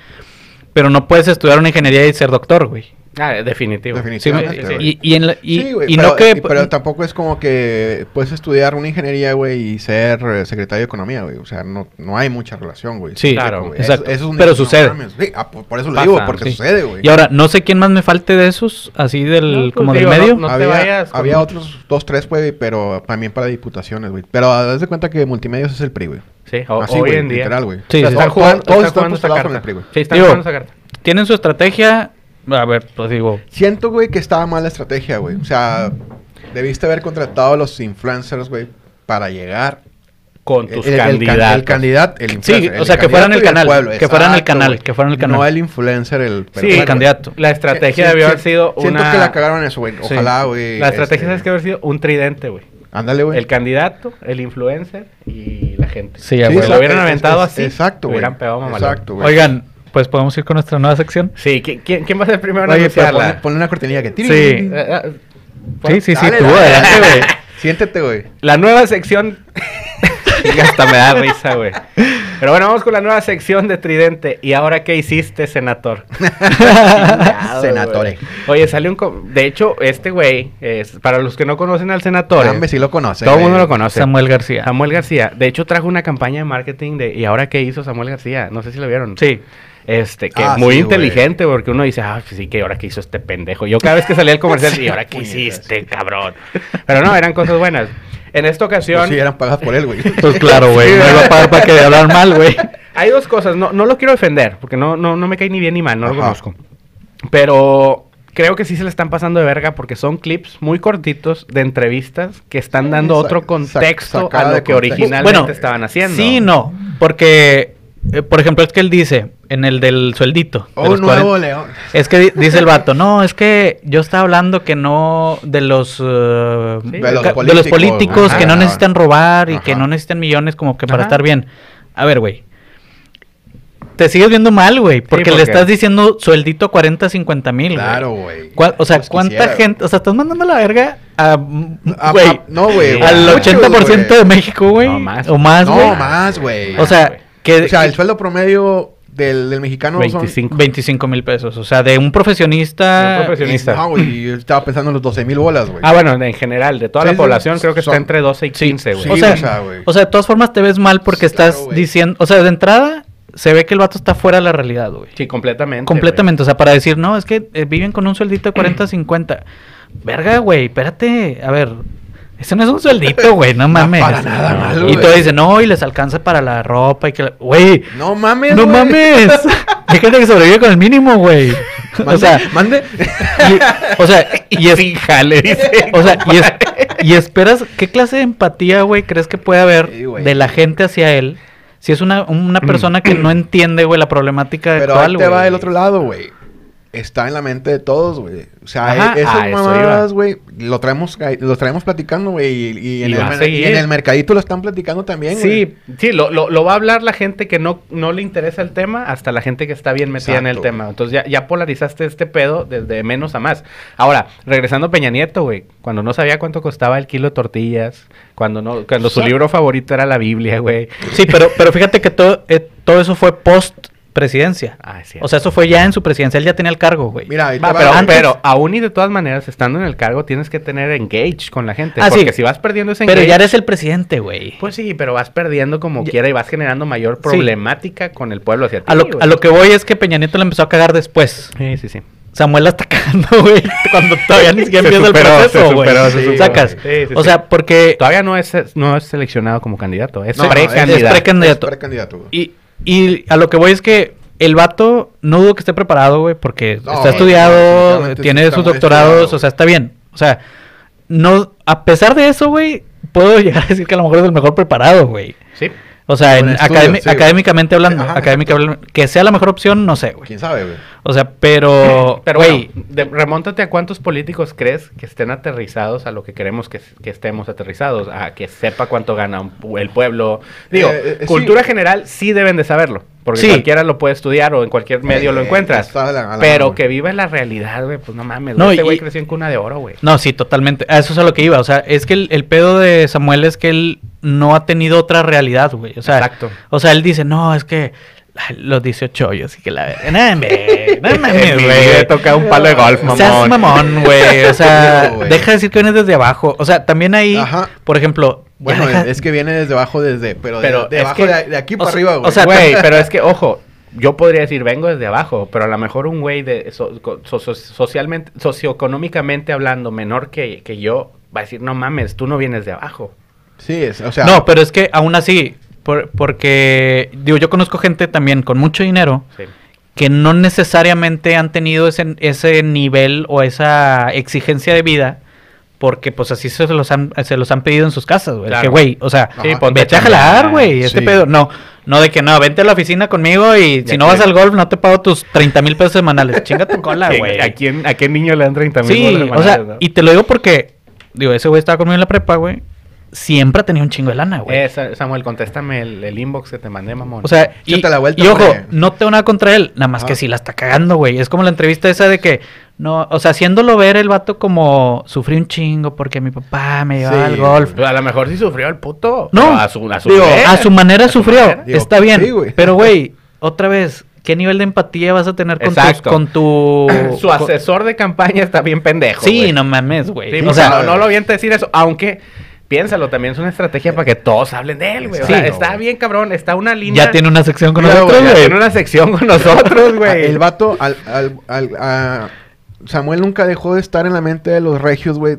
Speaker 2: Pero no puedes estudiar una ingeniería y ser doctor, güey.
Speaker 1: Ah, definitivo.
Speaker 2: Sí, me-
Speaker 3: Definitivamente,
Speaker 1: sí,
Speaker 3: güey.
Speaker 2: y, y en la- y-
Speaker 3: Sí, güey,
Speaker 2: y
Speaker 3: pero,
Speaker 2: no que...
Speaker 3: y- pero tampoco es como que puedes estudiar una ingeniería, güey, y ser eh, secretario de Economía, güey. O sea, no, no hay mucha relación, güey.
Speaker 2: Sí,
Speaker 1: claro,
Speaker 3: güey.
Speaker 2: exacto.
Speaker 3: Eso- eso es un-
Speaker 2: Pero
Speaker 3: no
Speaker 2: sucede.
Speaker 3: mames. Sí, ah, por, por eso lo
Speaker 1: Pasa,
Speaker 3: digo, porque
Speaker 1: sí.
Speaker 3: sucede, güey.
Speaker 2: Y ahora, no sé quién más me falte de esos, así del,
Speaker 1: No, pues
Speaker 2: como
Speaker 1: digo,
Speaker 2: del medio.
Speaker 1: no te
Speaker 3: había,
Speaker 1: vayas con-
Speaker 3: había otros dos, tres, güey, pero también para diputaciones, güey. Pero ah, haz de cuenta que multimedios es el PRI, güey.
Speaker 1: Sí, o-
Speaker 3: Así,
Speaker 1: hoy
Speaker 3: güey,
Speaker 1: en día.
Speaker 3: literal, güey.
Speaker 2: Sí,
Speaker 1: O sea,
Speaker 2: sí.
Speaker 1: están
Speaker 3: Todos-
Speaker 1: jugando,
Speaker 3: todos
Speaker 1: están
Speaker 3: están
Speaker 1: jugando esa
Speaker 3: postulados en este el
Speaker 1: carta.
Speaker 3: PRI, güey.
Speaker 1: Sí, están
Speaker 2: Digo,
Speaker 1: jugando esa carta.
Speaker 2: Tienen su estrategia, a ver, pues digo,
Speaker 3: Siento, güey, que estaba mal la estrategia, güey. O sea, debiste haber contratado a los influencers, güey, para llegar
Speaker 1: Con
Speaker 3: Eh, El-
Speaker 1: tus
Speaker 3: el, el can-
Speaker 1: candidatos.
Speaker 3: El, candidato, el influencer,
Speaker 2: o sea, que fueran el
Speaker 3: candidato y
Speaker 2: canal, que fueran el
Speaker 3: exacto,
Speaker 2: canal,
Speaker 3: güey.
Speaker 2: que fueran el canal.
Speaker 3: No el influencer, el, pero
Speaker 1: Sí,
Speaker 2: el candidato.
Speaker 1: La estrategia
Speaker 3: Sí,
Speaker 1: debió
Speaker 3: sí,
Speaker 1: haber sido
Speaker 3: Siento
Speaker 1: una...
Speaker 3: que la cagaron eso, güey. Ojalá, güey.
Speaker 1: La estrategia
Speaker 3: este,
Speaker 1: es que haber sido un tridente, güey.
Speaker 3: Ándale, güey.
Speaker 1: El candidato, el influencer y la gente.
Speaker 2: Sí,
Speaker 1: Si
Speaker 2: a
Speaker 1: lo
Speaker 2: huevo.
Speaker 1: hubieran
Speaker 3: es-
Speaker 1: aventado
Speaker 3: es-
Speaker 1: así,
Speaker 3: Exacto, güey.
Speaker 1: hubieran pegado mamalón.
Speaker 3: Exacto, güey.
Speaker 2: Oigan, pues podemos ir con nuestra nueva sección.
Speaker 1: Sí, ¿qui- ¿quién, quién va a ser el primero en
Speaker 3: Oye, pero ponle,
Speaker 1: anunciarla?
Speaker 3: ponle una cortinilla que tire.
Speaker 2: Sí.
Speaker 1: Eh, eh,
Speaker 2: Sí, sí, sí,
Speaker 3: Dale,
Speaker 2: tú,
Speaker 3: dale.
Speaker 2: adelante, güey.
Speaker 3: [LAUGHS] Siéntete, güey.
Speaker 1: La nueva
Speaker 3: [LAUGHS]
Speaker 1: sección. Y hasta me da risa, güey. Pero bueno, vamos con la nueva sección de Tridente. ¿Y ahora qué hiciste,
Speaker 3: [LAUGHS]
Speaker 1: senador? Chingado,
Speaker 3: Senatore.
Speaker 1: güey. Oye, sale un. co- De hecho, este güey, es- para los que no conocen al senatore,
Speaker 3: Hombre, sí lo conoce.
Speaker 1: todo el
Speaker 3: güey.
Speaker 1: mundo lo conoce.
Speaker 2: Samuel García.
Speaker 1: Samuel García. De hecho, trajo una campaña de marketing de ¿y ahora qué hizo Samuel García? No sé si lo vieron.
Speaker 2: Sí.
Speaker 1: Este, que
Speaker 3: Ah,
Speaker 1: muy
Speaker 3: sí, güey.
Speaker 1: inteligente, porque uno dice, ah, pues sí, que ahora qué hizo este pendejo. Yo cada vez que salía el comercial,
Speaker 3: [LAUGHS] Sí,
Speaker 1: ¿y ahora qué
Speaker 3: puñetas.
Speaker 1: hiciste, cabrón? Pero no, eran cosas buenas. En esta ocasión,
Speaker 3: Pues sí, eran pagadas por él, güey.
Speaker 2: Pues claro, güey.
Speaker 1: Sí,
Speaker 2: No iba a pagar para que le hablaran mal, güey.
Speaker 1: [LAUGHS] hay dos cosas. No, no lo quiero defender, porque no, no, no me cae ni bien ni mal, no lo
Speaker 3: Ajá.
Speaker 1: conozco. Pero creo que sí se le están pasando de verga, porque son clips muy cortitos de entrevistas que están
Speaker 3: Sí,
Speaker 1: dando
Speaker 3: sa-
Speaker 1: otro
Speaker 3: sa-
Speaker 1: contexto
Speaker 3: sacada
Speaker 1: a
Speaker 3: de
Speaker 1: lo que
Speaker 3: contexto.
Speaker 1: originalmente
Speaker 2: Bueno,
Speaker 1: estaban haciendo.
Speaker 2: Sí, no. Porque, eh, por ejemplo, es que él dice, en el del sueldito. de
Speaker 3: [LAUGHS] Oh,
Speaker 2: los
Speaker 3: nuevo
Speaker 2: 40,
Speaker 3: león.
Speaker 2: Es que di- dice el vato, no, es que yo estaba hablando que no de los eh,
Speaker 1: De
Speaker 2: ca-
Speaker 1: los
Speaker 2: de los
Speaker 3: políticos,
Speaker 2: políticos
Speaker 1: güey.
Speaker 2: que no
Speaker 1: Ajá.
Speaker 2: necesitan robar y
Speaker 3: Ajá.
Speaker 2: que no necesitan millones como que para
Speaker 1: Ajá.
Speaker 2: estar bien. A ver, güey. Te sigues viendo mal, güey, porque
Speaker 1: ¿por
Speaker 2: le
Speaker 1: qué?
Speaker 2: estás diciendo sueldito 40, 50 mil. güey.
Speaker 3: Claro, güey.
Speaker 2: Cua- O sea,
Speaker 3: Pues
Speaker 2: ¿cuánta
Speaker 3: quisiera,
Speaker 2: gente? O sea, estás mandando la verga a. mm,
Speaker 3: A-
Speaker 2: güey,
Speaker 3: a- no, güey.
Speaker 1: a
Speaker 2: al
Speaker 1: muchos,
Speaker 2: 80% de México, güey.
Speaker 1: No, más.
Speaker 2: O más,
Speaker 3: No,
Speaker 2: güey.
Speaker 3: más, güey.
Speaker 2: o sea, que.
Speaker 3: O sea, el sueldo promedio del, del mexicano
Speaker 1: 25.
Speaker 2: 25 mil pesos. O sea, de un
Speaker 1: De
Speaker 2: profesionista.
Speaker 1: un profesionista.
Speaker 3: son... Y- No, güey, yo estaba pensando en los 12 mil bolas, güey.
Speaker 1: Ah, bueno, en general, de toda
Speaker 3: Sí,
Speaker 1: la
Speaker 3: sí,
Speaker 1: población creo que
Speaker 3: son-
Speaker 1: está entre 12 y
Speaker 2: Sí,
Speaker 1: 15, güey.
Speaker 3: sí,
Speaker 2: o, sea,
Speaker 3: o sea, güey.
Speaker 2: o sea, de todas formas te ves mal porque
Speaker 3: Sí, claro,
Speaker 2: estás
Speaker 3: güey.
Speaker 2: diciendo. O sea, de entrada se ve que el vato está fuera de la realidad, güey.
Speaker 1: Sí, completamente.
Speaker 2: Completamente. O sea, para decir, no, es que eh, viven con un sueldito de 40, 50. Verga, güey, espérate. A ver, ese no es un sueldito, güey, no mames.
Speaker 3: para nada
Speaker 2: No.
Speaker 3: malo,
Speaker 2: Y
Speaker 3: güey.
Speaker 2: todo dice, no, y les alcanza para la ropa y que. la- Güey,
Speaker 3: No mames,
Speaker 2: no
Speaker 3: güey. [LAUGHS]
Speaker 2: mames. Hay gente que sobrevive con el mínimo, güey.
Speaker 3: Mande,
Speaker 2: O sea,
Speaker 3: mande.
Speaker 2: y, o sea, y es, [LAUGHS] o sea, y, es- y esperas, ¿qué clase de empatía, güey, crees que puede haber
Speaker 3: Sí, güey.
Speaker 2: de la gente hacia él? Si es una, una persona que no entiende, güey, la problemática
Speaker 3: [LAUGHS] Pero
Speaker 2: actual,
Speaker 3: ahí te
Speaker 2: güey.
Speaker 3: va el otro lado, güey. Está en la mente de todos, güey. O sea,
Speaker 1: Ajá,
Speaker 3: e- esas
Speaker 1: a eso
Speaker 3: mamadas, güey, lo traemos, ca- lo traemos platicando, güey. Y, y en
Speaker 1: Y
Speaker 3: el,
Speaker 1: va a
Speaker 3: mer-
Speaker 1: seguir.
Speaker 3: y en el mercadito lo están platicando también, güey.
Speaker 1: Sí, sí lo, lo- lo va a hablar la gente que no, no le interesa el tema hasta la gente que está bien metida en el
Speaker 3: Exacto.
Speaker 1: tema. Entonces ya, ya polarizaste este pedo desde menos a más. Ahora, regresando a Peña Nieto, güey, cuando no sabía cuánto costaba el kilo de tortillas, cuando no cuando su
Speaker 2: Sí.
Speaker 1: libro favorito era la Biblia, güey.
Speaker 2: Sí, pero, pero fíjate que todo, eh, todo eso fue post-presidencia.
Speaker 1: Ah, es cierto.
Speaker 2: O sea, eso fue ya en su presidencia. Él ya tenía el cargo, güey.
Speaker 3: Mira, ahí te
Speaker 1: Va,
Speaker 3: va,
Speaker 1: pero,
Speaker 3: güey.
Speaker 2: antes-
Speaker 1: pero aún y de todas maneras, estando en el cargo, tienes que tener engage con la gente.
Speaker 2: Ah, sí.
Speaker 1: porque si vas perdiendo ese
Speaker 2: pero
Speaker 1: engage,
Speaker 2: ya eres el presidente, güey.
Speaker 1: Pues sí, pero vas perdiendo como
Speaker 2: Ya-
Speaker 1: quiera y vas generando mayor problemática con el pueblo hacia ti.
Speaker 2: A lo,
Speaker 1: güey.
Speaker 2: a lo que voy es que Peña Nieto le empezó a cagar después.
Speaker 1: Sí, sí, sí.
Speaker 2: Samuel la está cagando, [LAUGHS] güey, cuando todavía ni siquiera
Speaker 1: Se
Speaker 2: empieza
Speaker 1: superó,
Speaker 2: el
Speaker 1: se
Speaker 2: proceso, güey.
Speaker 1: superó, se
Speaker 3: superó.
Speaker 2: Sacas.
Speaker 1: Sí, sí, sí.
Speaker 2: o sea, porque
Speaker 1: Eh, Todavía no es, no es seleccionado como candidato, es
Speaker 3: No, no,
Speaker 1: precandidato.
Speaker 2: es precan- precandidato.
Speaker 3: Es precandidato, güey.
Speaker 2: Y, y a lo que voy es que el vato no dudo que esté preparado, güey, porque
Speaker 3: No,
Speaker 2: está
Speaker 3: güey,
Speaker 2: estudiado,
Speaker 3: definitivamente
Speaker 2: tiene
Speaker 3: está
Speaker 2: sus
Speaker 3: muy
Speaker 2: doctorados,
Speaker 3: estudiado.
Speaker 2: o sea, está bien. O sea, no, a pesar de eso, güey, puedo [LAUGHS] llegar a decir que a lo mejor es el mejor preparado, güey.
Speaker 1: Sí.
Speaker 2: O sea,
Speaker 3: Con
Speaker 2: en
Speaker 3: estudios,
Speaker 2: académi-
Speaker 3: sí, güey.
Speaker 2: académicamente hablando,
Speaker 3: Ajá,
Speaker 2: académicamente que sea la mejor opción, no sé, güey.
Speaker 3: ¿Quién sabe, güey?
Speaker 2: O sea, pero,
Speaker 1: [LAUGHS] Pero
Speaker 2: güey,
Speaker 1: bueno, de- remóntate a cuántos políticos crees que estén aterrizados a lo que queremos que, que estemos aterrizados, a que sepa cuánto gana un pu- el pueblo. Digo,
Speaker 3: Eh, eh,
Speaker 1: cultura
Speaker 3: sí.
Speaker 1: general sí deben de saberlo, porque
Speaker 2: Sí.
Speaker 1: cualquiera lo puede estudiar o en cualquier medio lo
Speaker 3: Eh,
Speaker 1: encuentras.
Speaker 3: está a la- a la
Speaker 1: pero
Speaker 3: mano,
Speaker 1: que
Speaker 3: güey.
Speaker 1: viva la realidad, güey, pues no mames,
Speaker 2: No,
Speaker 1: güey, este
Speaker 2: y-
Speaker 1: güey creció en cuna de oro, güey.
Speaker 2: No, sí, totalmente. A eso es a lo que iba. O sea, es que el, el pedo de Samuel es que él no ha tenido otra realidad, güey. O sea,
Speaker 1: Exacto.
Speaker 2: O sea, él dice, no, es que ay, los 18 hoyos y que la... No, hombre,
Speaker 1: [LAUGHS]
Speaker 3: [LAUGHS]
Speaker 2: no mames,
Speaker 1: Mi
Speaker 2: güey.
Speaker 1: vida, he tocado un palo de golf,
Speaker 2: Seas
Speaker 1: mamón.
Speaker 2: mamón, güey.
Speaker 3: [LAUGHS]
Speaker 2: O
Speaker 3: Qué
Speaker 2: sea,
Speaker 3: rico, güey.
Speaker 2: deja de decir que vienes desde abajo. O sea, también ahí,
Speaker 3: Ajá.
Speaker 2: por ejemplo... ya
Speaker 3: Bueno,
Speaker 2: deja-
Speaker 3: es que viene desde abajo, desde. Pero,
Speaker 1: Pero
Speaker 3: de,
Speaker 1: es
Speaker 3: abajo,
Speaker 1: que-
Speaker 3: de, de aquí
Speaker 2: o
Speaker 3: para
Speaker 2: sea-
Speaker 3: arriba, güey.
Speaker 2: o sea, [LAUGHS]
Speaker 1: Güey, pero es que, ojo, yo podría decir, vengo desde abajo, pero a lo mejor un güey de so- co- so- so- socialmente, socioeconómicamente hablando, menor que, que yo, va a decir, no mames, tú no vienes de abajo.
Speaker 3: sí, es, o sea.
Speaker 2: No, pero es que aún así, por- porque... Digo, yo conozco gente también con mucho dinero...
Speaker 1: Sí.
Speaker 2: que no necesariamente han tenido ese, ese nivel o esa exigencia de vida porque pues así se los han, se los han pedido en sus casas, güey.
Speaker 1: Claro. pues,
Speaker 2: Que güey, o sea,
Speaker 3: Sí,
Speaker 1: ponte
Speaker 2: vete a
Speaker 1: a chambear.
Speaker 2: jalar, güey, este
Speaker 3: Sí.
Speaker 2: pedo. No, no de que no, vente a la oficina conmigo y si
Speaker 1: Ya
Speaker 2: no
Speaker 1: que-
Speaker 2: vas al golf no te pago tus 30 mil
Speaker 1: [LAUGHS]
Speaker 2: pesos semanales. Chinga tu cola, güey.
Speaker 1: ¿A quién, ¿A qué niño le dan 30 mil
Speaker 2: Sí, o sea, y te lo digo porque, digo, ese güey estaba conmigo en la prepa, güey. siempre ha tenido un chingo de lana, güey.
Speaker 1: Eh, Sa- Samuel, contéstame el, el inbox que te mandé, mamón.
Speaker 2: O sea, y,
Speaker 3: Échate la vuelta,
Speaker 2: y ojo,
Speaker 3: hombre.
Speaker 2: no tengo nada contra él, nada más
Speaker 3: Ah.
Speaker 2: que si la está cagando, güey. Es como la entrevista esa de que, no, o sea, haciéndolo ver el vato como sufrí un chingo porque mi papá me llevaba
Speaker 3: Sí.
Speaker 2: al golf.
Speaker 1: Pero a lo mejor sí sufrió el puto.
Speaker 2: No.
Speaker 1: Pero A su, a su
Speaker 3: Digo,
Speaker 2: A su manera
Speaker 1: A su
Speaker 2: sufrió,
Speaker 1: manera.
Speaker 3: Digo,
Speaker 2: está bien.
Speaker 3: sí, güey.
Speaker 2: Pero, güey, otra vez, ¿qué nivel de empatía vas a tener con, tus,
Speaker 1: Exacto.
Speaker 2: con tu.
Speaker 1: [COUGHS] Su asesor de campaña está bien pendejo.
Speaker 2: con- Sí,
Speaker 1: güey.
Speaker 2: no mames,
Speaker 1: Sí, pues,
Speaker 2: güey.
Speaker 1: porque
Speaker 2: o sea,
Speaker 1: no, no lo avienta a decir eso, aunque piénsalo, también es una estrategia para que todos hablen de él, güey. O
Speaker 2: Sí,
Speaker 1: sea,
Speaker 3: no,
Speaker 1: está
Speaker 3: güey.
Speaker 1: bien, cabrón, está una línea.
Speaker 2: ya tiene una sección con
Speaker 1: Ya,
Speaker 2: nosotros,
Speaker 1: güey, ya
Speaker 2: güey. Ah,
Speaker 1: tiene una sección con nosotros, güey.
Speaker 3: El vato, al, al- al- a- Samuel nunca dejó de estar en la mente de los regios, güey.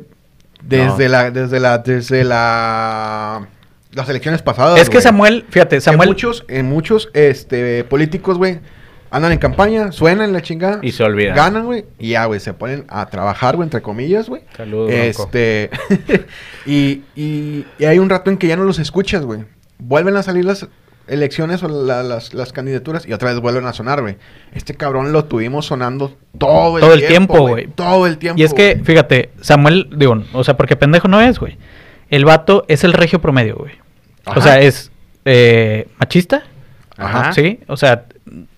Speaker 3: Desde la, desde la, desde la, las elecciones pasadas.
Speaker 2: Es que
Speaker 3: güey.
Speaker 2: Samuel, fíjate, Samuel.
Speaker 3: En muchos, en muchos, este, políticos, güey, andan en campaña, suenan la chingada.
Speaker 1: Y se olvidan.
Speaker 3: Ganan, güey, y ya, güey, se ponen a trabajar, güey, entre comillas, güey.
Speaker 1: Saludos, Bronco.
Speaker 3: Este, [LAUGHS] y, y, y hay un rato en que ya no los escuchas, güey. Vuelven a salir las elecciones o la- las, las candidaturas y otra vez vuelven a sonar, güey. Este cabrón lo tuvimos sonando todo el,
Speaker 2: Todo el tiempo, güey.
Speaker 3: Todo el tiempo,
Speaker 2: Y es que,
Speaker 3: güey.
Speaker 2: fíjate, Samuel, digo, o sea, porque pendejo no es, güey. El vato es el regio promedio, güey.
Speaker 3: Ajá.
Speaker 2: O sea, es eh, machista,
Speaker 1: Ajá.
Speaker 2: ¿sí? O sea,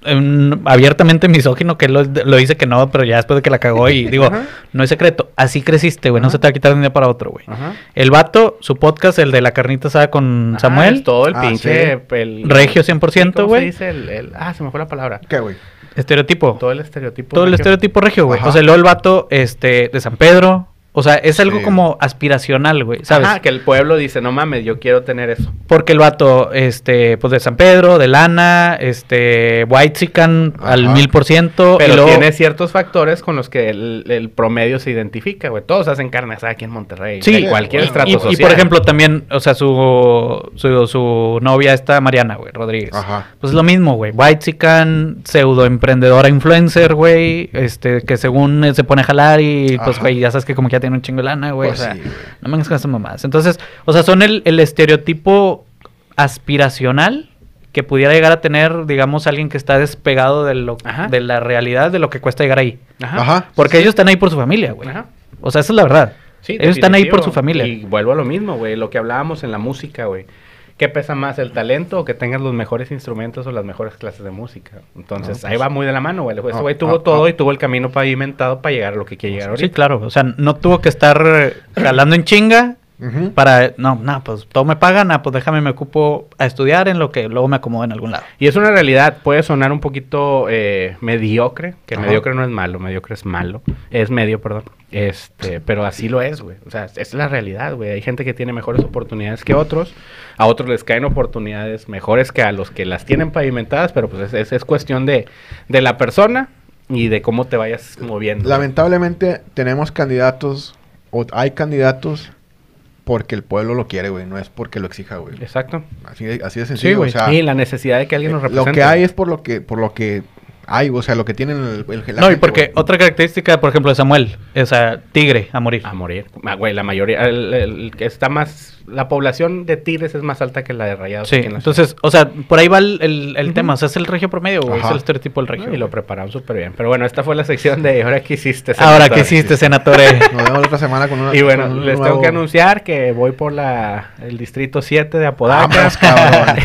Speaker 2: em, abiertamente misógino, que él lo, lo dice que no, pero ya después de que la cagó y digo,
Speaker 3: Ajá.
Speaker 2: no es secreto. Así creciste, güey, no
Speaker 1: Ajá.
Speaker 2: se te va a quitar de un día para otro, güey.
Speaker 1: Ajá.
Speaker 2: El vato, su podcast, el de la carnita asada con
Speaker 1: Ajá,
Speaker 2: Samuel,
Speaker 1: es todo el
Speaker 3: Ah,
Speaker 1: pinche.
Speaker 3: sí.
Speaker 1: el-
Speaker 2: Regio 100%,
Speaker 1: ¿cómo se
Speaker 2: güey.
Speaker 1: dice el- el- ah, se me fue la palabra.
Speaker 3: ¿Qué, güey?
Speaker 2: estereotipo.
Speaker 1: Todo el estereotipo.
Speaker 2: Todo el
Speaker 1: regio.
Speaker 2: estereotipo regio, güey.
Speaker 3: Ajá.
Speaker 2: O sea, luego el vato este, de San Pedro. O sea, es algo
Speaker 3: Sí.
Speaker 2: como aspiracional, güey, ¿sabes?
Speaker 1: Ajá, que el pueblo dice, no mames, yo quiero tener eso.
Speaker 2: Porque el vato, este, pues de San Pedro, de Lana, este, White al
Speaker 3: Ajá.
Speaker 2: mil por ciento.
Speaker 1: Pero
Speaker 2: y luego-
Speaker 1: tiene ciertos factores con los que el, el promedio se identifica, güey. Todos hacen carne asada aquí en Monterrey.
Speaker 2: Sí.
Speaker 1: de cualquier
Speaker 3: Y-
Speaker 1: estrato
Speaker 2: y,
Speaker 1: social.
Speaker 2: y, por ejemplo, también, o sea, su, su, su novia está Mariana, güey, Rodríguez.
Speaker 3: Ajá.
Speaker 2: Pues lo mismo, güey. White pseudo emprendedora influencer, güey. Este, que según eh, se pone a jalar y pues,
Speaker 3: Ajá.
Speaker 2: güey, ya sabes que como que ya tiene un chingo de lana, güey.
Speaker 3: Pues
Speaker 2: o sea,
Speaker 3: sí, güey.
Speaker 2: no me vengas con esas mamadas. Entonces, o sea, son el, el estereotipo aspiracional que pudiera llegar a tener, digamos, alguien que está despegado de lo
Speaker 1: Ajá.
Speaker 2: de la realidad de lo que cuesta llegar ahí.
Speaker 1: Ajá.
Speaker 3: Ajá.
Speaker 2: Porque ellos están ahí por su familia, güey.
Speaker 1: Ajá.
Speaker 2: O sea, esa es la verdad.
Speaker 1: Sí,
Speaker 2: ellos están ahí por
Speaker 1: definitivo.
Speaker 2: su familia.
Speaker 1: Y vuelvo a lo mismo, güey. Lo que hablábamos en la música, güey. ¿Qué pesa más, el talento o que tengas los mejores instrumentos o las mejores clases de música? Entonces, ahí
Speaker 2: pues
Speaker 1: va muy de la mano, güey. Ese
Speaker 3: Ah,
Speaker 1: güey
Speaker 3: ah,
Speaker 1: tuvo todo
Speaker 3: ah.
Speaker 1: y tuvo el camino pavimentado para llegar a lo que quiere llegar
Speaker 2: Sí,
Speaker 1: ahorita.
Speaker 2: claro. O sea, no tuvo que estar eh, jalando en chinga
Speaker 3: Ujú.
Speaker 2: para... No, no, pues todo me pagan, ah, pues déjame, me ocupo a estudiar en lo que luego me acomodo en algún lado.
Speaker 1: Y es una realidad, puede sonar un poquito eh, mediocre, que
Speaker 3: Ajá.
Speaker 1: mediocre no es malo, mediocre es malo, es medio, perdón, este, pero así lo es, güey, o sea, es la realidad, güey, hay gente que tiene mejores oportunidades que otros, a otros les caen oportunidades mejores que a los que las tienen pavimentadas, pero pues es, es, es cuestión de, de la persona y de cómo te vayas moviendo.
Speaker 3: Lamentablemente tenemos candidatos, o hay candidatos porque el pueblo lo quiere, güey, no es porque lo exija, güey.
Speaker 1: Exacto.
Speaker 3: Así, de- así de sencillo,
Speaker 2: güey.
Speaker 3: o sea,
Speaker 1: y la necesidad de que alguien nos
Speaker 3: eh,
Speaker 1: represente.
Speaker 3: lo que hay es por lo que, por lo que hay, o sea, lo que tienen el, el la
Speaker 2: no, y
Speaker 3: gente,
Speaker 2: porque
Speaker 3: güey.
Speaker 2: otra característica, por ejemplo, de Samuel, es a tigre a morir.
Speaker 1: A morir. Ah, güey, la mayoría, el- el que está más, la población de tigres es más alta que la de rayados.
Speaker 2: Sí,
Speaker 1: aquí en la
Speaker 2: entonces, o sea, por ahí va el, el- el
Speaker 1: Ujú.
Speaker 2: tema. O sea, es el regio promedio, güey. Es
Speaker 3: Ajá.
Speaker 2: el estereotipo del regio.
Speaker 1: No, y lo
Speaker 2: güey.
Speaker 1: prepararon súper bien. Pero bueno, esta fue la sección de ahora que hiciste.
Speaker 2: Ahora
Speaker 1: senador?
Speaker 2: que
Speaker 1: [LAUGHS]
Speaker 2: hiciste, senatore.
Speaker 3: Nos vemos la otra semana con una.
Speaker 1: Y bueno,
Speaker 3: con un
Speaker 1: les
Speaker 3: nuevo-
Speaker 1: tengo que anunciar que voy por la el distrito 7 de Apodaca.
Speaker 3: Vamos,
Speaker 1: [LAUGHS]
Speaker 3: cabrón.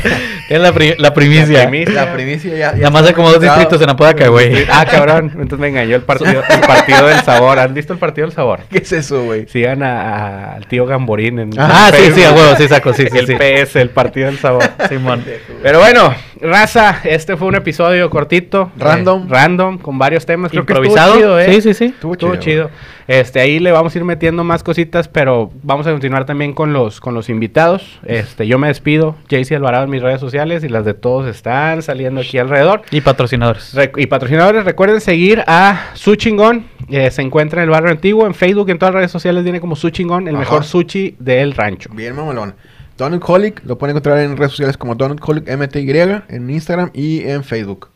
Speaker 2: es la, pri- la Ah, pues, primicia.
Speaker 1: La primicia.
Speaker 3: [LAUGHS] la primicia ya. ya
Speaker 2: Nada más hay como dos distritos en Apodaca, güey.
Speaker 1: ah, cabrón. Entonces me engañó el partido, el partido del sabor. ¿Han visto el partido del sabor?
Speaker 3: ¿Qué es eso, güey?
Speaker 1: Sigan a- a- al tío Gamborín en
Speaker 2: Ah,
Speaker 1: en
Speaker 2: sí, sí, a
Speaker 1: Facebook.
Speaker 2: huevo, sí saco, sí, sí,
Speaker 1: El
Speaker 2: sí.
Speaker 1: PS, el partido del sabor.
Speaker 2: [LAUGHS] Simón.
Speaker 1: Pero bueno, raza, este fue un episodio cortito.
Speaker 3: Random.
Speaker 1: eh, random, con varios temas. Ah, Creo que estuvo
Speaker 2: Improvisado.
Speaker 1: chido, ¿eh?
Speaker 2: Sí, sí, sí.
Speaker 3: Estuvo
Speaker 1: Estuvo
Speaker 3: chido.
Speaker 1: chido. Este, ahí le vamos a ir metiendo más cositas, pero vamos a continuar también con los, con los invitados. Este, yo me despido, JC Alvarado en mis redes sociales y las de todos están saliendo aquí alrededor.
Speaker 2: Y patrocinadores.
Speaker 1: Rec- y patrocinadores, recuerden seguir a Su Chingón. eh, se encuentra en el barrio antiguo, en Facebook, en todas las redes sociales tiene como Su Chingón, el
Speaker 3: Ajá.
Speaker 1: mejor sushi del rancho.
Speaker 3: Bien, mamalón. Donut Holic lo pueden encontrar en redes sociales como Donut Holic MTY en Instagram y en Facebook.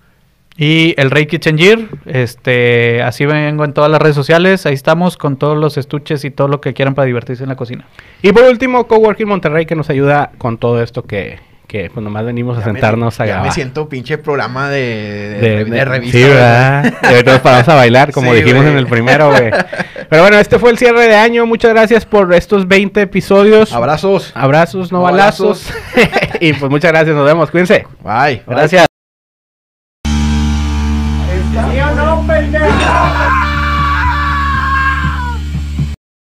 Speaker 2: Y el Rey Kitchen Gear, este, así vengo en todas las redes sociales, ahí estamos con todos los estuches y todo lo que quieran para divertirse en la cocina.
Speaker 1: Y por último, Coworking Monterrey que nos ayuda con todo esto que, que pues nomás venimos a sentarnos
Speaker 3: ya
Speaker 1: a
Speaker 3: me, Ya
Speaker 1: grabar.
Speaker 3: me siento pinche programa de, de, de,
Speaker 1: de,
Speaker 3: de revista.
Speaker 1: Sí, [LAUGHS]
Speaker 3: güey.
Speaker 1: ¿verdad? De- nos paramos a bailar, como
Speaker 3: [LAUGHS] Sí,
Speaker 1: dijimos
Speaker 3: güey.
Speaker 1: en el primero, güey. Pero bueno, este fue el cierre de año. Muchas gracias por estos 20 episodios.
Speaker 3: Abrazos.
Speaker 1: Abrazos, no,
Speaker 3: No
Speaker 1: [LAUGHS] balazos. y pues muchas gracias, nos vemos. Cuídense.
Speaker 3: Bye.
Speaker 2: Gracias.